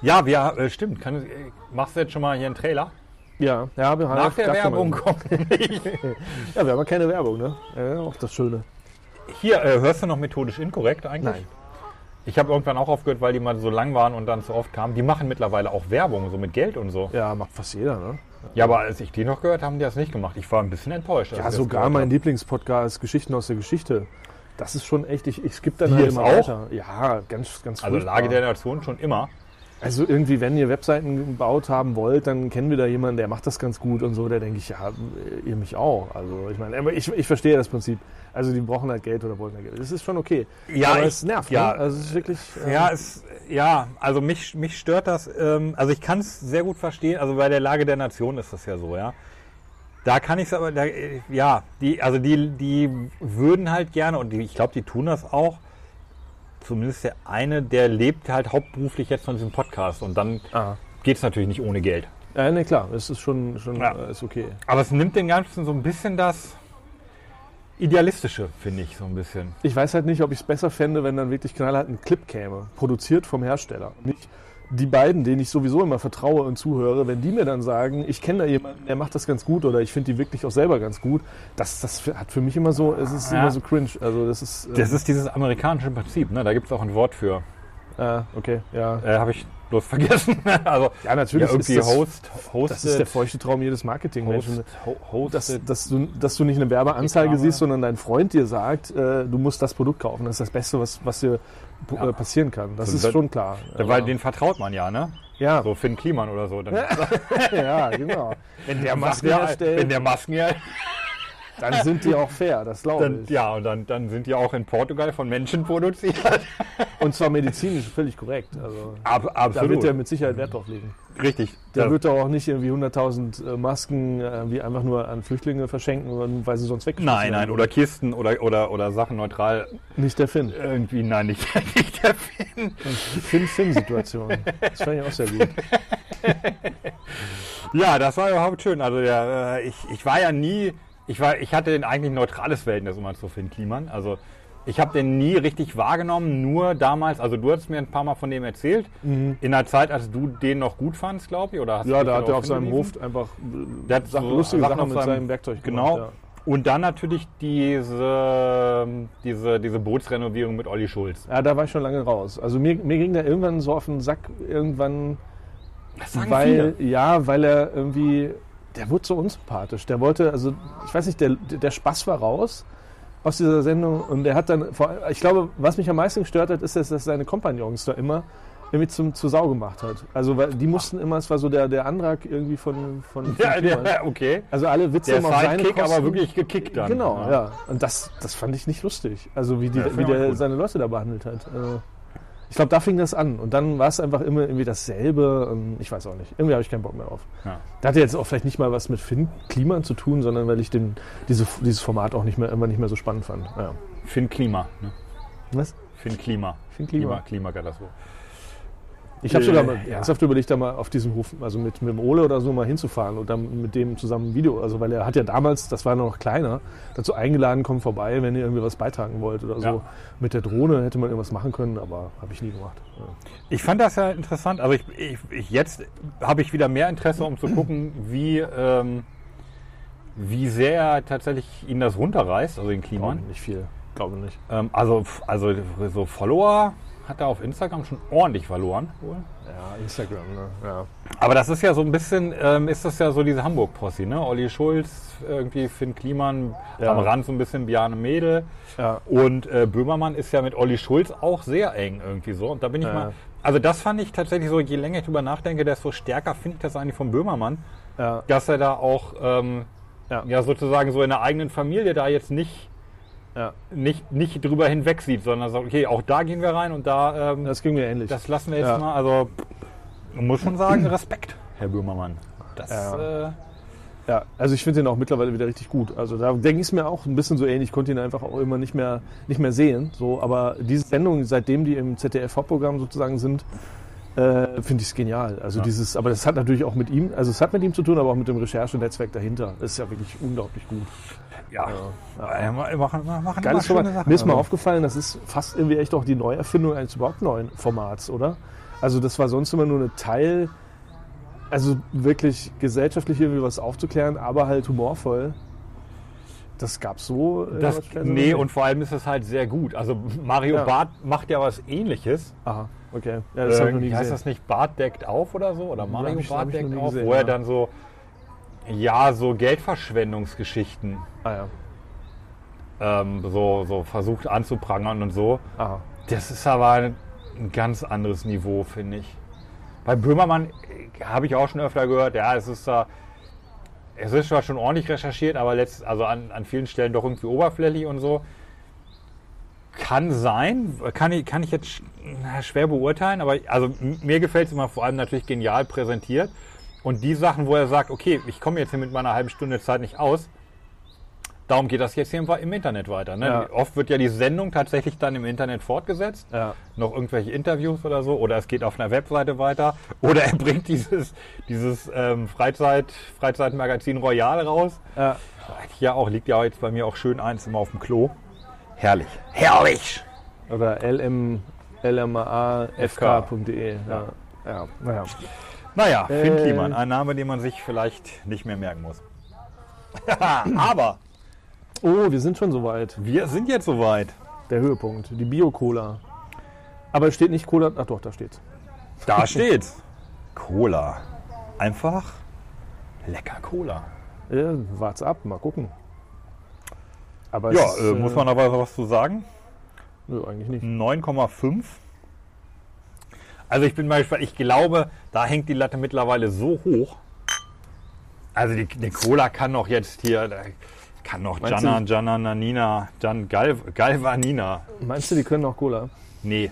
Speaker 3: Ja, wir, äh, stimmt. Kann, äh, machst du jetzt schon mal hier einen Trailer?
Speaker 4: Ja, ja, wir haben
Speaker 3: Nach der
Speaker 4: gar keine-
Speaker 3: Werbung kommt nicht.
Speaker 4: Ja, wir haben ja keine Werbung, ne? Ja, auch das Schöne.
Speaker 3: Hier, äh, hörst du noch methodisch inkorrekt eigentlich?
Speaker 4: Nein.
Speaker 3: Ich habe irgendwann auch aufgehört, weil die mal so lang waren und dann zu oft kamen. Die machen mittlerweile auch Werbung, so mit Geld und so.
Speaker 4: Ja, macht fast jeder, ne?
Speaker 3: Ja, aber als ich die noch gehört haben, die das nicht gemacht. Ich war ein bisschen enttäuscht. als
Speaker 4: Ja,
Speaker 3: ich das
Speaker 4: sogar
Speaker 3: gehört
Speaker 4: Also mein Lieblingspodcast Geschichten aus der Geschichte. Das ist schon echt, ich, ich skippe dann
Speaker 3: Die
Speaker 4: halt
Speaker 3: jetzt
Speaker 4: immer
Speaker 3: auch?
Speaker 4: weiter. Ja, ganz, ganz
Speaker 3: hab. Also
Speaker 4: furchtbar.
Speaker 3: Lage der Nation schon immer.
Speaker 4: Also irgendwie, wenn ihr Webseiten gebaut haben wollt, dann kennen wir da jemanden, der macht das ganz gut und so. Da denke ich, ja, ihr mich auch. Also ich meine, aber ich, ich verstehe das Prinzip. Also die brauchen halt Geld oder wollen halt Geld. Das ist schon okay.
Speaker 3: Ja,
Speaker 4: aber
Speaker 3: ich-
Speaker 4: es nervt.
Speaker 3: ja.
Speaker 4: ne? also es ist wirklich. ähm,
Speaker 3: Ja, es, ja also mich, mich stört das. Ähm, also ich kann es sehr gut verstehen. Also bei der Lage der Nation ist das ja so, ja. Da kann ich es aber, da, äh, ja, die, also die, die würden halt gerne und die, ich glaube, die tun das auch. Zumindest der eine, der lebt halt hauptberuflich jetzt von diesem Podcast und dann
Speaker 4: Ah.
Speaker 3: geht es natürlich nicht ohne Geld.
Speaker 4: Ja, ne, klar, es ist schon, schon
Speaker 3: Ja.
Speaker 4: äh, ist okay.
Speaker 3: Aber es nimmt den Ganzen so ein bisschen das Idealistische, finde ich, so ein bisschen.
Speaker 4: Ich weiß halt nicht, ob ich es besser fände, wenn dann wirklich knallhart ein Clip käme, produziert vom Hersteller. Nicht die beiden, denen ich sowieso immer vertraue und zuhöre, wenn die mir dann sagen, ich kenne da jemanden, der macht das ganz gut oder ich finde die wirklich auch selber ganz gut, das, das hat für mich immer so, es ist
Speaker 3: Ja.
Speaker 4: immer so cringe. Also das ist, äh,
Speaker 3: Das ist dieses amerikanische Prinzip, ne? da gibt es auch ein Wort für.
Speaker 4: äh, okay, ja.
Speaker 3: Äh, Habe ich bloß vergessen. also,
Speaker 4: Ja, natürlich
Speaker 3: ja, irgendwie
Speaker 4: ist das,
Speaker 3: Host, Hosted,
Speaker 4: das ist der feuchte Traum jedes Marketing-Menschen.
Speaker 3: Host, Genau, Ho- Hosted.
Speaker 4: Dass, dass, du, dass du nicht eine Werbeanzeige
Speaker 3: Reklame.
Speaker 4: siehst, sondern dein Freund dir sagt, äh, du musst das Produkt kaufen. Das ist das Beste, was, was dir äh, passieren kann. Das
Speaker 3: So,
Speaker 4: ist
Speaker 3: da-
Speaker 4: schon klar.
Speaker 3: weil
Speaker 4: Aber-
Speaker 3: den vertraut man ja, ne?
Speaker 4: ja,
Speaker 3: So Finn Kliman oder so. Dann
Speaker 4: ja, genau. Wenn der
Speaker 3: sagt
Speaker 4: Masken
Speaker 3: der,
Speaker 4: herstellt,
Speaker 3: wenn der Masken her,
Speaker 4: dann sind die auch fair, Oh, das glaube
Speaker 3: dann,
Speaker 4: ich.
Speaker 3: ja, und dann, dann sind die auch in Portugal von Menschen produziert.
Speaker 4: Und zwar medizinisch völlig korrekt. Also,
Speaker 3: Ab,
Speaker 4: da wird
Speaker 3: absolut.
Speaker 4: der mit Sicherheit Wert drauf legen.
Speaker 3: Richtig.
Speaker 4: Der
Speaker 3: Ja.
Speaker 4: wird doch auch nicht irgendwie 100.000 äh, Masken äh, wie einfach nur an Flüchtlinge verschenken, sondern weil sie sonst weggeschmissen
Speaker 3: nein, nein,
Speaker 4: werden.
Speaker 3: oder Kisten oder, oder, oder Sachen neutral.
Speaker 4: Nicht der Finn.
Speaker 3: Irgendwie, nein, nicht, nicht der Finn.
Speaker 4: Die Finn-Finn-Situation. Das fand ich auch sehr gut.
Speaker 3: Ja, das war überhaupt schön. Also der, äh, ich, ich war ja nie, ich war, ich hatte den eigentlich neutrales Verhältnis immer zu Finn Kliman. Also ich habe den nie richtig wahrgenommen, nur damals, also du hast mir ein paar Mal von dem erzählt, in der Zeit, als du den noch gut fandst, glaube ich, oder hast
Speaker 4: Mhm. Ja,
Speaker 3: dich
Speaker 4: da hat er
Speaker 3: darauf
Speaker 4: auf seinem
Speaker 3: hingewiesen?
Speaker 4: Hof einfach
Speaker 3: Der hat
Speaker 4: Sachen,
Speaker 3: so
Speaker 4: lustige
Speaker 3: Sachen
Speaker 4: Sachen,
Speaker 3: auf
Speaker 4: mit
Speaker 3: seinem-
Speaker 4: seinem Werkzeug
Speaker 3: Genau.
Speaker 4: gemacht.
Speaker 3: Und dann natürlich diese, diese, diese Bootsrenovierung mit Olli Schulz.
Speaker 4: Ja. ja, da war ich schon lange raus. Also mir, mir ging da irgendwann so auf den Sack, irgendwann
Speaker 3: Das
Speaker 4: weil ja, weil er irgendwie der wurde so unsympathisch. Der wollte, also ich weiß nicht, der, der Spaß war raus aus dieser Sendung und er hat dann, vor, allem- ich glaube, was mich am meisten gestört hat, ist, dass, dass seine Kompagnons da immer irgendwie zum, zur Sau gemacht hat. Also weil die mussten immer, es war so der, der Antrag irgendwie von, von, von
Speaker 3: Ja,
Speaker 4: Thiemann.
Speaker 3: der, okay.
Speaker 4: Also alle Witze
Speaker 3: Der
Speaker 4: immer auf seine
Speaker 3: Sidekick
Speaker 4: Kosten.
Speaker 3: aber wirklich gekickt dann. ne?
Speaker 4: Genau, ja. Und das, das fand ich nicht lustig. Also wie, die,
Speaker 3: Ja, find
Speaker 4: wie
Speaker 3: ich auch
Speaker 4: der
Speaker 3: gut.
Speaker 4: seine Leute da behandelt hat. Also, ich glaube, da fing das an. Und dann war es einfach immer irgendwie dasselbe. und Ich weiß auch nicht. Irgendwie habe ich keinen Bock mehr auf.
Speaker 3: Ja.
Speaker 4: Da hatte jetzt auch vielleicht nicht mal was mit Finn Kliman zu tun, sondern weil ich den, diese, dieses Format auch nicht mehr, immer nicht mehr so spannend fand. Ja.
Speaker 3: Finn Klima. Ne?
Speaker 4: Was?
Speaker 3: Finn Klima.
Speaker 4: Finn Klima.
Speaker 3: Klimakatastrophe.
Speaker 4: Ich habe sogar mal
Speaker 3: Ja.
Speaker 4: ernsthaft überlegt, da mal auf diesem Hof, also mit, mit dem Ole oder so mal hinzufahren und dann mit dem zusammen ein Video. Also weil er hat ja damals, das war noch kleiner, dazu eingeladen, kommt vorbei, wenn ihr irgendwie was beitragen wollt oder so.
Speaker 3: Ja.
Speaker 4: Mit der Drohne hätte man irgendwas machen können, aber habe ich nie gemacht. Ja.
Speaker 3: Ich fand das ja interessant. Also ich, ich, ich jetzt habe ich wieder mehr Interesse, um zu gucken, wie, ähm, wie sehr tatsächlich ihn das runterreißt, also den Kliman.
Speaker 4: Nicht viel, glaube nicht.
Speaker 3: Ähm, also, f- also so Follower hat er auf Instagram schon ordentlich verloren. Wohl.
Speaker 4: Ja, Instagram, ne? Ja.
Speaker 3: Aber das ist ja so ein bisschen, ähm, ist das ja so diese Hamburg-Posse, ne? Olli Schulz, irgendwie Finn Kliman,
Speaker 4: Ja.
Speaker 3: am Rand so ein bisschen Bjarne Mädel.
Speaker 4: Ja.
Speaker 3: Und äh, Böhmermann ist ja mit Olli Schulz auch sehr eng irgendwie so. Und da bin ich
Speaker 4: Ja.
Speaker 3: mal. Also das fand ich tatsächlich so, je länger ich drüber nachdenke, desto stärker finde ich das eigentlich von Böhmermann,
Speaker 4: Ja.
Speaker 3: dass er da auch ähm,
Speaker 4: Ja.
Speaker 3: ja sozusagen so in der eigenen Familie da jetzt nicht,
Speaker 4: Ja.
Speaker 3: nicht, nicht drüber hinweg sieht, sondern sagt, okay, auch da gehen wir rein und da ähm,
Speaker 4: Das ging mir ähnlich.
Speaker 3: das lassen wir jetzt
Speaker 4: Ja.
Speaker 3: mal. Also man muss schon sagen, Respekt, Herr Böhmermann. Das,
Speaker 4: Ja.
Speaker 3: äh,
Speaker 4: Ja, also ich finde den auch mittlerweile wieder richtig gut. Also da denke ich es mir auch ein bisschen so ähnlich. Ich konnte ihn einfach auch immer nicht mehr, nicht mehr sehen. So, aber diese Sendungen, seitdem die im ZDF-Hauptprogramm sozusagen sind, äh, finde ich es genial. Also dieses, aber das hat natürlich auch mit ihm, also es hat mit ihm zu tun, aber auch mit dem Recherchenetzwerk dahinter. Das ist ja wirklich unglaublich gut.
Speaker 3: ja. ja. Machen, also, äh, machen, machen immer
Speaker 4: Geiles
Speaker 3: schöne
Speaker 4: Format.
Speaker 3: Sachen.
Speaker 4: Mir ist mal
Speaker 3: Also-
Speaker 4: aufgefallen, das ist fast irgendwie echt auch die Neuerfindung eines überhaupt neuen Formats, oder? Also das war sonst immer nur eine Teil, also wirklich gesellschaftlich irgendwie was aufzuklären, aber halt humorvoll. Das gab's so. äh,
Speaker 3: Das,
Speaker 4: was Fernsehen
Speaker 3: nee,
Speaker 4: nicht.
Speaker 3: und vor allem ist es halt sehr gut. Also Mario
Speaker 4: Ja.
Speaker 3: Barth macht ja was ähnliches.
Speaker 4: Aha, okay. Ja, das hab ich noch nie
Speaker 3: Irgendwie Äh, heißt
Speaker 4: gesehen.
Speaker 3: das nicht Barth deckt auf oder so? Oder Mario
Speaker 4: hab ich- hab
Speaker 3: Barth
Speaker 4: ich noch
Speaker 3: deckt
Speaker 4: nie
Speaker 3: auf?
Speaker 4: gesehen,
Speaker 3: wo er
Speaker 4: ja.
Speaker 3: dann so, ja, so Geldverschwendungsgeschichten
Speaker 4: Ah ja,
Speaker 3: ähm, so, so versucht anzuprangern und so.
Speaker 4: aha.
Speaker 3: Das ist aber ein, ein ganz anderes Niveau, finde ich. Bei Böhmermann äh, habe ich auch schon öfter gehört, ja, es ist da, es ist zwar schon ordentlich recherchiert, aber letzt, also an, an vielen Stellen doch irgendwie oberflächlich und so. Kann sein, kann ich, kann ich jetzt sch- na, schwer beurteilen, aber also m- mir gefällt es immer vor allem natürlich genial präsentiert. Und die Sachen, wo er sagt, okay, ich komme jetzt hier mit meiner halben Stunde Zeit nicht aus, darum geht das jetzt hier im, im Internet weiter. Ne?
Speaker 4: Ja.
Speaker 3: Oft wird ja die Sendung tatsächlich dann im Internet fortgesetzt
Speaker 4: Ja.
Speaker 3: noch irgendwelche Interviews oder so, oder es geht auf einer Webseite weiter, oder er bringt dieses, dieses ähm, Freizeit, Freizeitmagazin Royal raus.
Speaker 4: Ja.
Speaker 3: Ja, auch liegt ja jetzt bei mir auch schön eins immer auf dem Klo. Herrlich. Herrlich!
Speaker 4: Oder lm, lmafk.de. E. Ja. Ja. Naja.
Speaker 3: Naja, Finn
Speaker 4: Äh.
Speaker 3: Kliman, ein Name, den man sich vielleicht nicht mehr merken muss. Aber
Speaker 4: Oh, wir sind schon soweit.
Speaker 3: wir sind jetzt soweit.
Speaker 4: Der Höhepunkt. Die Bio-Cola. Aber es steht nicht Cola. Ach doch, da steht's.
Speaker 3: Da steht's. Cola. Einfach lecker Cola.
Speaker 4: Äh, wart's ab, mal gucken. Aber
Speaker 3: Ja,
Speaker 4: es ist, äh,
Speaker 3: äh, muss man aber was zu sagen.
Speaker 4: Nö, eigentlich nicht.
Speaker 3: 9,5. Also ich bin mal gespannt. Ich glaube, da hängt die Latte mittlerweile so hoch. Also die, die Cola kann noch jetzt hier, da kann noch
Speaker 4: Meinst
Speaker 3: Gianna,
Speaker 4: du-
Speaker 3: Gianna, Nanina, Gian Gal, Galvanina.
Speaker 4: Meinst du, die können auch Cola?
Speaker 3: Nee,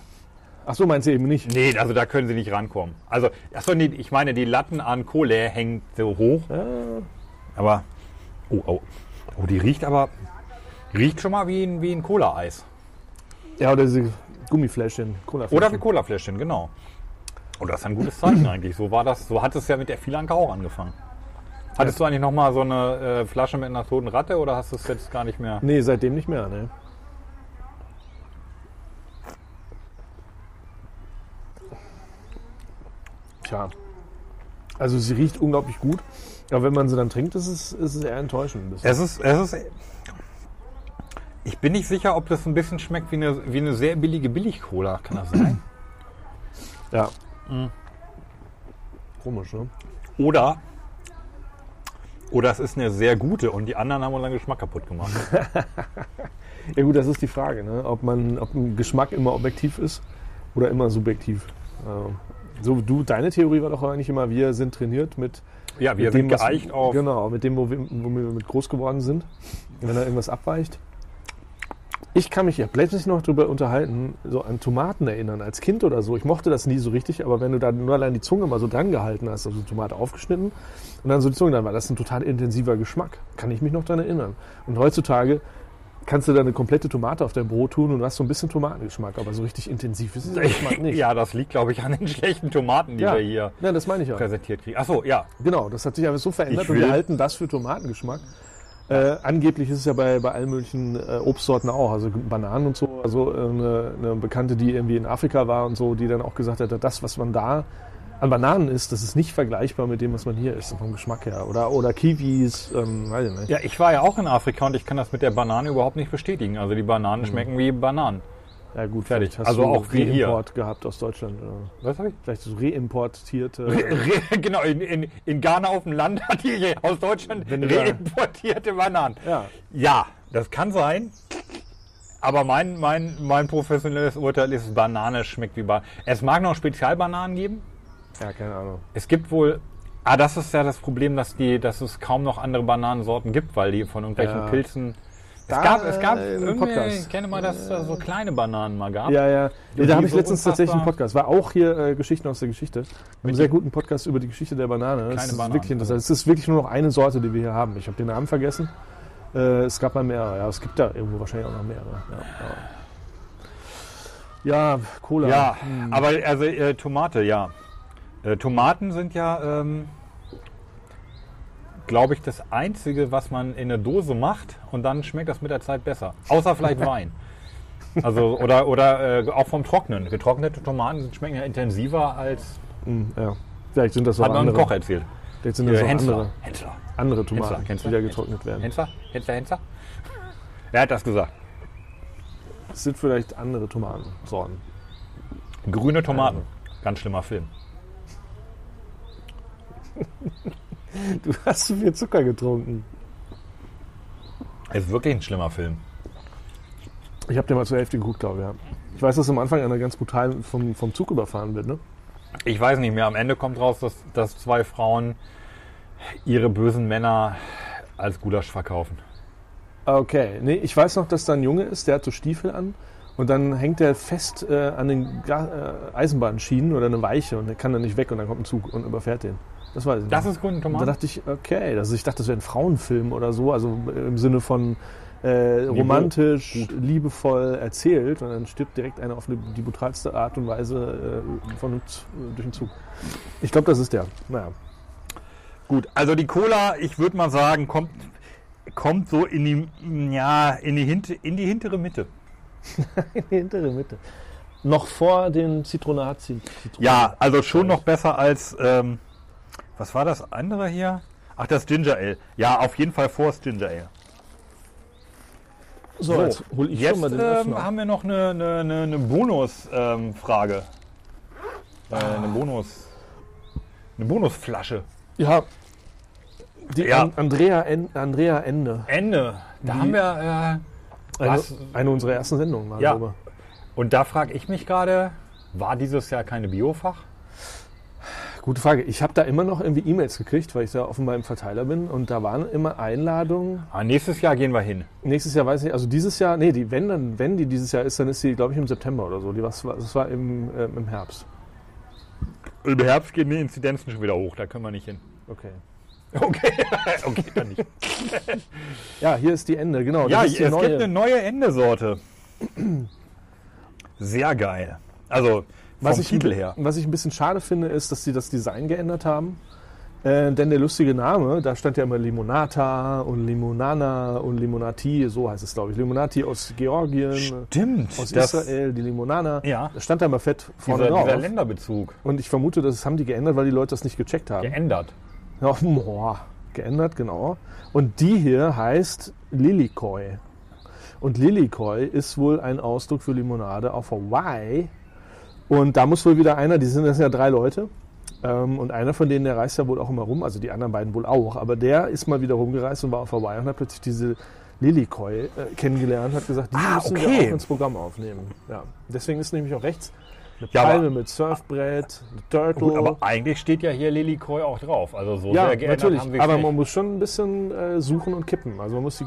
Speaker 4: Ach so, meinst du eben nicht?
Speaker 3: nee, also da können sie nicht rankommen. Also, achso, nee, ich meine, die Latten an Kohle hängen so hoch. Aber, oh, oh, oh, die riecht aber, riecht schon mal wie ein, wie ein Cola-Eis.
Speaker 4: Ja, oder diese Gummifläschchen, cola
Speaker 3: Oder wie Colafläschchen, genau. Und das ist ein gutes Zeichen eigentlich. So war das, so hat es ja mit der Filanka auch angefangen. Hattest du eigentlich noch mal so eine äh, Flasche mit einer toten Ratte oder hast du es jetzt gar nicht mehr?
Speaker 4: Nee, seitdem nicht mehr, ne? Tja. Also sie riecht unglaublich gut, aber wenn man sie dann trinkt, ist es, ist es eher enttäuschend. Ein bisschen.
Speaker 3: Es ist, es ist. Ich bin nicht sicher, ob das ein bisschen schmeckt wie eine, wie eine sehr billige Billig-Cola. Kann das sein?
Speaker 4: Ja. Komisch, ne?
Speaker 3: Oder Oder es ist eine sehr gute und die anderen haben unseren Geschmack kaputt gemacht.
Speaker 4: Ja gut, das ist die Frage, ne? ob man, ob ein Geschmack immer objektiv ist oder immer subjektiv. Ähm, so du, deine Theorie war doch eigentlich immer, wir sind trainiert mit
Speaker 3: Ja, wir
Speaker 4: mit
Speaker 3: sind
Speaker 4: was-
Speaker 3: geeicht auf.
Speaker 4: Genau, mit dem, wo wir, wo wir mit groß geworden sind. Und Wenn da irgendwas abweicht. Ich kann mich ja letztens noch darüber unterhalten, so an Tomaten erinnern, als Kind oder so. Ich mochte das nie so richtig, aber wenn du da nur allein die Zunge mal so dran gehalten hast, also die Tomate aufgeschnitten und dann so die Zunge dran war, das ist ein total intensiver Geschmack. Kann ich mich noch daran erinnern. Und heutzutage kannst du da eine komplette Tomate auf dein Brot tun und du hast so ein bisschen Tomatengeschmack, aber so richtig intensiv ist dieser Geschmack nicht.
Speaker 3: Ja, das liegt, glaube ich, an den schlechten Tomaten, die
Speaker 4: ja.
Speaker 3: wir hier
Speaker 4: ja, das meine ich ja.
Speaker 3: präsentiert kriegen. Achso, ja.
Speaker 4: Genau, das hat sich einfach so verändert
Speaker 3: Ich
Speaker 4: und wir
Speaker 3: will-
Speaker 4: halten das für Tomatengeschmack. Äh, angeblich ist es ja bei, bei allen möglichen äh, Obstsorten auch, also Bananen und so. Also äh, eine, eine Bekannte, die irgendwie in Afrika war und so, die dann auch gesagt hat, das, was man da an Bananen isst, das ist nicht vergleichbar mit dem, was man hier isst, vom Geschmack her. Oder, oder Kiwis, ähm, weiß ich nicht.
Speaker 3: Ja, ich war ja auch in Afrika und ich kann das mit der Banane überhaupt nicht bestätigen. Also die Bananen
Speaker 4: Hm.
Speaker 3: schmecken wie Bananen.
Speaker 4: Ja, gut,
Speaker 3: Fertig.
Speaker 4: vielleicht hast
Speaker 3: Also
Speaker 4: du
Speaker 3: auch wie hier.
Speaker 4: Reimport gehabt aus Deutschland. Oder
Speaker 3: Was habe ich?
Speaker 4: vielleicht so reimportierte.
Speaker 3: genau, in, in, in Ghana auf dem Land hat die aus Deutschland
Speaker 4: Wenn du da-
Speaker 3: reimportierte Bananen.
Speaker 4: ja.
Speaker 3: Ja, das kann sein. Aber mein, mein, mein professionelles Urteil ist, Banane schmeckt wie Banane. Es mag noch Spezialbananen geben.
Speaker 4: ja, keine Ahnung.
Speaker 3: Es gibt wohl. Ah, das ist ja das Problem, dass, die, dass es kaum noch andere Bananensorten gibt, weil die von irgendwelchen
Speaker 4: Ja.
Speaker 3: Pilzen. Es
Speaker 4: Da,
Speaker 3: gab, es gab
Speaker 4: äh, im
Speaker 3: irgendwie,
Speaker 4: Podcast. Äh.
Speaker 3: ich kenne mal, dass es da so kleine Bananen mal gab.
Speaker 4: Ja, ja.
Speaker 3: Die
Speaker 4: da habe ich
Speaker 3: so
Speaker 4: letztens tatsächlich einen
Speaker 3: unfassbar-
Speaker 4: Podcast. War auch hier äh, Geschichten aus der Geschichte. Einen sehr guten Podcast über die Geschichte der Banane. Das
Speaker 3: Kleine
Speaker 4: ist
Speaker 3: Bananen,
Speaker 4: wirklich interessant. Es ist wirklich nur noch eine Sorte, die wir hier haben. Ich habe den Namen vergessen. Äh, es gab mal mehrere. Ja, es gibt da irgendwo wahrscheinlich auch noch mehrere. Ja, ja. ja Cola.
Speaker 3: Ja, aber also äh, Tomate, ja. Äh, Tomaten sind ja, ähm, glaube ich, das Einzige, was man in eine Dose macht und dann schmeckt das mit der Zeit besser. Außer vielleicht Wein. Also oder oder äh, auch vom Trocknen. Getrocknete Tomaten schmecken ja intensiver als
Speaker 4: Hm, ja. Vielleicht sind das auch
Speaker 3: hat man einem
Speaker 4: andere.
Speaker 3: Koch erzählt.
Speaker 4: Vielleicht sind das
Speaker 3: Äh,
Speaker 4: auch andere,
Speaker 3: Hensler.
Speaker 4: andere
Speaker 3: Hensler,
Speaker 4: Tomaten,
Speaker 3: kennst
Speaker 4: die
Speaker 3: du?
Speaker 4: da getrocknet werden.
Speaker 3: Hensler? Hensler, Hensler? Er hat das gesagt.
Speaker 4: Es sind vielleicht andere Tomatensorten.
Speaker 3: Grüne Tomaten.
Speaker 4: Also.
Speaker 3: Ganz schlimmer Film.
Speaker 4: Du hast zu viel Zucker getrunken.
Speaker 3: Ist wirklich ein schlimmer Film.
Speaker 4: Ich habe den mal zur Hälfte geguckt, glaube ich. Ja. Ich weiß, dass am Anfang einer ganz brutal vom, vom Zug überfahren wird. Ne?
Speaker 3: Ich weiß nicht mehr. Am Ende kommt raus, dass, dass zwei Frauen ihre bösen Männer als Gulasch verkaufen.
Speaker 4: Okay, nee, ich weiß noch, dass da ein Junge ist, der hat so Stiefel an und dann hängt er fest äh, an den Ga äh, Eisenbahnschienen oder eine Weiche und er kann dann nicht weg und dann kommt ein Zug und überfährt den. Das weiß ich
Speaker 3: Das
Speaker 4: noch.
Speaker 3: ist grüne
Speaker 4: Und Da
Speaker 3: Tomaten.
Speaker 4: dachte ich, okay, also ich dachte, das wäre ein Frauenfilm oder so, also im Sinne von äh, romantisch, liebevoll erzählt und dann stirbt direkt einer auf eine, die brutalste Art und Weise äh, von, einem Z- durch den Zug. Ich glaube, das ist der. Naja.
Speaker 3: Gut, also die Cola, ich würde mal sagen, kommt, kommt so in die, ja, in, die hint, in die hintere Mitte.
Speaker 4: Die hintere Mitte. Noch vor dem Zitronat. Zit- Zitronen-
Speaker 3: Ja, also schon noch besser als, ähm, was war das andere hier? Ach, das Ginger Ale. Ja, auf jeden Fall vor das Ginger Ale.
Speaker 4: So, jetzt hol ich
Speaker 3: jetzt
Speaker 4: schon mal den
Speaker 3: ähm,
Speaker 4: Öffner.
Speaker 3: haben wir noch eine, eine, eine, eine Bonus-Frage. äh, eine Bonus. Eine Bonusflasche.
Speaker 4: ja. Die
Speaker 3: Ja.
Speaker 4: An Andrea, en Andrea Ende.
Speaker 3: Ende. Da haben wir. äh,
Speaker 4: Eine,
Speaker 3: Was?
Speaker 4: eine unserer ersten Sendungen war
Speaker 3: Ja.
Speaker 4: darüber.
Speaker 3: Äh, und da frage ich mich gerade, war dieses Jahr keine Biofach?
Speaker 4: Gute Frage. Ich habe da immer noch irgendwie E-Mails gekriegt, weil ich da offenbar im Verteiler bin. Und da waren immer Einladungen.
Speaker 3: Ah, nächstes Jahr gehen wir hin.
Speaker 4: Nächstes Jahr weiß ich nicht, also dieses Jahr, nee, die, wenn, dann, wenn die dieses Jahr ist, dann ist die, glaube ich, im September oder so. Die, was, war- das war im, äh, im Herbst.
Speaker 3: Im Herbst gehen die Inzidenzen schon wieder hoch, da können wir nicht hin.
Speaker 4: Okay.
Speaker 3: Okay, Äh, okay, dann nicht.
Speaker 4: Ja, hier ist die Ende, genau.
Speaker 3: Ja,
Speaker 4: das ist
Speaker 3: es
Speaker 4: die neue.
Speaker 3: gibt eine neue Endesorte. Sehr geil. Also,
Speaker 4: Was
Speaker 3: vom
Speaker 4: ich,
Speaker 3: Titel her.
Speaker 4: was ich ein bisschen schade finde, ist, dass sie das Design geändert haben. Äh, denn der lustige Name, da stand ja immer Limonata und Limonana und Limonati, so heißt es, glaube ich. Limonati aus Georgien,
Speaker 3: Stimmt.
Speaker 4: äh, aus
Speaker 3: das-
Speaker 4: Israel, die Limonana.
Speaker 3: Ja.
Speaker 4: Da stand da immer fett vorne
Speaker 3: Dieser, dieser
Speaker 4: drauf.
Speaker 3: Länderbezug.
Speaker 4: Und ich vermute, das haben die geändert, weil die Leute das nicht gecheckt haben.
Speaker 3: Geändert.
Speaker 4: Ja, boah, geändert, genau. Und die hier heißt Lilikoi. Und Lilikoi ist wohl ein Ausdruck für Limonade auf Hawaii. Und da muss wohl wieder einer, die sind, das sind ja drei Leute, Ähm, und einer von denen, der reist ja wohl auch immer rum, also die anderen beiden wohl auch, aber der ist mal wieder rumgereist und war auf Hawaii und hat plötzlich diese Lilikoi äh, kennengelernt, hat gesagt, die
Speaker 3: Ah,
Speaker 4: müssen
Speaker 3: okay.
Speaker 4: wir auch ins Programm aufnehmen. Ja. Deswegen ist nämlich auch rechts eine
Speaker 3: Ja, aber-
Speaker 4: Palme mit Surfbrett, eine Turtle.
Speaker 3: Gut, aber eigentlich steht ja hier Lily Coy auch drauf. Also so
Speaker 4: ja,
Speaker 3: sehr geändert
Speaker 4: natürlich,
Speaker 3: haben wir
Speaker 4: aber
Speaker 3: nicht.
Speaker 4: man muss schon ein bisschen äh, suchen und kippen. Also man muss die,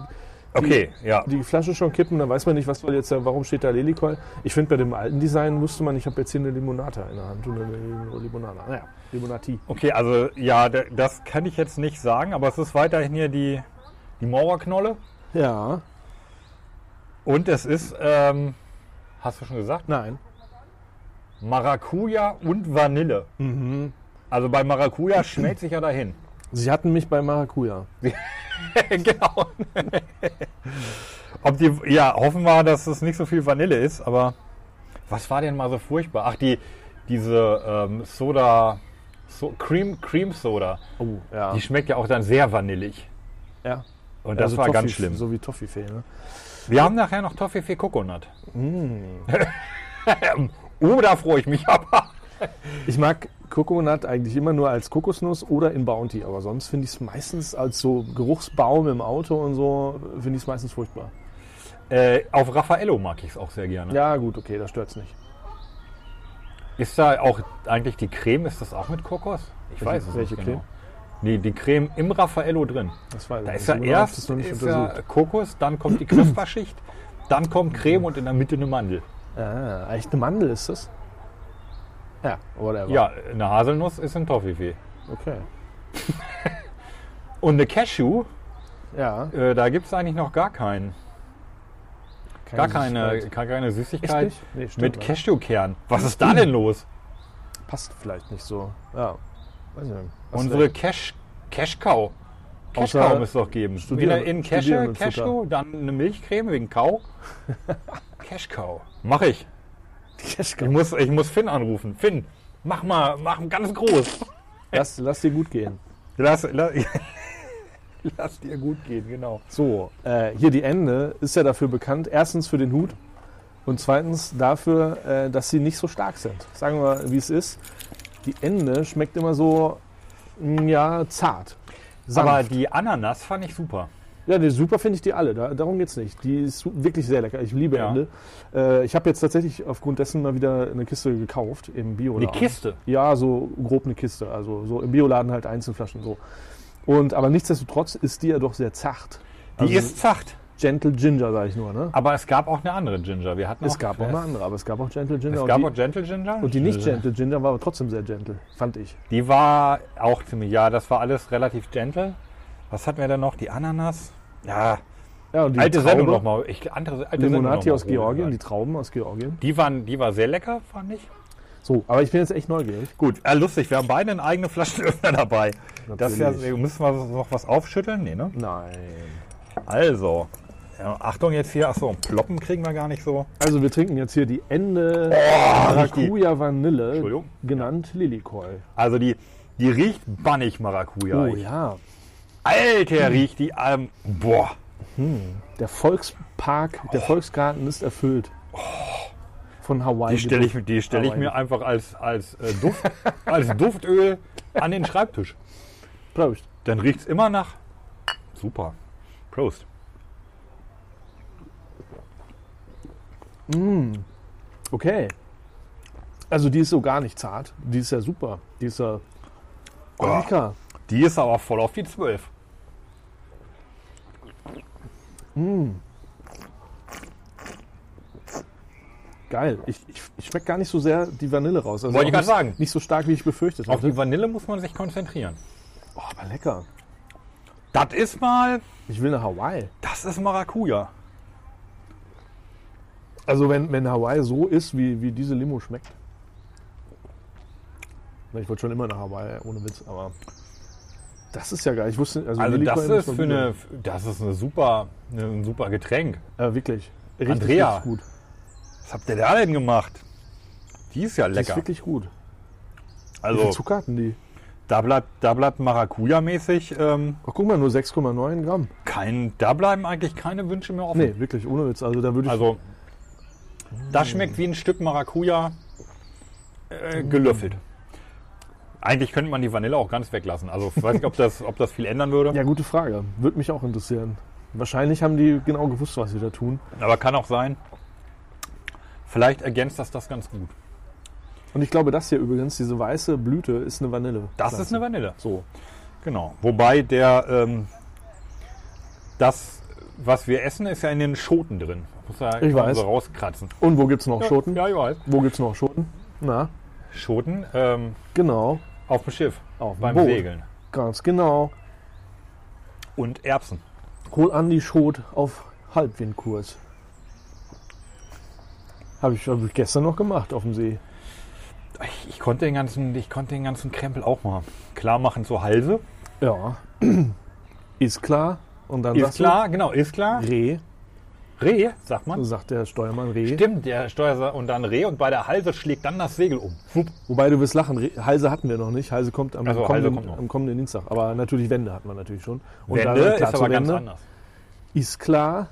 Speaker 3: Okay, ja.
Speaker 4: die Flasche schon kippen, dann weiß man nicht, was soll jetzt, da- warum steht da Lelikol. Ich finde, bei dem alten Design wusste man, ich habe jetzt hier eine Limonata in der Hand und eine Limonada. Naja, Limonati.
Speaker 3: Okay, also ja, d- das kann ich jetzt nicht sagen, aber es ist weiterhin hier die, die Maurerknolle.
Speaker 4: Ja,
Speaker 3: Und es ist, ähm, hast du schon gesagt,
Speaker 4: nein.
Speaker 3: Maracuja und Vanille.
Speaker 4: Mhm.
Speaker 3: Also bei Maracuja schmelzt sich ja dahin.
Speaker 4: Sie hatten mich bei Maracuja.
Speaker 3: genau. Ob die, ja, hoffen wir, dass es nicht so viel Vanille ist, aber was war denn mal so furchtbar? Ach, die, diese ähm, Soda, so, Cream, Cream Soda,
Speaker 4: Oh, ja.
Speaker 3: die schmeckt ja auch dann sehr vanillig.
Speaker 4: ja.
Speaker 3: Und das
Speaker 4: Also
Speaker 3: war
Speaker 4: Toffee-
Speaker 3: ganz schlimm.
Speaker 4: So wie Toffifee, ne?
Speaker 3: Wir haben nachher noch Toffifee Coconut.
Speaker 4: Mm.
Speaker 3: oh, da freue ich mich aber.
Speaker 4: Ich mag Coconut eigentlich immer nur als Kokosnuss oder in Bounty, aber sonst finde ich es meistens als so Geruchsbaum im Auto und so, finde ich es meistens furchtbar.
Speaker 3: Äh, auf Raffaello mag ich es auch sehr gerne.
Speaker 4: Ja, gut, okay, da stört es nicht.
Speaker 3: Ist da auch eigentlich die Creme, ist das auch mit Kokos? Ich
Speaker 4: Welche-
Speaker 3: weiß es
Speaker 4: welche
Speaker 3: nicht
Speaker 4: Creme?
Speaker 3: genau. Die, die Creme im Raffaello drin.
Speaker 4: Das war
Speaker 3: Da ist ja
Speaker 4: erst.
Speaker 3: erst ist ja Kokos, dann kommt die Knusperschicht, dann kommt Creme und in der Mitte eine Mandel.
Speaker 4: Ah, echt eine Mandel ist das? Ja, whatever.
Speaker 3: Ja, eine Haselnuss ist ein Toffifee.
Speaker 4: Okay.
Speaker 3: Und eine Cashew,
Speaker 4: Ja.
Speaker 3: äh, da gibt es eigentlich noch gar keinen. Gar keine, gar keine Süßigkeit
Speaker 4: Echt nicht? Nee, stimmt,
Speaker 3: mit
Speaker 4: ne?
Speaker 3: Cashewkern. Was ist da denn los?
Speaker 4: Passt vielleicht nicht so. Ja. Weiß ich nicht. Hast
Speaker 3: Unsere
Speaker 4: recht.
Speaker 3: Cash, Cashcow.
Speaker 4: Außer
Speaker 3: Cashcow muss es doch geben.
Speaker 4: Studieren-
Speaker 3: Wieder in Cashew,
Speaker 4: Studierendenfutter.
Speaker 3: Cashcow, dann eine Milchcreme wegen Kau. Cashcow. Mach ich. Ich muss, ich muss Finn anrufen. Finn, mach mal, mach ganz groß.
Speaker 4: Lass, lass dir gut gehen.
Speaker 3: Lass, lass, lass dir gut gehen, genau.
Speaker 4: So, äh, hier die Ende ist ja dafür bekannt. Erstens für den Hut und zweitens dafür, äh, dass sie nicht so stark sind. Sagen wir, wie es ist. Die Ende schmeckt immer so, mm, ja, zart.
Speaker 3: Aber
Speaker 4: Sanft.
Speaker 3: die Ananas fand ich super.
Speaker 4: Ja, nee, super finde ich die alle. Da, darum geht's nicht. Die ist su- wirklich sehr lecker. Ich liebe
Speaker 3: Ja.
Speaker 4: Ende. Äh, ich habe jetzt tatsächlich aufgrund dessen mal wieder eine Kiste gekauft im Bioladen.
Speaker 3: Eine Kiste?
Speaker 4: Ja, so grob eine Kiste. Also so im Bioladen halt Einzelflaschen so. Und aber nichtsdestotrotz ist die ja doch sehr zart. Also
Speaker 3: Die ist zart.
Speaker 4: Gentle Ginger, sage ich nur. Ne?
Speaker 3: Aber es gab auch eine andere Ginger. Wir hatten
Speaker 4: Es
Speaker 3: auch,
Speaker 4: gab auch eine andere, aber es gab auch Gentle Ginger.
Speaker 3: Es gab auch
Speaker 4: und, die,
Speaker 3: Gentle Ginger.
Speaker 4: und die nicht Gentle Ginger war aber trotzdem sehr gentle, fand ich.
Speaker 3: Die war auch ziemlich, ja, das war alles relativ gentle. Was hatten wir denn noch? Die Ananas? Ja,
Speaker 4: Ja, und die
Speaker 3: alte Sendung
Speaker 4: Traube,
Speaker 3: nochmal. Ich, andere alte Sendung noch
Speaker 4: Limonati
Speaker 3: mal
Speaker 4: aus
Speaker 3: holen.
Speaker 4: Georgien, die Trauben aus Georgien.
Speaker 3: Die, waren, die war sehr lecker, fand ich.
Speaker 4: So, aber ich bin jetzt echt neugierig.
Speaker 3: Gut, äh, lustig, wir haben beide einen eigenen Flaschenöffner dabei. Das ist ja,
Speaker 4: Natürlich.
Speaker 3: müssen wir noch was aufschütteln? Nee, ne?
Speaker 4: Nein.
Speaker 3: Also, ja, Achtung jetzt hier, achso, Ploppen kriegen wir gar nicht so.
Speaker 4: Also wir trinken jetzt hier die Ende Maracuja Vanille,
Speaker 3: Oh, Entschuldigung.
Speaker 4: genannt Lilikoi.
Speaker 3: Also die, die riecht bannig Maracuja.
Speaker 4: Oh ja,
Speaker 3: Alter, riecht die, ähm, boah.
Speaker 4: der Volkspark,
Speaker 3: Oh.
Speaker 4: der Volksgarten ist erfüllt. Von Hawaii.
Speaker 3: Die stelle ich, die stell ich
Speaker 4: Aber
Speaker 3: mir
Speaker 4: nicht.
Speaker 3: einfach als, als, äh, Duft, als Duftöl an den Schreibtisch.
Speaker 4: Prost.
Speaker 3: Dann riecht es immer nach. Super. Prost.
Speaker 4: Okay. Also die ist so gar nicht zart. Die ist ja super. Die ist ja oh,
Speaker 3: Ah.
Speaker 4: lecker.
Speaker 3: Die ist aber voll auf die 12.
Speaker 4: Geil. Ich, ich, ich schmecke gar nicht so sehr die Vanille raus. Also
Speaker 3: Wollte ich
Speaker 4: auch
Speaker 3: gerade
Speaker 4: nicht-
Speaker 3: sagen.
Speaker 4: Nicht so stark, wie ich befürchtet
Speaker 3: Auf
Speaker 4: habe.
Speaker 3: die Vanille muss man sich konzentrieren.
Speaker 4: Oh, aber lecker.
Speaker 3: Das ist mal,
Speaker 4: Ich will nach Hawaii.
Speaker 3: das ist Maracuja.
Speaker 4: Also wenn, wenn Hawaii so ist, wie, wie diese Limo schmeckt. Na, Ich wollte schon immer nach Hawaii, ohne Witz, aber das ist ja geil. Ich wusste, also,
Speaker 3: Also
Speaker 4: Lilikoi
Speaker 3: das
Speaker 4: muss
Speaker 3: ist
Speaker 4: man
Speaker 3: für
Speaker 4: googeln.
Speaker 3: eine, das ist eine super, ein super Getränk.
Speaker 4: Äh, wirklich. Richtig,
Speaker 3: Andrea.
Speaker 4: richtig gut.
Speaker 3: Was habt ihr da denn gemacht? Die ist ja
Speaker 4: Die ist
Speaker 3: lecker.
Speaker 4: wirklich gut. Wie viel
Speaker 3: Also
Speaker 4: Zucker hatten die?
Speaker 3: da bleibt, da bleibt Maracuja-mäßig ähm,
Speaker 4: Ach, guck mal, nur 6,9 Gramm.
Speaker 3: kein, da bleiben eigentlich keine Wünsche mehr offen.
Speaker 4: Nee, wirklich, ohne Witz. Also da würde ich.
Speaker 3: Hm. Also das schmeckt wie ein Stück Maracuja äh, gelöffelt. Eigentlich könnte man die Vanille auch ganz weglassen. Also ich weiß nicht, ob das, ob das viel ändern würde.
Speaker 4: Ja, gute Frage. Würde mich auch interessieren. Wahrscheinlich haben die genau gewusst, was sie da tun.
Speaker 3: Aber kann auch sein. Vielleicht ergänzt das das ganz gut.
Speaker 4: Und ich glaube, das hier übrigens, diese weiße Blüte, ist eine Vanille.
Speaker 3: Das ist eine Vanille.
Speaker 4: So.
Speaker 3: Genau. Wobei der ähm, das, was wir essen, ist ja in den Schoten drin. Muss ja
Speaker 4: Ich weiß.
Speaker 3: so rauskratzen.
Speaker 4: Und wo gibt's noch Schoten?
Speaker 3: Ja, ich weiß.
Speaker 4: Wo gibt's noch Schoten? Na,
Speaker 3: Schoten ähm,
Speaker 4: genau.
Speaker 3: auf dem Schiff.
Speaker 4: Auf dem
Speaker 3: beim
Speaker 4: Boot.
Speaker 3: Segeln.
Speaker 4: Ganz genau.
Speaker 3: Und Erbsen.
Speaker 4: Hol an die Schot auf Halbwindkurs. Habe ich, hab ich gestern noch gemacht auf dem See.
Speaker 3: Ich, ich, konnte den ganzen, ich konnte den ganzen Krempel auch mal klar machen zur Halse.
Speaker 4: Ja. Ist klar. Und dann
Speaker 3: Ist
Speaker 4: sagst
Speaker 3: klar, genau, ist klar.
Speaker 4: du Reh.
Speaker 3: Reh, sagt
Speaker 4: Dann
Speaker 3: man.
Speaker 4: sagt der Steuermann Reh.
Speaker 3: Stimmt, der Steuer und dann Reh und bei der Halse schlägt dann das Segel um. Wupp.
Speaker 4: Wobei du wirst lachen, Re- Halse hatten wir noch nicht. Halse kommt am,
Speaker 3: Also, Halse
Speaker 4: kommenden,
Speaker 3: kommt noch.
Speaker 4: am kommenden Dienstag. Aber natürlich Wände hatten wir natürlich schon.
Speaker 3: Wende
Speaker 4: dann
Speaker 3: ist
Speaker 4: klar
Speaker 3: aber
Speaker 4: zur
Speaker 3: ganz
Speaker 4: Wende.
Speaker 3: anders.
Speaker 4: Ist klar.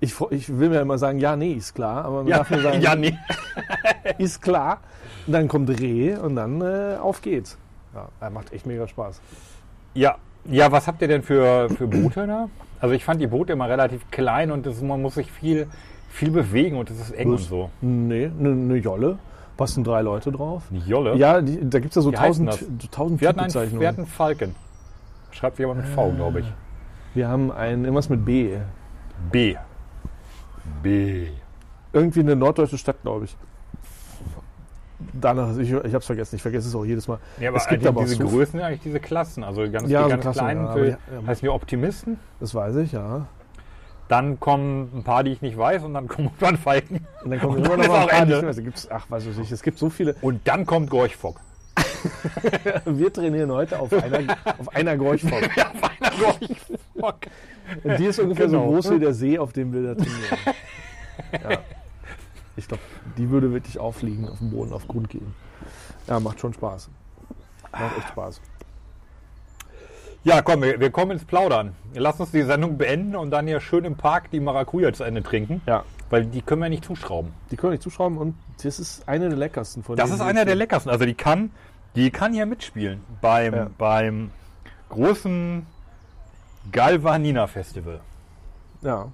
Speaker 4: Ich, fro- ich will mir immer sagen, ja, nee, ist klar. Aber man darf nur sagen,
Speaker 3: ja, nee.
Speaker 4: ist klar. Und dann kommt Reh und dann äh, auf geht's. Ja, er macht echt mega Spaß.
Speaker 3: Ja. ja, was habt ihr denn für, für Boote da? Also ich fand die Boote immer relativ klein und das, man muss sich viel, viel bewegen und es ist eng und so.
Speaker 4: Nee, eine ne Jolle. Passen drei Leute drauf.
Speaker 3: Eine Jolle?
Speaker 4: Ja, die, da gibt's ja so
Speaker 3: Wie heißen
Speaker 4: tausend, so tausend
Speaker 3: Wir hatten, einen, wir hatten
Speaker 4: Typbezeichnungen.
Speaker 3: einen Falken. Schreibt jemand mit
Speaker 4: Ah.
Speaker 3: V, glaube ich.
Speaker 4: Wir haben ein, irgendwas mit B.
Speaker 3: B. B.
Speaker 4: Irgendwie eine norddeutsche Stadt, glaube ich. Danach, ich, ich habe es vergessen, ich vergesse es auch jedes Mal.
Speaker 3: Ja, aber
Speaker 4: es gibt
Speaker 3: eigentlich
Speaker 4: aber auch
Speaker 3: diese
Speaker 4: so-
Speaker 3: Größen, eigentlich diese Klassen. Also ganz,
Speaker 4: Ja,
Speaker 3: die
Speaker 4: so
Speaker 3: ganz
Speaker 4: Klassen,
Speaker 3: kleinen,
Speaker 4: ja,
Speaker 3: für,
Speaker 4: aber die- ja. ähm.
Speaker 3: heißen wir Optimisten.
Speaker 4: Das weiß ich, ja.
Speaker 3: Dann kommen ein paar, die ich nicht weiß und dann kommen irgendwann Falken.
Speaker 4: Und dann kommen
Speaker 3: Und dann
Speaker 4: immer noch
Speaker 3: ist
Speaker 4: mal
Speaker 3: auch
Speaker 4: ein paar, die
Speaker 3: Ende.
Speaker 4: ich nicht weiß. Da gibt's, ach, weiß ich nicht, es gibt so viele.
Speaker 3: Und dann kommt Gorchfock.
Speaker 4: Wir trainieren heute auf einer, auf einer Gorchform.
Speaker 3: Ja, feiner Gorchfock.
Speaker 4: Und die ist ungefähr
Speaker 3: Genau.
Speaker 4: so groß wie der See, auf dem wir da trainieren. ja. Ich glaube, die würde wirklich auffliegen, auf dem Boden, auf Grund gehen. Ja, macht schon Spaß. Macht echt Spaß.
Speaker 3: Ja, komm, wir, wir kommen ins Plaudern. Lass uns die Sendung beenden und dann hier schön im Park die Maracuja zu Ende trinken.
Speaker 4: Ja,
Speaker 3: Weil die können wir nicht zuschrauben.
Speaker 4: die können nicht zuschrauben und das ist eine der leckersten von
Speaker 3: Das
Speaker 4: denen,
Speaker 3: ist
Speaker 4: die
Speaker 3: einer
Speaker 4: ich-
Speaker 3: der leckersten. Also die kann, die kann hier mitspielen beim,
Speaker 4: Ja.
Speaker 3: beim großen Galvanina Festival.
Speaker 4: Ja,